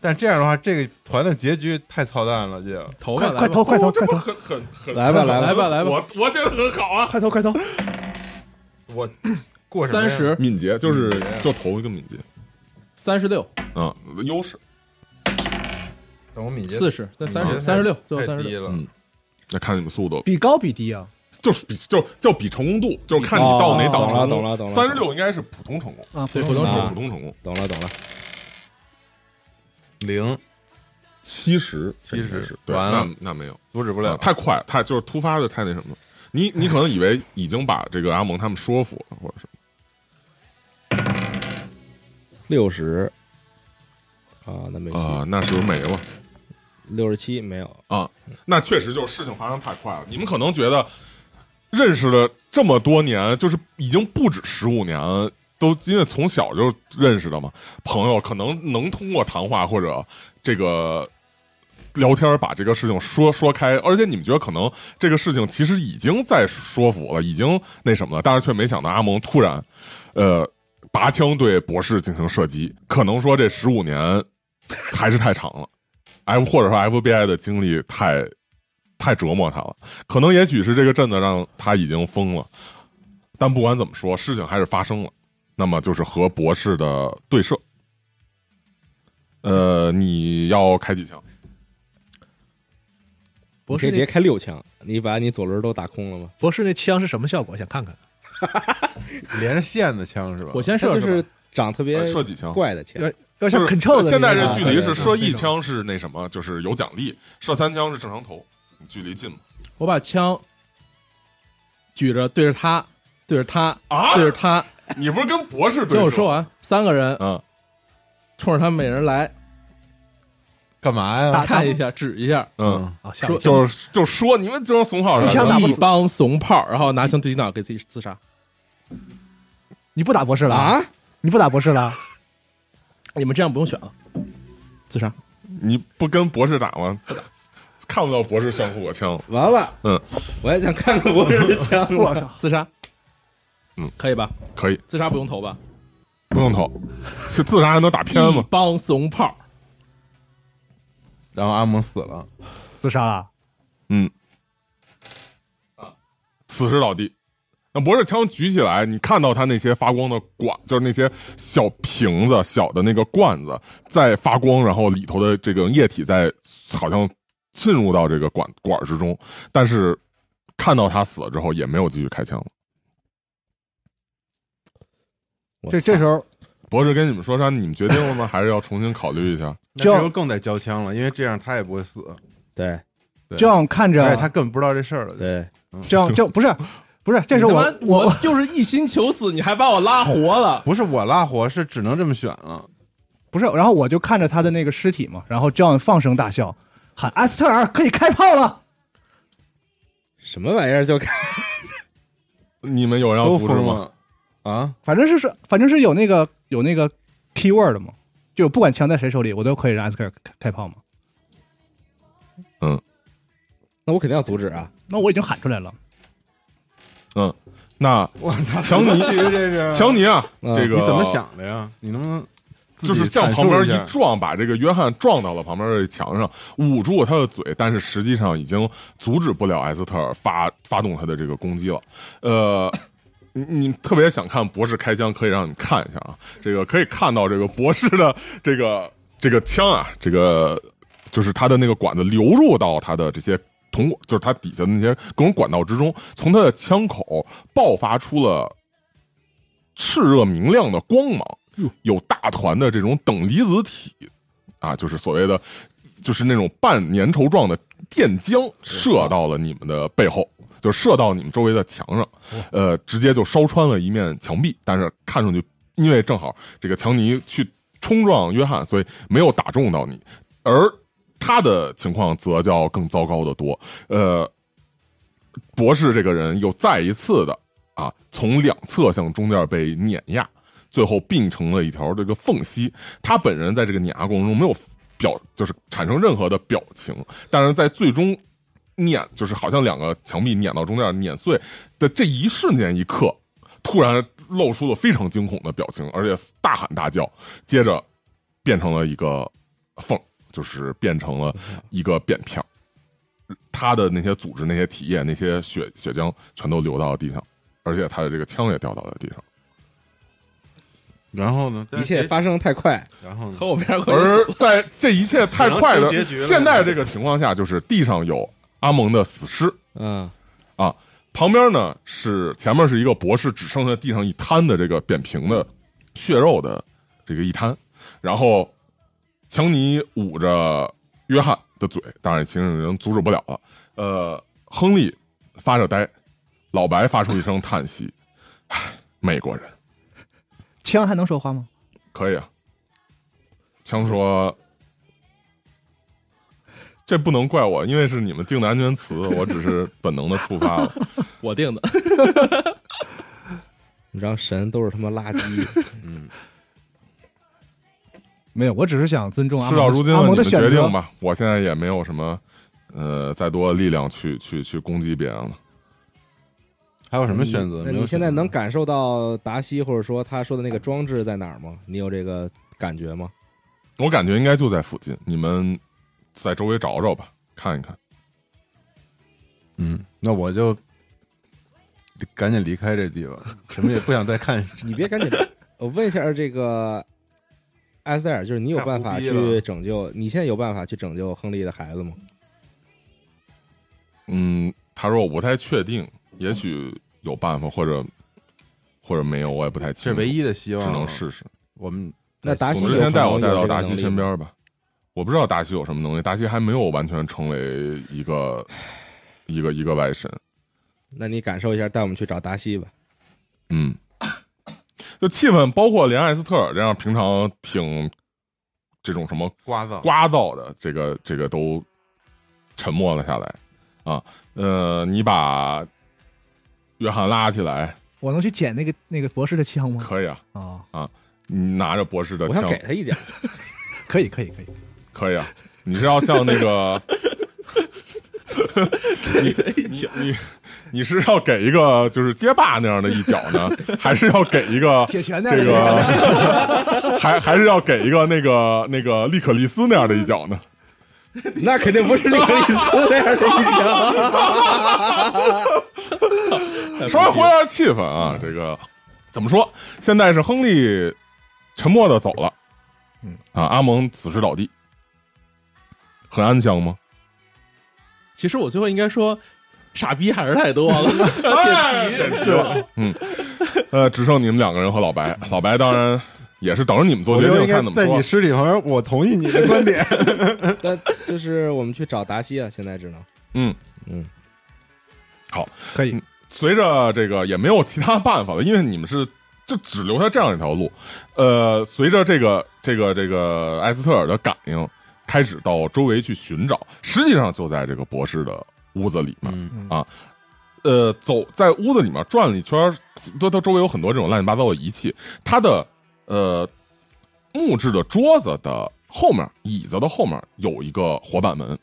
D: 但这样的话，这个团的结局太操蛋了，就
E: 投
H: 快
E: 吧，
H: 快
E: 来吧
H: 投，快投，
G: 哦这
H: 快投，
G: 不很很很
F: 来吧
G: 很好
F: 来
E: 吧
G: 吗
E: 来吧来吧
G: 我我觉得很好啊。
H: 快投，快投！
D: 我过什么呀
E: 三十
G: 敏捷就是
D: 敏捷
G: 就投一个敏捷，
E: 三十六
G: 嗯，优势。
D: 等我敏捷
E: 四十，那三
D: 敏
E: 十
D: 捷太
E: 三十六，最后
D: 太
E: 三十
D: 低
E: 六，
D: 了
G: 嗯。那看你们速度，
H: 比高比低啊
G: 就是比就就比成功度，就是看你到哪档
F: 哦懂了
G: 成
F: 懂
G: 功。
F: 了懂了，
G: 三十六应该是普通成功，
H: 啊！
E: 对
H: 普通
E: 普
H: 人
E: 通
G: 就
E: 成
G: 是
E: 功
G: 普通成功。
F: 懂了懂了，
D: 零，
G: 七十，
D: 70
G: 应该是对，
D: 完了
G: 那那没有。
D: 阻止
G: 不
D: 不
F: 啊
D: 了。
G: 太快，太就是突发的太那什么了。你你可能以为已经把这个阿蒙他们说服了，或者是
F: 六十啊，那没戏，
G: 啊、那是不是没了？
F: 六十七没有，
G: 那确实就是事情发生太快了。你们可能觉得认识了这么多年，就是已经不止十五年，都因为从小就认识的嘛，朋友可能能通过谈话或者这个聊天把这个事情说说开，而且你们觉得可能这个事情其实已经在说服了，已经那什么了，但是却没想到阿蒙突然，呃，拔枪对博士进行射击，可能说这十五年还是太长了。F 或者说 FBI 的经历太太折磨他了，可能也许是这个镇子让他已经疯了，但不管怎么说，事情还是发生了。那么就是和博士的对射，呃，你要开几枪？
F: 你
H: 博
F: 可以
H: 士
F: 直
H: 那
F: 接开六枪，你把你左轮都打空了吗？
H: 博士那枪是什么效果？想看看。
D: 连着线的枪是吧？
E: 我先啊射
F: 就
E: 吧
F: 是长特别
G: 呃射几枪？
F: 怪的枪，
H: 要像
G: 就是
H: control 的
G: 现
H: 那
G: 在这
H: 个啊
G: 距离是
D: 对对对
G: 射一枪是那什么，就是有奖励；射三枪是正常投，距离近嘛。
E: 我把枪举着对着他，对着他，
G: 啊
E: 对着他，
G: 你不是跟博士对
E: 听我说完，三个人
G: 嗯，
E: 冲着他们每人来
D: 干嘛呀？
H: 打
E: 看一下，指一下，
G: 嗯，
H: 啊，下
E: 说
H: 面
G: 就是就说你们就是怂号
H: 一枪
G: 啥
H: 打不死
E: 一帮怂炮，然后拿枪对击脑给自己自杀。
H: 你不打博士了
F: 啊？
H: 你不打博士了？，
E: 你们这样不用选了，自杀。
G: 你不跟博士打吗？看不到博士炫酷我枪，
F: 完了，
G: 嗯，
F: 我也想看看博士的枪
H: 我靠！
E: 自杀，
G: 嗯，
E: 可以吧？
G: 可以
E: 自杀不用投吧？
G: 不用投， 是自杀还能打偏
E: 一
G: 吗？
E: 帮怂炮，
D: 然后阿蒙死了，
H: 自杀了？
G: 死尸倒地，那博士枪举起来，你看到它那些发光的管，就是那些小瓶子、小的那个罐子在发光，然后里头的这个液体在好像进入到这个管管之中，但是看到他死了之后也没有继续开枪了。
F: 我
H: 这这时
F: 候
H: 候
G: 博士跟你们说啥？你们决定了吗？还是要重新考虑一下？
D: 那这
I: 就
D: 就更得交枪了，因为这样他也不会死，
F: 对
D: 对
I: John 看
D: 而且
H: 哎
I: 着
D: 他根本不知道这事儿了。
F: 对，
I: John，就不是不是，这是
E: 你
I: 我
E: 他妈
I: 我
E: 我就是一心求死，你还把我拉活了。
D: 不是我拉活，是只能这么选了。
I: 不是，然后我就看着他的那个尸体嘛，然后 John 放声大笑，喊阿斯特尔可以开炮了。
F: 什么玩意儿就
G: 你们有人要
D: 都
G: 阻
D: 服
G: 止吗？
D: 吗？啊，
I: 反正是是，反正是有那个有那个 keyword 的嘛，就不管枪在谁手里，我都可以让阿斯特尔开开炮嘛。
F: 那我肯定要阻止啊！
I: 那我已经喊出来了，
G: 那
D: 我 操，
G: 强尼
D: 去这是
G: 强尼啊，
F: 嗯
G: 这个
D: 你怎么？想的呀？你能不能自
G: 就
D: 己
G: 是向
D: 阐
G: 旁
D: 述
G: 边
D: 下
G: 一撞，把这个约翰撞到了旁边的墙上，捂住了他的嘴，但是实际上已经阻止不了埃斯特尔发发动他的这个攻击了。呃，你你特别想看博士开枪，可以让你看一下啊，这个可以看到这个博士的这个这个枪啊，这个就是他的那个管子流入到他的这些铜，就是他底下的那些各种管道之中，从他的枪口爆发出了炽热明亮的光芒，有大团的这种等离子体啊，就是所谓的就是那种半粘稠状的电浆射到了你们的背后。就射到你们周围的墙上，呃，直接就烧穿了一面墙壁。但是看上去，因为正好这个强尼去冲撞约翰，所以没有打中到你。而他的情况则要更糟糕的多。呃，博士这个人又再一次的啊，从两侧向中间被碾压，最后并成了一条这个缝隙。他本人在这个碾压过程中没有表，就是产生任何的表情，但是在最终碾，就是好像两个墙壁碾到中间碾碎的这一瞬间一刻，突然露出了非常惊恐的表情，而且大喊大叫，接着变成了一个缝，就是变成了一个扁片儿。他的那些组织、那些体液、那些血血浆全都流到了地上，而且他的这个枪也掉到了地上。
D: 然后呢？但
F: 一
D: 是
F: 切
D: 结
F: 发生得太快，
D: 然后呢
E: 和？我边上快就死
G: 而在这一切太快的
D: 只能出结局了
G: 现在这个情况下，就是地上有阿蒙的死尸，
F: 嗯，
G: 旁边呢是前面是一个博士，只剩下地上一滩的这个扁平的血肉的这个一滩，然后强尼捂着约翰的嘴，当然其实已经阻止不了了。呃，亨利发着呆，老白发出一声叹息：“唉，美国人
I: 枪还能说话吗？
G: 可以啊。”强说：“这不能怪我，因为是你们定的安全词，我只是本能的触发 了。”
E: 我定的。
F: 你知道神都是他妈垃圾，
I: 没有，我只是想尊重阿
G: 事
I: 蒙
G: 到
I: 的
G: 如今
I: 阿
G: 了，
I: 蒙
G: 你
I: 的
G: 们
I: 选
G: 决
I: 择
G: 定。吧。我现在也没有什么，呃，再多力量去去去攻击别人了。
D: 还有什么选择？
F: 那
D: 没有
F: 你现在
D: 选择
F: 能感受到达西或者说他说的那个装置在哪儿吗？你有这个感觉吗？
G: 我感觉应该就在附近，你们在周围找找吧，看一看。
D: 嗯，那我就赶紧离开这地方，什么也不想再看。
F: 你别赶紧，我问一下这个埃塞尔，就是你有办法
D: 太胡逼
F: 去
D: 了
F: 拯救？你现在有办法去拯救亨利的孩子吗？
G: 嗯，他说我不太确定，也许有办法，或者或者没有，我也不太
D: 这
G: 清
D: 是
G: 楚。
D: 唯一的希望，
I: 啊
G: 只能。试试。
D: 我们
F: 那达西
G: 总之，
F: 有
G: 先带我
F: 可
G: 带
F: 能有
G: 到
F: 这个
G: 达西
F: 能力
G: 身
F: 吗
G: 边吧。我不知道达西有什么能力，达西还没有完全成为一个一个一个外神。
F: 那你感受一下，带我们去找达西吧。
G: 嗯，就气氛，包括连艾斯特尔这样平常挺这种什么
D: 刮子
G: 刮噪的，这个这个都沉默了下来啊。呃，你把约翰拉起来
I: 我能去捡那个那个博士的枪吗？
G: 可以啊，
I: 啊，
G: 你拿着博士的
F: 我想
G: 枪
F: 给他一脚，
I: 可以可以可以，
G: 可以啊，你是要像那 个。你你你你是要给一个就是街霸那样的一脚 呢，还是要给一个
I: 铁拳那
G: 这个 还还是要给一个那个那个利可利斯那样的一脚呢？
F: 那肯定不是那个意思。
G: 稍微活跃下气氛啊。这个怎么说？现在是亨利沉默的走了，
D: 嗯
G: 啊，阿蒙此时倒地，很安详吗？
E: 其实我最后应该说，傻逼还是太多了。
G: 哎，对吧？嗯，呃，只剩你们两个人和老白， 老白当然也是等着你们做
D: 我
G: 决
D: 觉得
G: 定，
D: 应该
G: 看怎么
D: 在
G: 说啊
D: 你。尸体旁边，我同意你的观点。
F: 但就是我们去找达西啊，现在只能
G: 随着这个也没有其他办法了，因为你们是就只留下这样一条路。呃，随着这个这个这个艾斯特尔的感应，开始到周围去寻找，实际上就在这个博士的屋子里面。啊
D: 嗯
G: 呃，走在屋子里面转了一圈儿，它它周围有很多这种乱七八糟的仪器，它的呃木质的桌子的后面，椅子的后面有一个活板门，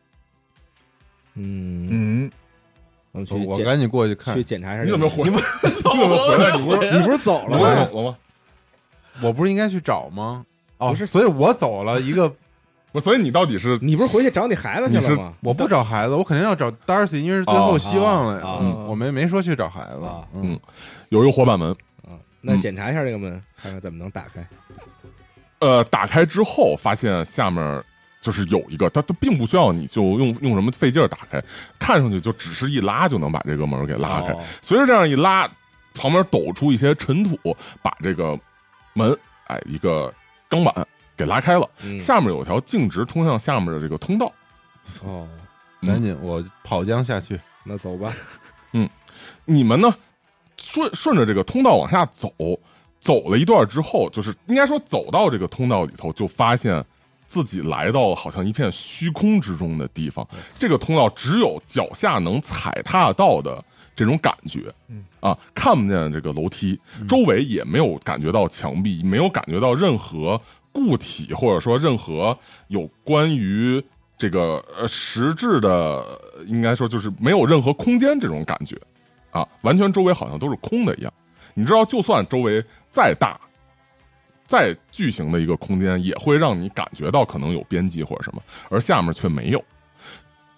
F: 嗯，
D: 嗯，
F: 我们去
D: 我我
F: 检
D: 赶紧过去看
F: 去，检查一下，
G: 你怎么又
F: 回？
G: 回来？ 你怎么回来？你不是
F: 你不是走
G: 你
F: 了
G: 不是
F: 吗？
G: 走了吗？
D: 我不是应该去找吗？哦，
F: 不是
D: 所以我走 了一个，
G: 不，所以你到底是
F: 你不是回去找你孩子去
G: 你是
F: 了吗？
D: 我不找孩子，我肯定要找 Darcy，因为是最后希望了呀。
F: 啊
D: 嗯我没没说去找孩子
F: 啊，
D: 嗯，
G: 有一个活板门，
F: 啊，那
G: 嗯
F: 检查一下这个门，看看怎么能打开。
G: 呃，打开之后发现下面就是有一个，它它并不需要你就用用什么费劲儿打开，看上去就只是一拉就能把这个门给拉开。
F: 哦
G: 随着这样一拉，旁边抖出一些尘土，把这个门哎一个钢板给拉开了。
F: 嗯
G: 下面有条径直通向下面的这个通道，
F: 哦，
D: 赶紧我跑江下去。
F: 那走吧。
G: 你们呢顺顺着这个通道往下走，走了一段之后，就是应该说走到这个通道里头，就发现自己来到了好像一片虚空之中的地方。这个通道只有脚下能踩踏到的这种感觉，啊，看不见这个楼梯，周围也没有感觉到墙壁，没有感觉到任何固体或者说任何有关于。这个呃，实质的呃应该说就是没有任何空间这种感觉，啊，完全周围好像都是空的一样。你知道，就算周围再大、再巨型的一个空间，也会让你感觉到可能有边际或者什么，而下面却没有。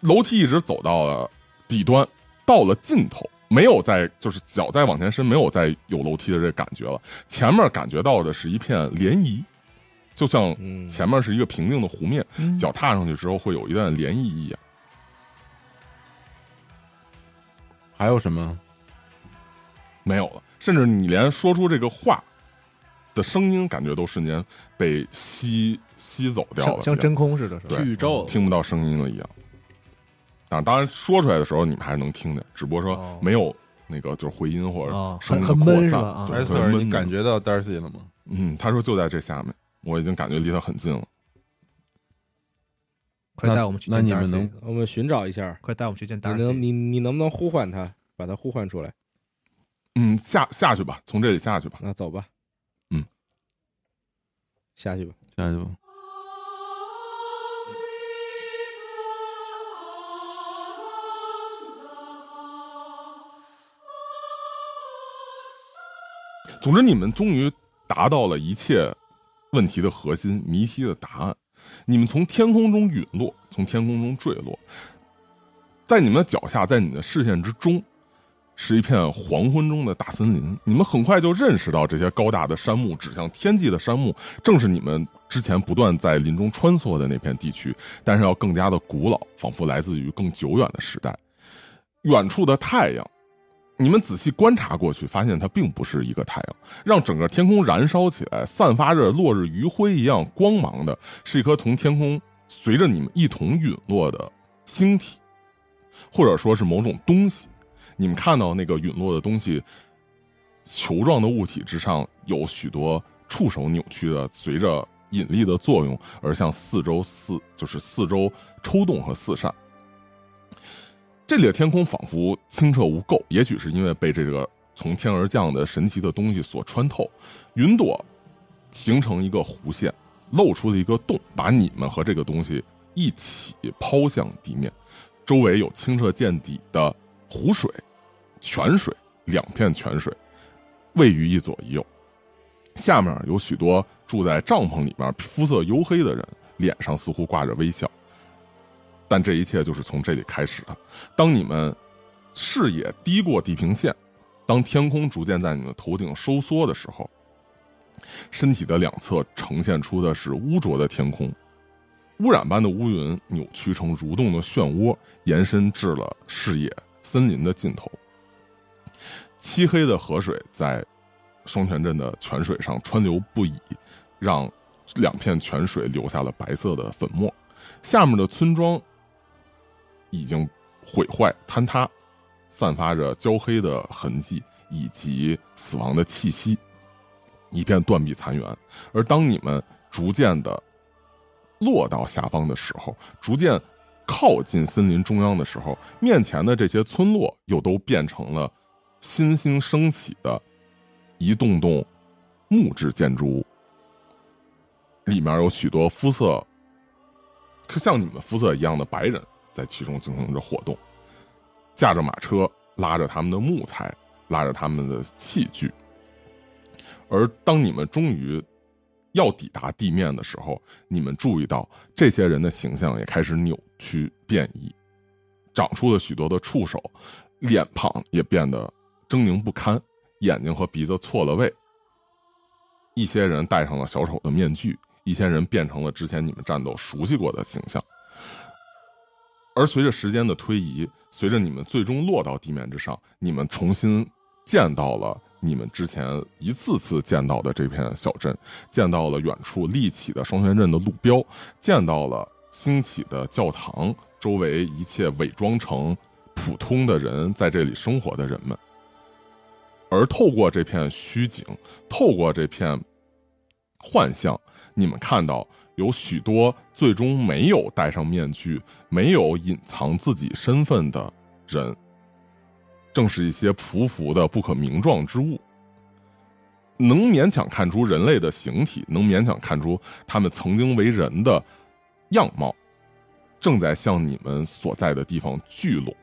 G: 楼梯一直走到了底端，到了尽头，没有再就是脚再往前伸，没有再有楼梯的这个感觉了。前面感觉到的是一片涟漪，就像
F: 嗯，
G: 前面是一个平静的湖面，
H: 嗯
G: 脚踏上去之后会有一段涟漪一啊样。
D: 还有什么？
G: 没有了，甚至你连说出这个话的声音，感觉都瞬间被吸吸走掉
H: 像
G: 了，
H: 像真空似的，是吧？
G: 对嗯
E: 宇宙
G: 听不到声音了一样。啊，当然说出来的时候你们还是能听见，只不过说
H: 哦
G: 没有那个就是回音或
H: 哦
G: 者声音的
H: 很
G: 扩
H: 很闷是
G: 散。
H: 吧啊
G: 对
D: 艾斯
G: 很
D: 特，
G: 闷
D: 你感觉到 Darcy 了吗？
G: 嗯，他说就在这下面，我已经感觉离他很近了。
H: 快带我们去
D: 那
H: 见
D: 你
H: 达
D: 们
H: 西
D: 能
F: 我们寻找一下，
H: 快带我们去见
F: 你
H: 达
F: 能
H: 西。
F: 你你能不能呼唤他，把他呼唤出来？
G: 嗯，下下去吧，从这里下去吧。
F: 那走吧。
G: 嗯，
F: 下去吧。
D: 下去吧。
G: 总之，你们终于达到了一切问题的核心，谜题的答案。你们从天空中陨落，从天空中坠落，在你们的脚下，在你的视线之中，是一片黄昏中的大森林。你们很快就认识到，这些高大的山木指向天际的山木，正是你们之前不断在林中穿梭的那片地区，但是要更加的古老，仿佛来自于更久远的时代。远处的太阳，你们仔细观察过去，发现它并不是一个太阳。让整个天空燃烧起来，散发着落日余晖一样光芒的，是一颗从天空随着你们一同陨落的星体，或者说是某种东西。你们看到那个陨落的东西，球状的物体之上有许多触手扭曲的，随着引力的作用而向四周四就是四周抽动和四散。这里的天空仿佛清澈无垢，也许是因为被这个从天而降的神奇的东西所穿透，云朵形成一个弧线，露出了一个洞，把你们和这个东西一起抛向地面。周围有清澈见底的湖水、泉水，两片泉水位于一左一右。下面有许多住在帐篷里面、肤色黝黑的人，脸上似乎挂着微笑。但这一切就是从这里开始的。当你们视野低过地平线，当天空逐渐在你的头顶收缩的时候，身体的两侧呈现出的是污浊的天空，污染般的乌云扭曲成蠕动的漩涡，延伸至了视野森林的尽头。漆黑的河水在双泉镇的泉水上川流不已，让两片泉水留下了白色的粉末。下面的村庄已经毁坏坍塌，散发着焦黑的痕迹以及死亡的气息，一片断壁残垣。而当你们逐渐的落到下方的时候，逐渐靠近森林中央的时候，面前的这些村落又都变成了新兴升起的一栋栋木质建筑物，里面有许多肤色可像你们肤色一样的白人在其中进行着活动，驾着马车，拉着他们的木材，拉着他们的器具。而当你们终于要抵达地面的时候，你们注意到这些人的形象也开始扭曲变异，长出了许多的触手，脸庞也变得狰狞不堪，眼睛和鼻子错了位。一些人戴上了小丑的面具，一些人变成了之前你们战斗熟悉过的形象。而随着时间的推移，随着你们最终落到地面之上，你们重新见到了你们之前一次次见到的这片小镇，见到了远处立起的双泉镇的路标，见到了兴起的教堂，周围一切伪装成普通的人在这里生活的人们。而透过这片虚景，透过这片幻象，你们看到有许多最终没有戴上面具、没有隐藏自己身份的人，正是一些匍匐的不可名状之物。能勉强看出人类的形体，能勉强看出他们曾经为人的样貌，正在向你们所在的地方聚拢。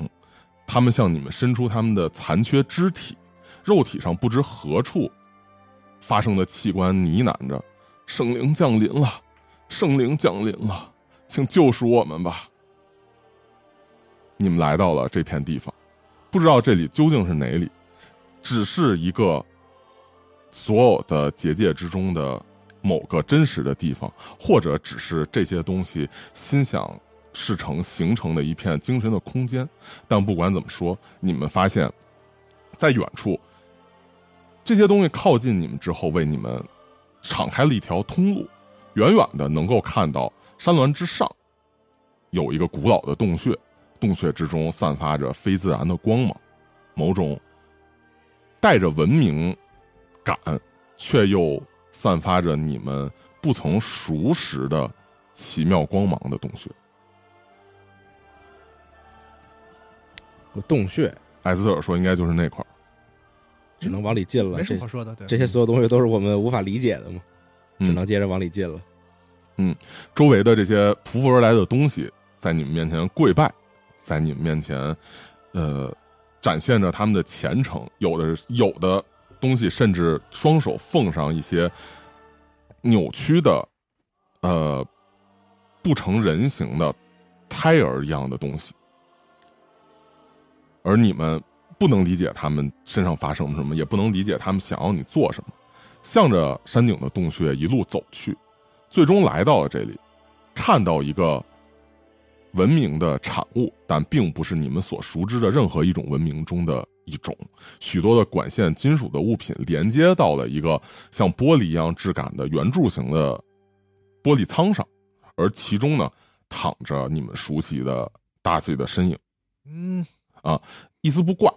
G: 他们向你们伸出他们的残缺肢体，肉体上不知何处发生的器官呢喃着：“圣灵降临了，圣灵降临了，请救赎我们吧！”你们来到了这片地方，不知道这里究竟是哪里，只是一个所有的结界之中的某个真实的地方，或者只是这些东西心想事成形成的一片精神的空间。但不管怎么说，你们发现，在远处这些东西靠近你们之后，为你们敞开了一条通路。远远的能够看到山峦之上有一个古老的洞穴，洞穴之中散发着非自然的光芒，某种带着文明感，却又散发着你们不曾熟识的奇妙光芒的洞穴。
F: 洞穴
G: 艾斯特尔说，应该就是那块儿。
F: 只能往里进了，
H: 没什
F: 这
H: 么好说的。对，
F: 这些所有东西都是我们无法理解的嘛，
G: 嗯
F: 只能接着往里进了。
G: 周围的这些匍匐而来的东西，在你们面前跪拜，在你们面前，呃，展现着他们的虔诚。有的是有的东西甚至双手奉上一些扭曲的，呃，不成人形的胎儿一样的东西，而你们不能理解他们身上发生了什么，也不能理解他们想要你做什么。向着山顶的洞穴一路走去，最终来到了这里，看到一个文明的产物，但并不是你们所熟知的任何一种文明中的一种。许多的管线、金属的物品连接到了一个像玻璃一样质感的圆柱形的玻璃舱上，而其中呢躺着你们熟悉的大醉的身影，啊
C: 嗯，
G: 一丝不挂，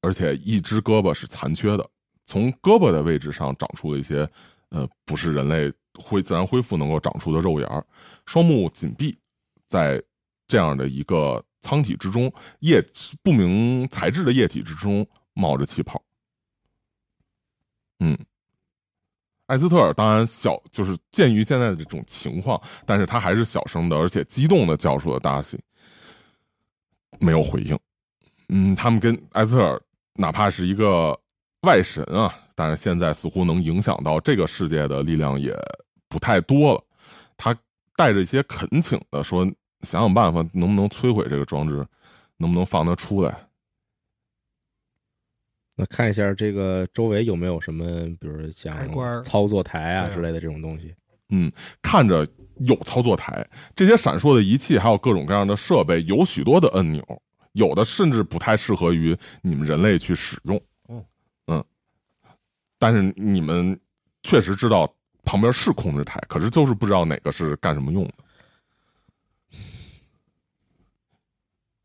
G: 而且一只胳膊是残缺的，从胳膊的位置上长出了一些呃，不是人类恢自然恢复能够长出的肉芽儿，双目紧闭，在这样的一个舱体之中，液不明材质的液体之中冒着气泡。嗯，艾斯特尔当然小，就是鉴于现在的这种情况，但是他还是小声的，而且激动的叫出了达西，没有回应。嗯，他们跟艾斯特尔，哪怕是一个外神啊，但是现在似乎能影响到这个世界的力量也不太多了。他带着一些恳请的说：“想想办法，能不能摧毁这个装置？能不能放它出来？
F: 那看一下这个周围有没有什么，比如像
H: 嗯开关儿
F: 操作台啊
H: 对啊
F: 之类的这种东西。
G: 看着有操作台，这些闪烁的仪器，还有各种各样的设备，有许多的按钮，有的甚至不太适合于你们人类去使用。
H: 哦，
G: 嗯，但是你们确实知道旁边是控制台，可是就是不知道哪个是干什么用的。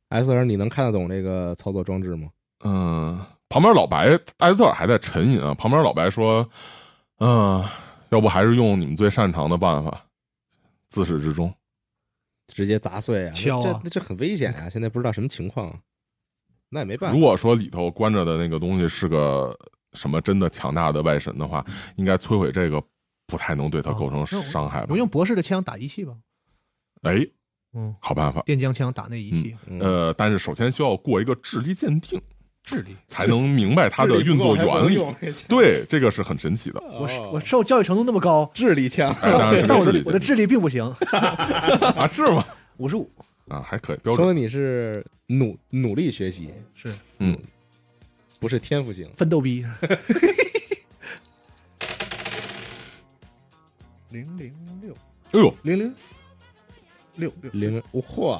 F: S 二，你能看得懂这个操作装置吗？
G: 嗯，旁边老白艾斯特尔还在沉吟啊。旁边老白说：“嗯、要不还是用你们最擅长的办法，自始至终。
F: 直接砸碎啊！
H: 敲啊
F: 这这这很危险啊！现在不知道什么情况啊，那也没办法。
G: 如果说里头关着的那个东西是个什么真的强大的外神的
H: 嗯
G: 话，应该摧毁这个不太能对他构成伤害吧
H: 哦我？用博士的枪打仪器吧，
G: 哎，
H: 嗯，
G: 好办法。
H: 电浆枪打那仪器，
F: 嗯
G: 呃，但是首先需要过一个智力鉴定，
H: 智力。
G: 才能明白它的运作原理。对，这个是很神奇的。
F: 哦
H: 我是我受教育程度那么高，
F: 智力强，
G: 哎，当然是
H: 但
G: 个
H: 我
G: 智
H: 的
G: 力
H: 我的
G: 鉴定
H: 智力并不行，
G: 啊，是吗？
H: 五十五
G: 啊，还可以，标准。
F: 说明你是努努力学习，
H: 是
G: 嗯，
F: 不是天赋型。
H: 奋斗逼。零零六
G: 哎呦，
H: 零零六六
F: 零，嚯，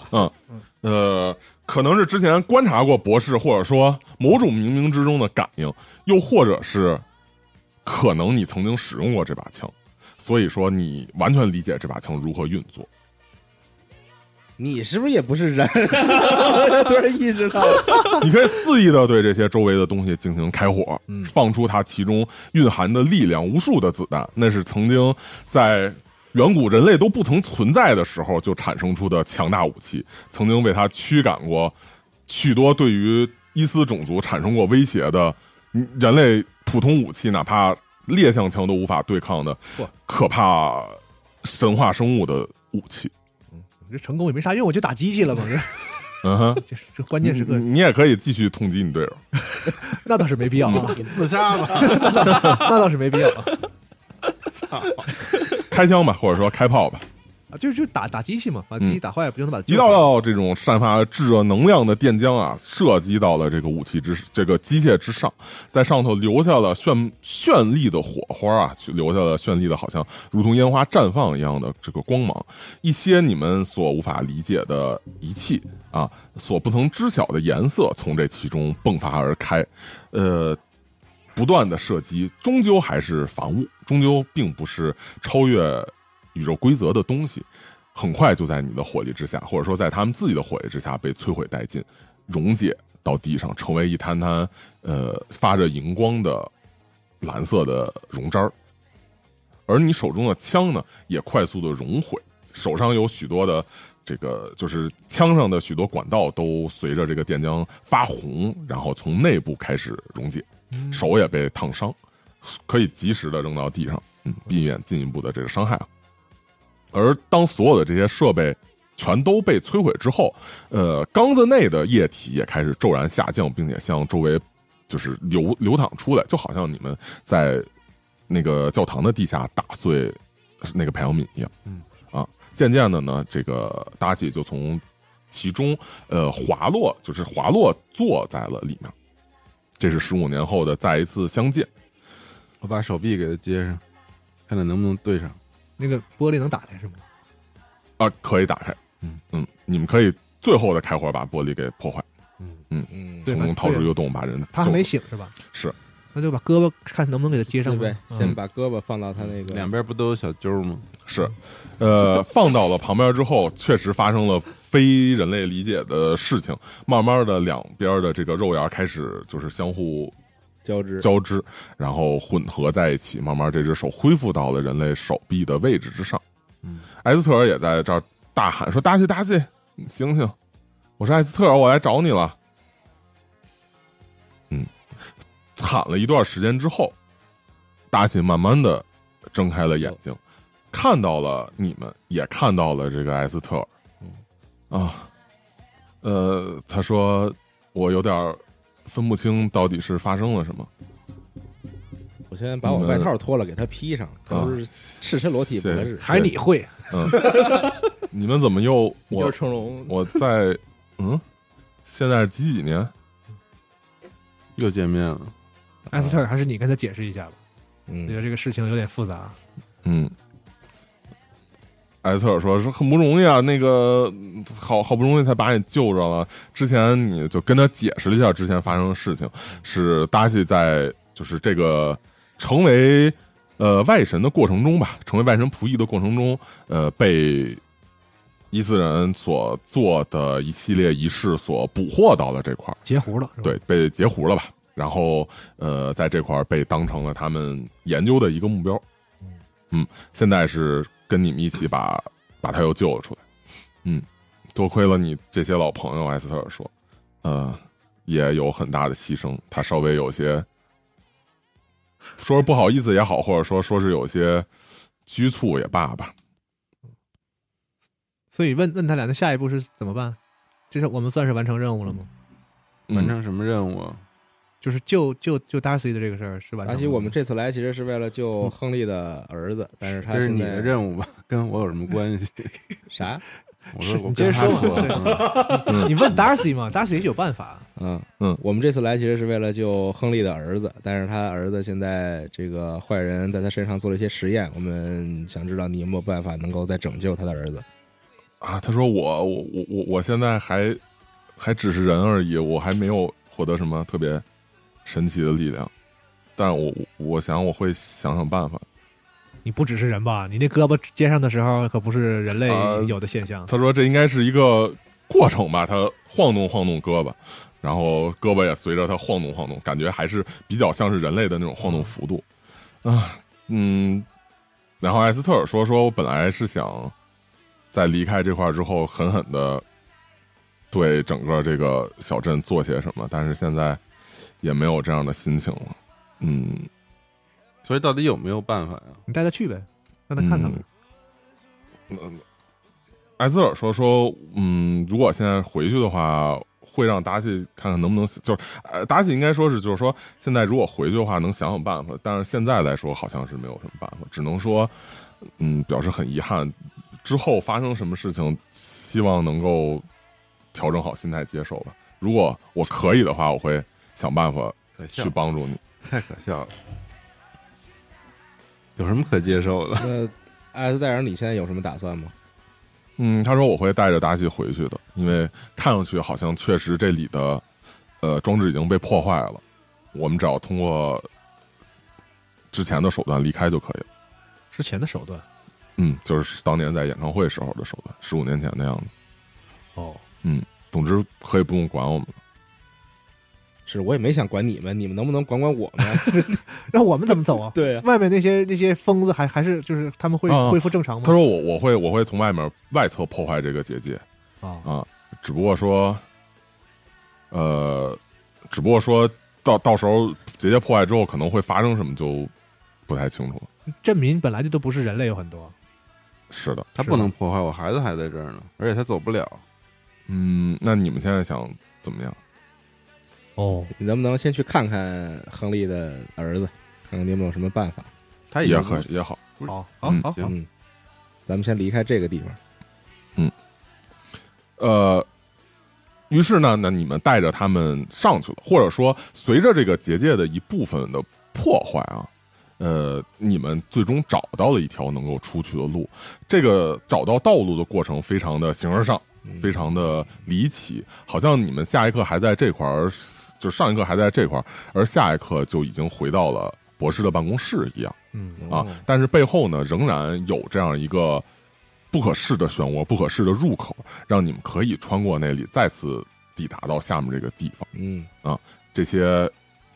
G: 呃，可能是之前观察过博士，或者说某种冥冥之中的感应，又或者是可能你曾经使用过这把枪，所以说你完全理解这把枪如何运作。
F: 你是不是也不是人？突然意识到了，
G: 你可以肆意的对这些周围的东西进行开火，
H: 嗯
G: 放出它其中蕴含的力量，无数的子弹，那是曾经在远古人类都不曾存在的时候就产生出的强大武器，曾经为它驱赶过许多对于伊斯种族产生过威胁的嗯人类普通武器，哪怕猎象枪都无法对抗的可怕神话生物的武器。
H: 这成功也没啥用，我就打机器了嘛。
G: 嗯哼，
H: 这这这关键时刻，
G: 你你也可以继续痛击你队友。
H: 那倒是没必要啊，
D: 自杀吧。
H: 那倒是没必要啊，
G: 开枪吧，或者说开炮吧。
H: 啊就就打打机器嘛，把机器打坏不就能把它
G: 一
H: 救出来
G: 道道这种散发炙热能量的电浆啊，射击到了这个武器之这个机械之上，在上头留下了绚绚丽的火花啊，留下了绚丽的，好像如同烟花绽放一样的这个光芒，一些你们所无法理解的仪器啊，所不曾知晓的颜色从这其中迸发而开，呃。不断的射击，终究还是防务，终究并不是超越宇宙规则的东西。很快就在你的火力之下，或者说在他们自己的火力之下被摧毁殆尽，溶解到地上，成为一滩滩呃发着荧光的蓝色的熔渣儿。而你手中的枪呢，也快速的熔毁，手上有许多的这个就是枪上的许多管道都随着这个电浆发红，然后从内部开始溶解，手也被烫伤，可以及时的扔到地上，嗯，避免进一步的这个伤害啊。而当所有的这些设备全都被摧毁之后，呃，缸子内的液体也开始骤然下降，并且向周围就是流流淌出来，就好像你们在那个教堂的地下打碎那个培养皿一样。
H: 嗯，
G: 啊，渐渐的呢，这个搭起就从其中呃滑落，就是滑落坐在了里面。这是十五年后的再一次相见。
D: 我把手臂给它接上，看看能不能对上。
H: 那个玻璃能打开是吗？
G: 啊，可以打开。
D: 嗯
G: 你们可以最后的开火把玻璃给破坏，
F: 嗯，
H: 对啊
G: 从中掏出一个洞，把人
H: 他还没
G: 救
H: 醒是吧？
G: 是，
H: 那就把胳膊看能不能给他接上
F: 对呗，
H: 嗯
F: 先把胳膊放到他那个
D: 两边不都有小揪吗？
G: 是，呃，放到了旁边之后，确实发生了非人类理解的事情。慢慢的，两边的这个肉芽开始就是相互
F: 交织，
G: 交织，然后混合在一起，慢慢这只手恢复到了人类手臂的位置之上。
D: 嗯，
G: 艾斯特尔也在这儿大喊说：“达西，达西，你醒醒！我是艾斯特尔，我来找你了。”嗯，喊了一段时间之后，达西慢慢的睁开了眼睛，看到了你们，也看到了这个艾斯特尔。啊，呃，他说我有点儿分不清到底是发生了什么。
F: 我先把
G: 嗯
F: 我外套脱了，给他披上，可不
G: 啊
F: 是赤身裸体不合适。
H: 还是你会
G: 你们怎么又
E: 你就
G: 我
E: 是成龙，
G: 我在嗯，现在是几几年？
D: 又见面了，
C: 艾斯特尔还是你跟他解释一下吧，我觉
F: 嗯，
C: 得这个事情有点复杂。
H: 啊
G: 嗯，艾特尔说：“说很不容易啊，那个嗯好好不容易才把你救着了。之前你就跟他解释了一下之前发生的事情，是达西在就是这个成为呃外神的过程中吧，成为外神仆役的过程中，呃被伊斯人所做的一系列仪式所捕获到了这块儿
H: 截胡了，是吧，
G: 对，被截胡了吧？然后呃，在这块儿被当成了他们研究的一个目标。嗯，现在是跟你们一起把把他又救了出来。嗯，多亏了你这些老朋友，艾斯特尔说，呃，也有很大的牺牲。他稍微有些说是不好意思也好，或者说说是有些拘促也罢吧。
C: 所以问问他俩，那下一步是怎么办？这是我们算是完成任务了吗？
G: 嗯
D: 完成什么任务啊？
C: 就是救救救 Darcy 的这个事儿是完成了吗。
F: 而且我们这次来其实是为了救亨利的儿子，但是他
D: 这是
F: 现
D: 你
F: 在
D: 的任务吧？ 跟我有什么关 系？
F: 啥？
D: 我说我
H: 你接着
D: 跟
H: 说
D: 他说
H: 嘛
D: 嗯，
C: 你问 Darcy 嘛，Darcy 也许有办
H: 啊
C: 法。
F: 嗯
G: 嗯
F: 我们这次来其实是为了救亨利的儿子，但是他儿子现在这个坏人在他身上做了一些实验，我们想知道你有没有办法能够再拯救他的儿子。
G: 啊，他说我我我我我现在还还只是人而已，我还没有获得什么特别神奇的力量，但我我我想我会想想办法。
C: 你不只是人吧？你那胳膊接上的时候可不是人类
G: 呃
C: 有的现象。
G: 他说这应该是一个过程吧，他晃动晃动胳膊，然后胳膊也随着他晃动晃动，感觉还是比较像是人类的那种晃动幅度啊，嗯。然后艾斯特尔说：“说我本来是想在离开这块儿之后，狠狠的对整个这个小镇做些什么，但是现在也没有这样的心情了。嗯，
D: 所以到底有没有办法呀？
C: 你带他去呗，让他看看呗。
G: 嗯，艾斯尔说说，嗯，如果现在回去的话，会让达西看看能不能，就是呃，达西应该说是，就是说现在如果回去的话，能想想办法。但是现在来说，好像是没有什么办法，只能说，嗯，表示很遗憾。之后发生什么事情，希望能够调整好心态，接受吧。如果我可以的话，我会想办法
D: 可笑
G: 去，帮助你。
D: 太可笑了。有什么可接受的？
F: 那艾斯戴尔，你现在有什么打算吗？
G: 嗯，他说我会带着达西回去的，因为看上去好像确实这里的呃装置已经被破坏了，我们只要通过之前的手段离开就可以了。
C: 之前的手段
G: 嗯，就是当年在演唱会时候的手段，十五年前的样子。
C: 哦，
G: 总之可以不用管我们了。
F: 是我也没想管你们，你们能不能管管我们？
H: 那我们怎么走啊？
F: 对呀、
H: 外面那些那些疯子还还是就是他们会
G: 啊
H: 恢复正常吗？
G: 他说我我会我会从外面外侧破坏这个结界
C: 哦
G: 啊，只不过说，呃，只不过说到到时候结界破坏之后可能会发生什么就不太清楚了。
C: 镇民本来就都不是人类，有很多。
G: 是的，
D: 他不能破坏，我孩子还在这儿呢，而且他走不了。
G: 嗯，那你们现在想怎么样？
C: 哦，
F: 你能不能先去看看亨利的儿子，看看你有没有什么办法？
D: 他
G: 也
D: 也
G: 很也好。
C: 好，好，
G: 嗯
C: 好，
D: 行
C: 好，
F: 嗯，咱们先离开这个地方。
G: 呃，于是呢，那你们带着他们上去了，或者说随着这个结界的一部分的破坏啊，呃，你们最终找到了一条能够出去的路。这个找到道路的过程非常的形而上，
F: 嗯
G: 非常的离奇，好像你们下一刻还在这块儿，就上一刻还在这块儿，而下一刻就已经回到了博士的办公室一样。
C: 嗯，
G: 啊，但是背后呢，仍然有这样一个不可视的漩涡、不可视的入口，让你们可以穿过那里，再次抵达到下面这个地方，
F: 嗯，
G: 这些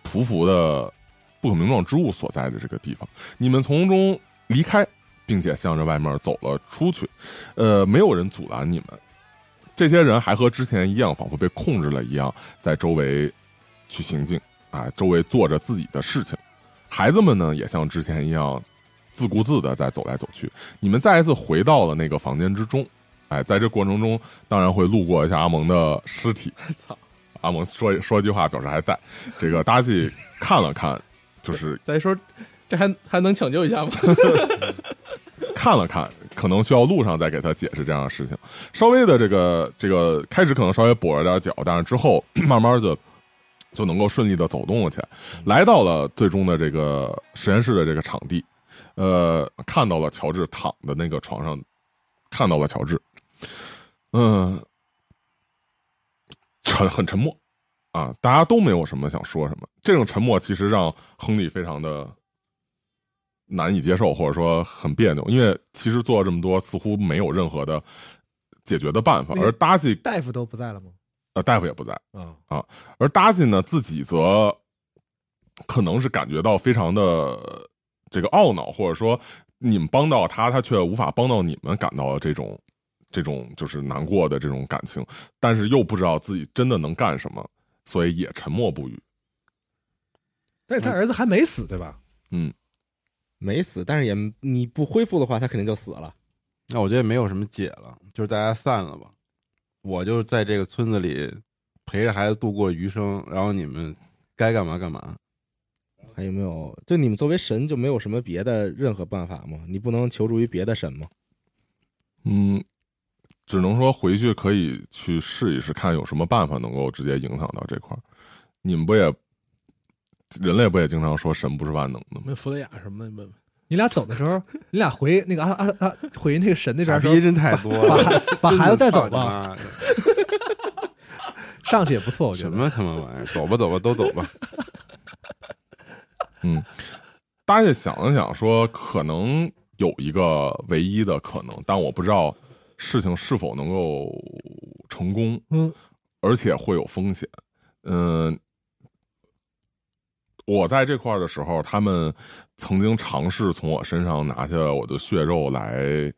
G: 匍匐的不可名状之物所在的这个地方。你们从中离开，并且向着外面走了出去，呃，没有人阻拦你们。这些人还和之前一样，仿佛被控制了一样，在周围去行进啊，周围做着自己的事情。孩子们呢，也像之前一样，自顾自的在走来走去。你们再一次回到了那个房间之中，哎，在这过程中，当然会路过一下阿蒙的尸体。
E: 操！
G: 阿蒙啊说说一句话，表示还在。这个达西看了看，就是
E: 再说，这还还能抢救一下吗？
G: 看了看，可能需要路上再给他解释这样的事情。 稍微的这个这个开始可能稍微跛了点脚，但是之后慢慢的就能够顺利的走动了起来，来到了最终的这个实验室的这个场地，呃，看到了乔治躺的那个床上，看到了乔治，嗯、沉很沉默啊，大家都没有什么想说什么，这种沉默其实让亨利非常的难以接受，或者说很别扭，因为其实做了这么多，似乎没有任何的解决的办法，
H: 那个
G: 而达西
H: 大夫都不在了吗？
G: 呃大夫也不在。
H: 啊，
G: 而达西呢，自己则可能是感觉到非常的呃这个懊恼，或者说你们帮到他，他却无法帮到你们，感到这种这种就是难过的这种感情，但是又不知道自己真的能干什么，所以也沉默不语。
H: 但是他儿子还没死，对吧？
F: 没死，但是也你不恢复的话，他肯定就死了。
D: 那我觉得没有什么解了，就是大家散了吧。我就在这个村子里陪着孩子度过余生，然后你们该干嘛干嘛。
F: 还有没有？就你们作为神，就没有什么别的任何办法吗？你不能求助于别的神吗？
G: 嗯，只能说回去可以去试一试，看有什么办法能够直接影响到这块儿。你们不也人类不也经常说神不是万能的吗？
E: 没有弗雷雅什么的，
H: 你俩走的时候，你俩回那个啊啊啊，回那个神那边
D: 傻
H: 的时候
D: 逼，真太多了，
H: 把孩子带走
D: 真的 操
H: 吧，
D: 你妈的
H: 上去也不错，我觉
D: 什
H: 得。
D: 么他妈玩意儿？走吧走吧，都走吧。
G: 大家想了想，说可能有一个唯一的可能，但我不知道事情是否能够成功，
H: 嗯，
G: 而且会有风险。嗯，我在这块儿的时候，他们曾经尝试从我身上拿下我的血肉来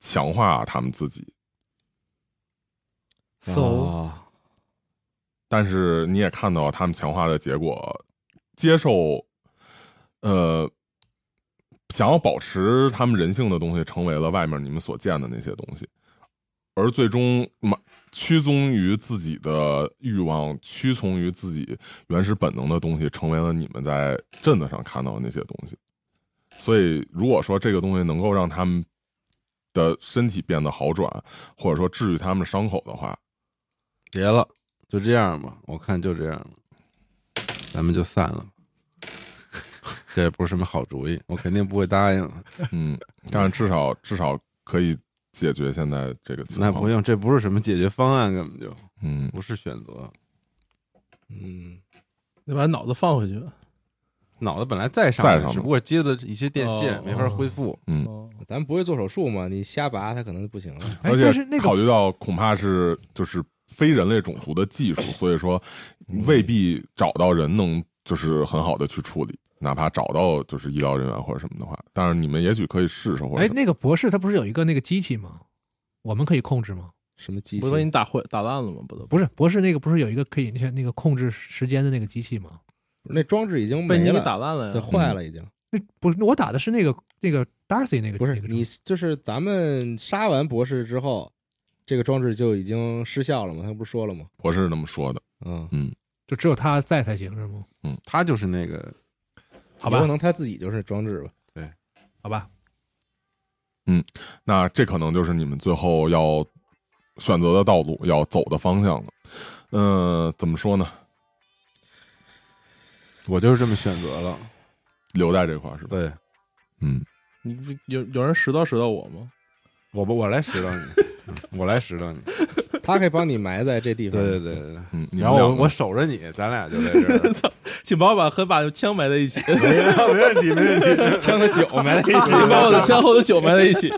G: 强化他们自己，
H: So
F: 啊
G: 但是你也看到他们强化的结果，接受，呃，想要保持他们人性的东西，成为了外面你们所见的那些东西，而最终满屈宗于自己的欲望，屈从于自己原始本能的东西，成为了你们在镇子上看到的那些东西。所以，如果说这个东西能够让他们的身体变得好转，或者说治愈他们的伤口的话，
D: 别了，就这样吧。我看就这样吧，咱们就散了吧。这也不是什么好主意，我肯定不会答应的。
G: 嗯，但是至少至少可以解决现在这个情
D: 那
G: 况。
D: 不用，这不是什么解决方案，根本就
G: 嗯，
D: 不是选择。
F: 嗯，
E: 得把脑子放回去。
D: 脑子本来在上
G: 在
D: 面，
G: 上
D: 只
G: 面
D: 不过接的一些电线
E: 哦
D: 没法恢复。
E: 哦，
F: 咱们不会做手术吗？你瞎拔，他可能就不行了。
H: 哎
G: 而
H: 但是那
G: 且
H: 个
G: 考虑到恐怕是就是非人类种族的技术，所以说未必找到人能就是很好的去处理，哪怕找到就是医疗人员或者什么的话，但是你们也许可以试试或者
C: 哎
G: 什，么
C: 那个博士他不是有一个那个机器吗？我们可以控制吗？
F: 什么机器
E: 不？是把你打坏打烂了吗？不都
C: 不是，博士那个不是有一个可以那些那个控制时间的那个机器吗？
F: 那装置已经
E: 被
F: 没
E: 你给
F: 了，
E: 打烂了
F: 对，
E: 呀？
F: 坏了已经。
C: 那不是我打的是那个那个 Darcy 那个
F: 不是
C: 那个
F: 你，就是咱们杀完博士之后，这个装置就已经失效了嘛？他不是说了吗？
G: 我是那么说的。
F: 嗯，
C: 就只有他在才行是吗？
D: 他就是那个
C: 好
F: 有可
C: 吧，
F: 能他自己就是装置吧。
C: 好吧，
G: 那这可能就是你们最后要选择的道路，要走的方向了。嗯、怎么说呢？
D: 我就是这么选择了。
G: 留在这块儿是吧？
D: 对，
G: 嗯，
E: 你不有有人拾掇拾掇我吗？
D: 我不，我来拾掇你，嗯我来拾 掇你。
F: 他可以帮你埋在这地方。
D: 对对对对
G: 嗯你
D: 对。
G: 们
D: 然后我
G: 两个
D: 我守着你，咱俩就在这儿。
E: 请把我把和把枪埋在一起，
D: 没问题，没问题。
F: 枪和酒埋在 一起。
E: 请把我的枪和我的酒埋在一起。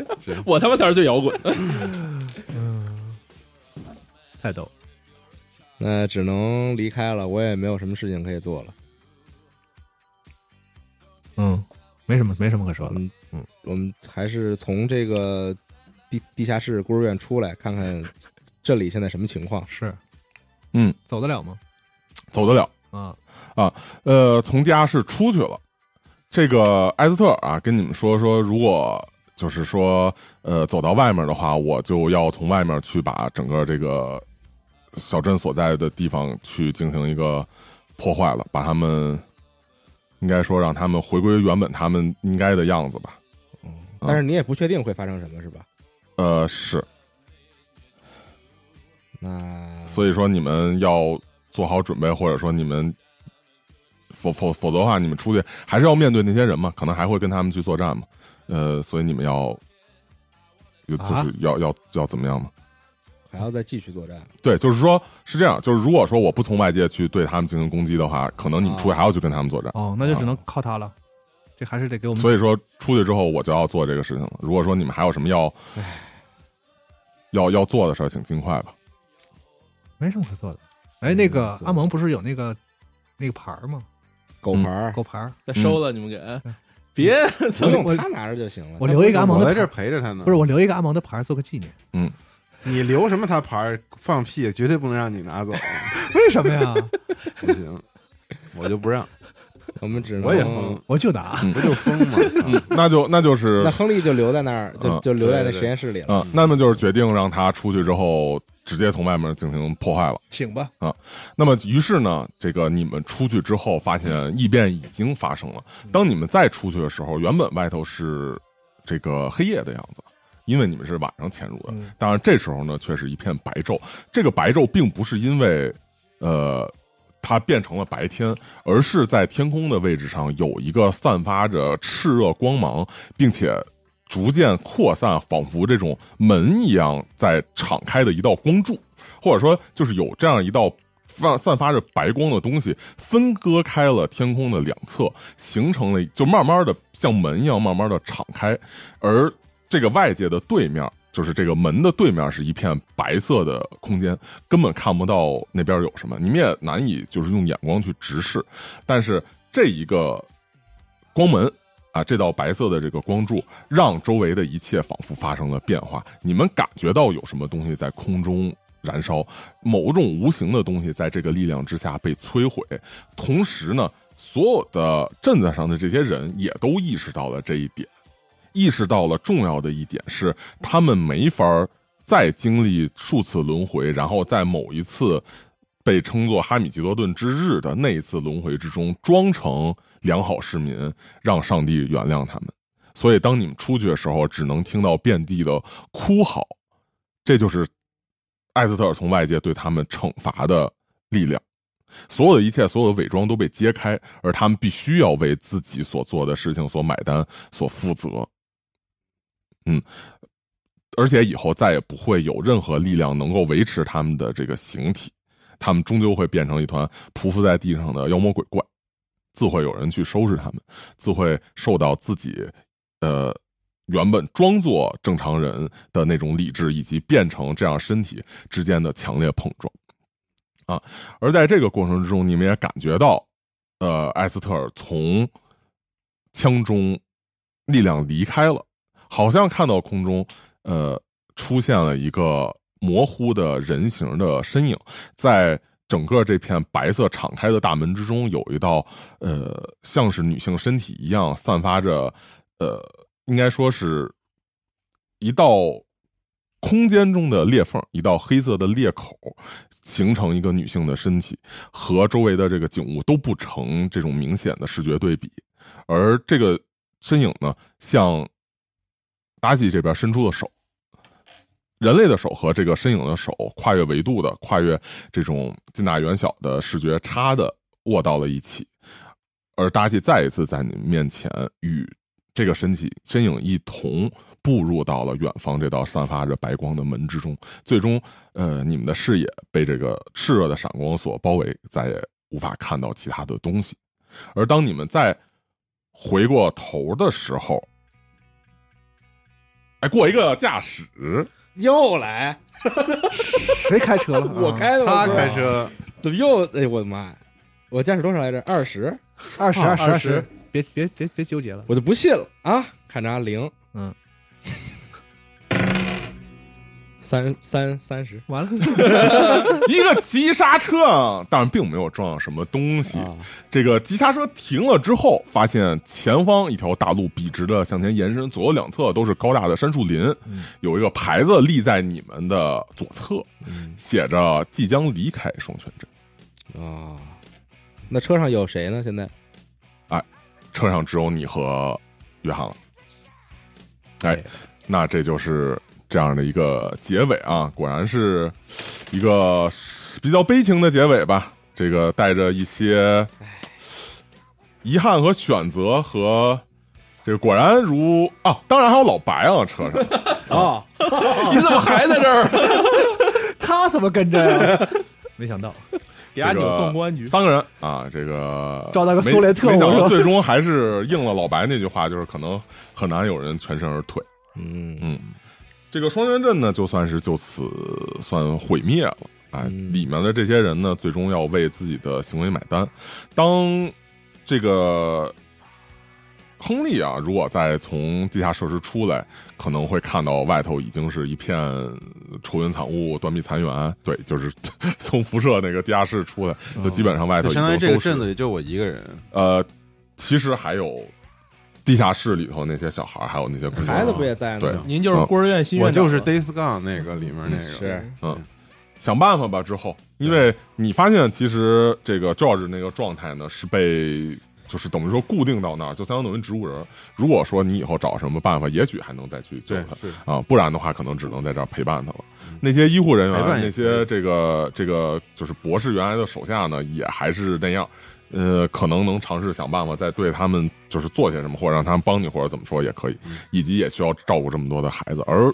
E: 我他妈才是最摇滚。
H: 太逗了，
F: 那只能离开了，我也没有什么事情可以做了。
C: 嗯，没什么没什么可说的。
F: 嗯
C: 嗯，
F: 我们还是从这个地地下室孤儿院出来，看看这里现在什么情况。
C: 是，
G: 嗯，
C: 走得了吗？
G: 走得了。
C: 啊，
G: 呃，从地下室出去了。这个埃斯特尔啊，跟你们说说，如果就是说，呃，走到外面的话，我就要从外面去把整个这个小镇所在的地方去进行一个破坏了，把他们应该说让他们回归原本他们应该的样子吧。
D: 啊
F: 但是你也不确定会发生什么，是吧？
G: 呃，是，
F: 那
D: 嗯
G: 所以说你们要做好准备，或者说你们否否否则的话，你们出去还是要面对那些人嘛，可能还会跟他们去作战嘛。呃，所以你们要就就
C: 啊
G: 是要、要要怎么样嘛？
F: 还要再继续作战。
G: 对，就是说，是这样，就是如果说我不从外界去对他们进行攻击的话，可能你们出去还要去跟他们作战。
H: 哦，那就只能
C: 啊
H: 靠他了，这还是得给我们。
G: 所以说，出去之后我就要做这个事情了。如果说你们还有什么要要要做的事儿，请尽快吧。
H: 没什么可做的。哎，那个阿蒙不是有那个那个牌儿吗？
F: 狗牌儿，
H: 狗牌儿，
E: 再收了你们给，哎别
D: 嗯
F: 不
H: 我
F: 用他拿着就行了。
H: 我留一个阿蒙
D: 我
H: 的牌
D: 在这儿
H: 儿，
D: 陪着他呢。
H: 不是我留一个阿蒙的牌儿做个纪念。
D: 你留什么他牌儿放屁，绝对不能让你拿走，
H: 为什么呀？
D: 不行，我就不让，
F: 我们只能
D: 我也疯，
H: 我就拿。
D: 不就疯 吗？啊
G: 那就那就是
F: 那亨利就留在那儿，就
G: 嗯
F: 就留在那
D: 对对对
F: 实验室里了。
G: 嗯，那么就是决定让他出去之后，直接从外面进行破坏了。
H: 请吧，
G: 那么，于是呢，这个你们出去之后，发现异变已经发生了。当你们再出去的时候，原本外头是这个黑夜的样子，因为你们是晚上潜入的。当然，这时候呢，却是一片白昼。这个白昼并不是因为，呃，它变成了白天，而是在天空的位置上有一个散发着炽热光芒，并且逐渐扩散，仿佛这种门一样在敞开的一道光柱，或者说就是有这样一道发散发着白光的东西分割开了天空的两侧，形成了就慢慢的像门一样慢慢的敞开，而这个外界的对面。就是这个门的对面是一片白色的空间，根本看不到那边有什么，你们也难以就是用眼光去直视。但是这一个光门啊，这道白色的这个光柱，让周围的一切仿佛发生了变化。你们感觉到有什么东西在空中燃烧，某种无形的东西在这个力量之下被摧毁。同时呢，所有的镇子上的这些人也都意识到了这一点，意识到了重要的一点是，他们没法儿再经历数次轮回，然后在某一次被称作哈米吉多顿之日的那一次轮回之中，装成良好市民，让上帝原谅他们。所以，当你们出去的时候，只能听到遍地的哭嚎，这就是艾斯特尔从外界对他们惩罚的力量。所有的一切，所有的伪装都被揭开，而他们必须要为自己所做的事情所买单、所负责。嗯，而且以后再也不会有任何力量能够维持他们的这个形体，他们终究会变成一团匍匐在地上的妖魔鬼怪，自会有人去收拾他们，自会受到自己呃原本装作正常人的那种理智，以及变成这样身体之间的强烈碰撞啊。而在这个过程之中，你们也感觉到，呃，艾斯特尔从枪中力量离开了，好像看到空中呃出现了一个模糊的人形的身影，在。整个这片白色敞开的大门之中，有一道呃，像是女性身体一样散发着呃，应该说是一道空间中的裂缝，一道黑色的裂口，形成一个女性的身体，和周围的这个景物都不成这种明显的视觉对比。而这个身影呢，向达西这边伸出了手，人类的手和这个身影的手跨越维度的、跨越这种近大远小的视觉差的握到了一起，而达西再一次在你们面前与这个身体身影一同步入到了远方这道散发着白光的门之中，最终，呃，你们的视野被这个炽热的闪光所包围，再也无法看到其他的东西。而当你们再回过头的时候，哎，过一个驾驶，
F: 又来，
H: 谁开车了？
F: 我开的吗，
D: 啊他开车，
F: 怎么又？哎，我的妈呀！我驾驶多少来着？二十，
H: 二十二啊十二
F: 20
H: 十，别别别别纠结了。
F: 我就不信了啊！看着啊，零，
H: 嗯，
F: 三三三十
H: 完了，
G: 一个急刹车啊，但是并没有撞上什么东西。
F: 啊！
G: 这个急刹车停了之后，发现前方一条大路笔直的向前延伸，左右两侧都是高大的杉树林，有一个牌子立在你们的左侧，写着“即将离开双泉镇
F: 啊，那车上有谁呢？现在”。
G: 车上只有你和约翰了。哎，那这就是这样的一个结尾啊，果然是一个比较悲情的结尾吧。这个带着一些遗憾和选择和。这个果然如啊，当然还有老白啊，车上
F: 啊，
E: 你怎么还在这儿？
H: 他怎么跟着呀、
I: 没想到
E: 给阿纽送公安局，
G: 三个人啊，这个
H: 找到个
G: 没
H: 苏联特务
G: 没想
H: 是
G: 到
H: 吧
G: 最终还是应了老白那句话，就是可能很难有人全身而退。
F: 嗯，
G: 嗯，这个双泉镇呢，就算是就此算毁灭了。哎，
F: 嗯
G: 里面的这些人呢，最终要为自己的行为买单。当这个亨利啊，如果再从地下设施出来，可能会看到外头已经是一片愁云惨雾、断壁残垣。对，就是 从辐射那个地下室出来，就基本上外头
D: 就
G: 已经
D: 嗯相当于这个
G: 都是
D: 镇子里就我一个人，
G: 呃，其实还有地下室里头那些小孩儿，还有那些啊工作
F: 孩
G: 人
F: 子
G: 员
F: 不也在呢
G: 对
F: 吗？
E: 您就是孤儿院新院
D: 我
E: 长了，
D: 就是 Days Gone 那个里面那个，
F: 是，
G: 想办法吧。之后，因为你发现其实这个 George 那个状态呢是被。就是等于说固定到那儿，就相当于植物人儿。如果说你以后找什么办法，也许还能再去救
D: 对
G: 他
D: 是
G: 啊，不然的话可能只能在这儿陪伴他了。那些医护人员
D: 陪，伴
G: 那
D: 也可
G: 些这个这个就是博士原来的手下呢，也还是那样。呃，可能能尝试想办法再对他们就是做些什么，或者让他们帮你，或者怎么说也可以，
D: 嗯
G: 以及也需要照顾这么多的孩子，而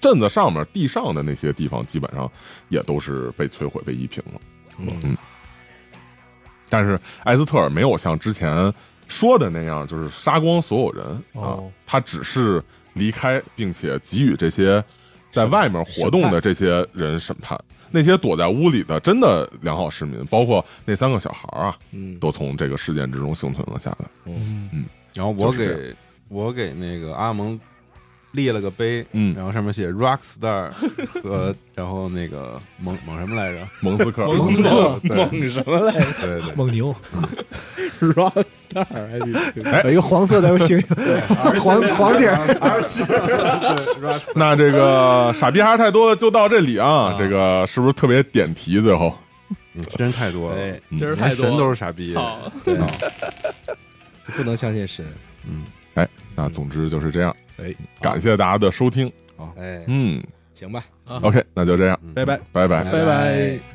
G: 镇子上面地上的那些地方基本上也都是被摧毁、被夷平了。嗯，但是埃斯特尔没有像之前说的那样，就是杀光所有人啊，
C: 哦
G: 他只是离开，并且给予这些在外面活动的这些人审判。那些躲在屋里的真的良好市民，包括那三个小孩儿啊，
F: 嗯，
G: 都从这个事件之中幸存了下来。
D: 然后我
G: 就是这
D: 给我给那个阿蒙立了个碑，
G: 嗯
D: 然后上面写 Rock Star 和然后那个蒙蒙什么来着？
G: 蒙斯克，
D: 蒙
G: 斯
D: 斯克，对
F: 梦什么来着
D: 对对，
H: 蒙 牛，
F: ？Rockstar，还挺
H: 哎 有一个黄色的有星，黄黄景儿，
G: 那这个傻逼还是太多了，就到这里啊。这个是不是特别点题？最后，
D: 嗯真太多了，
F: 对，
G: 嗯
E: 真是
D: 连
E: 太多
D: 神都
E: 了。
D: 是傻逼。
E: 操！
F: 对， 不能相信神，啊
G: 那总之就是这样。
F: 哎，
G: 感谢大家的收听。
F: 哎，
G: 嗯
F: 行吧，
E: 好
G: ，OK，那就这样，
D: 嗯
I: 拜拜。
G: 拜拜。
E: 拜拜
F: 拜。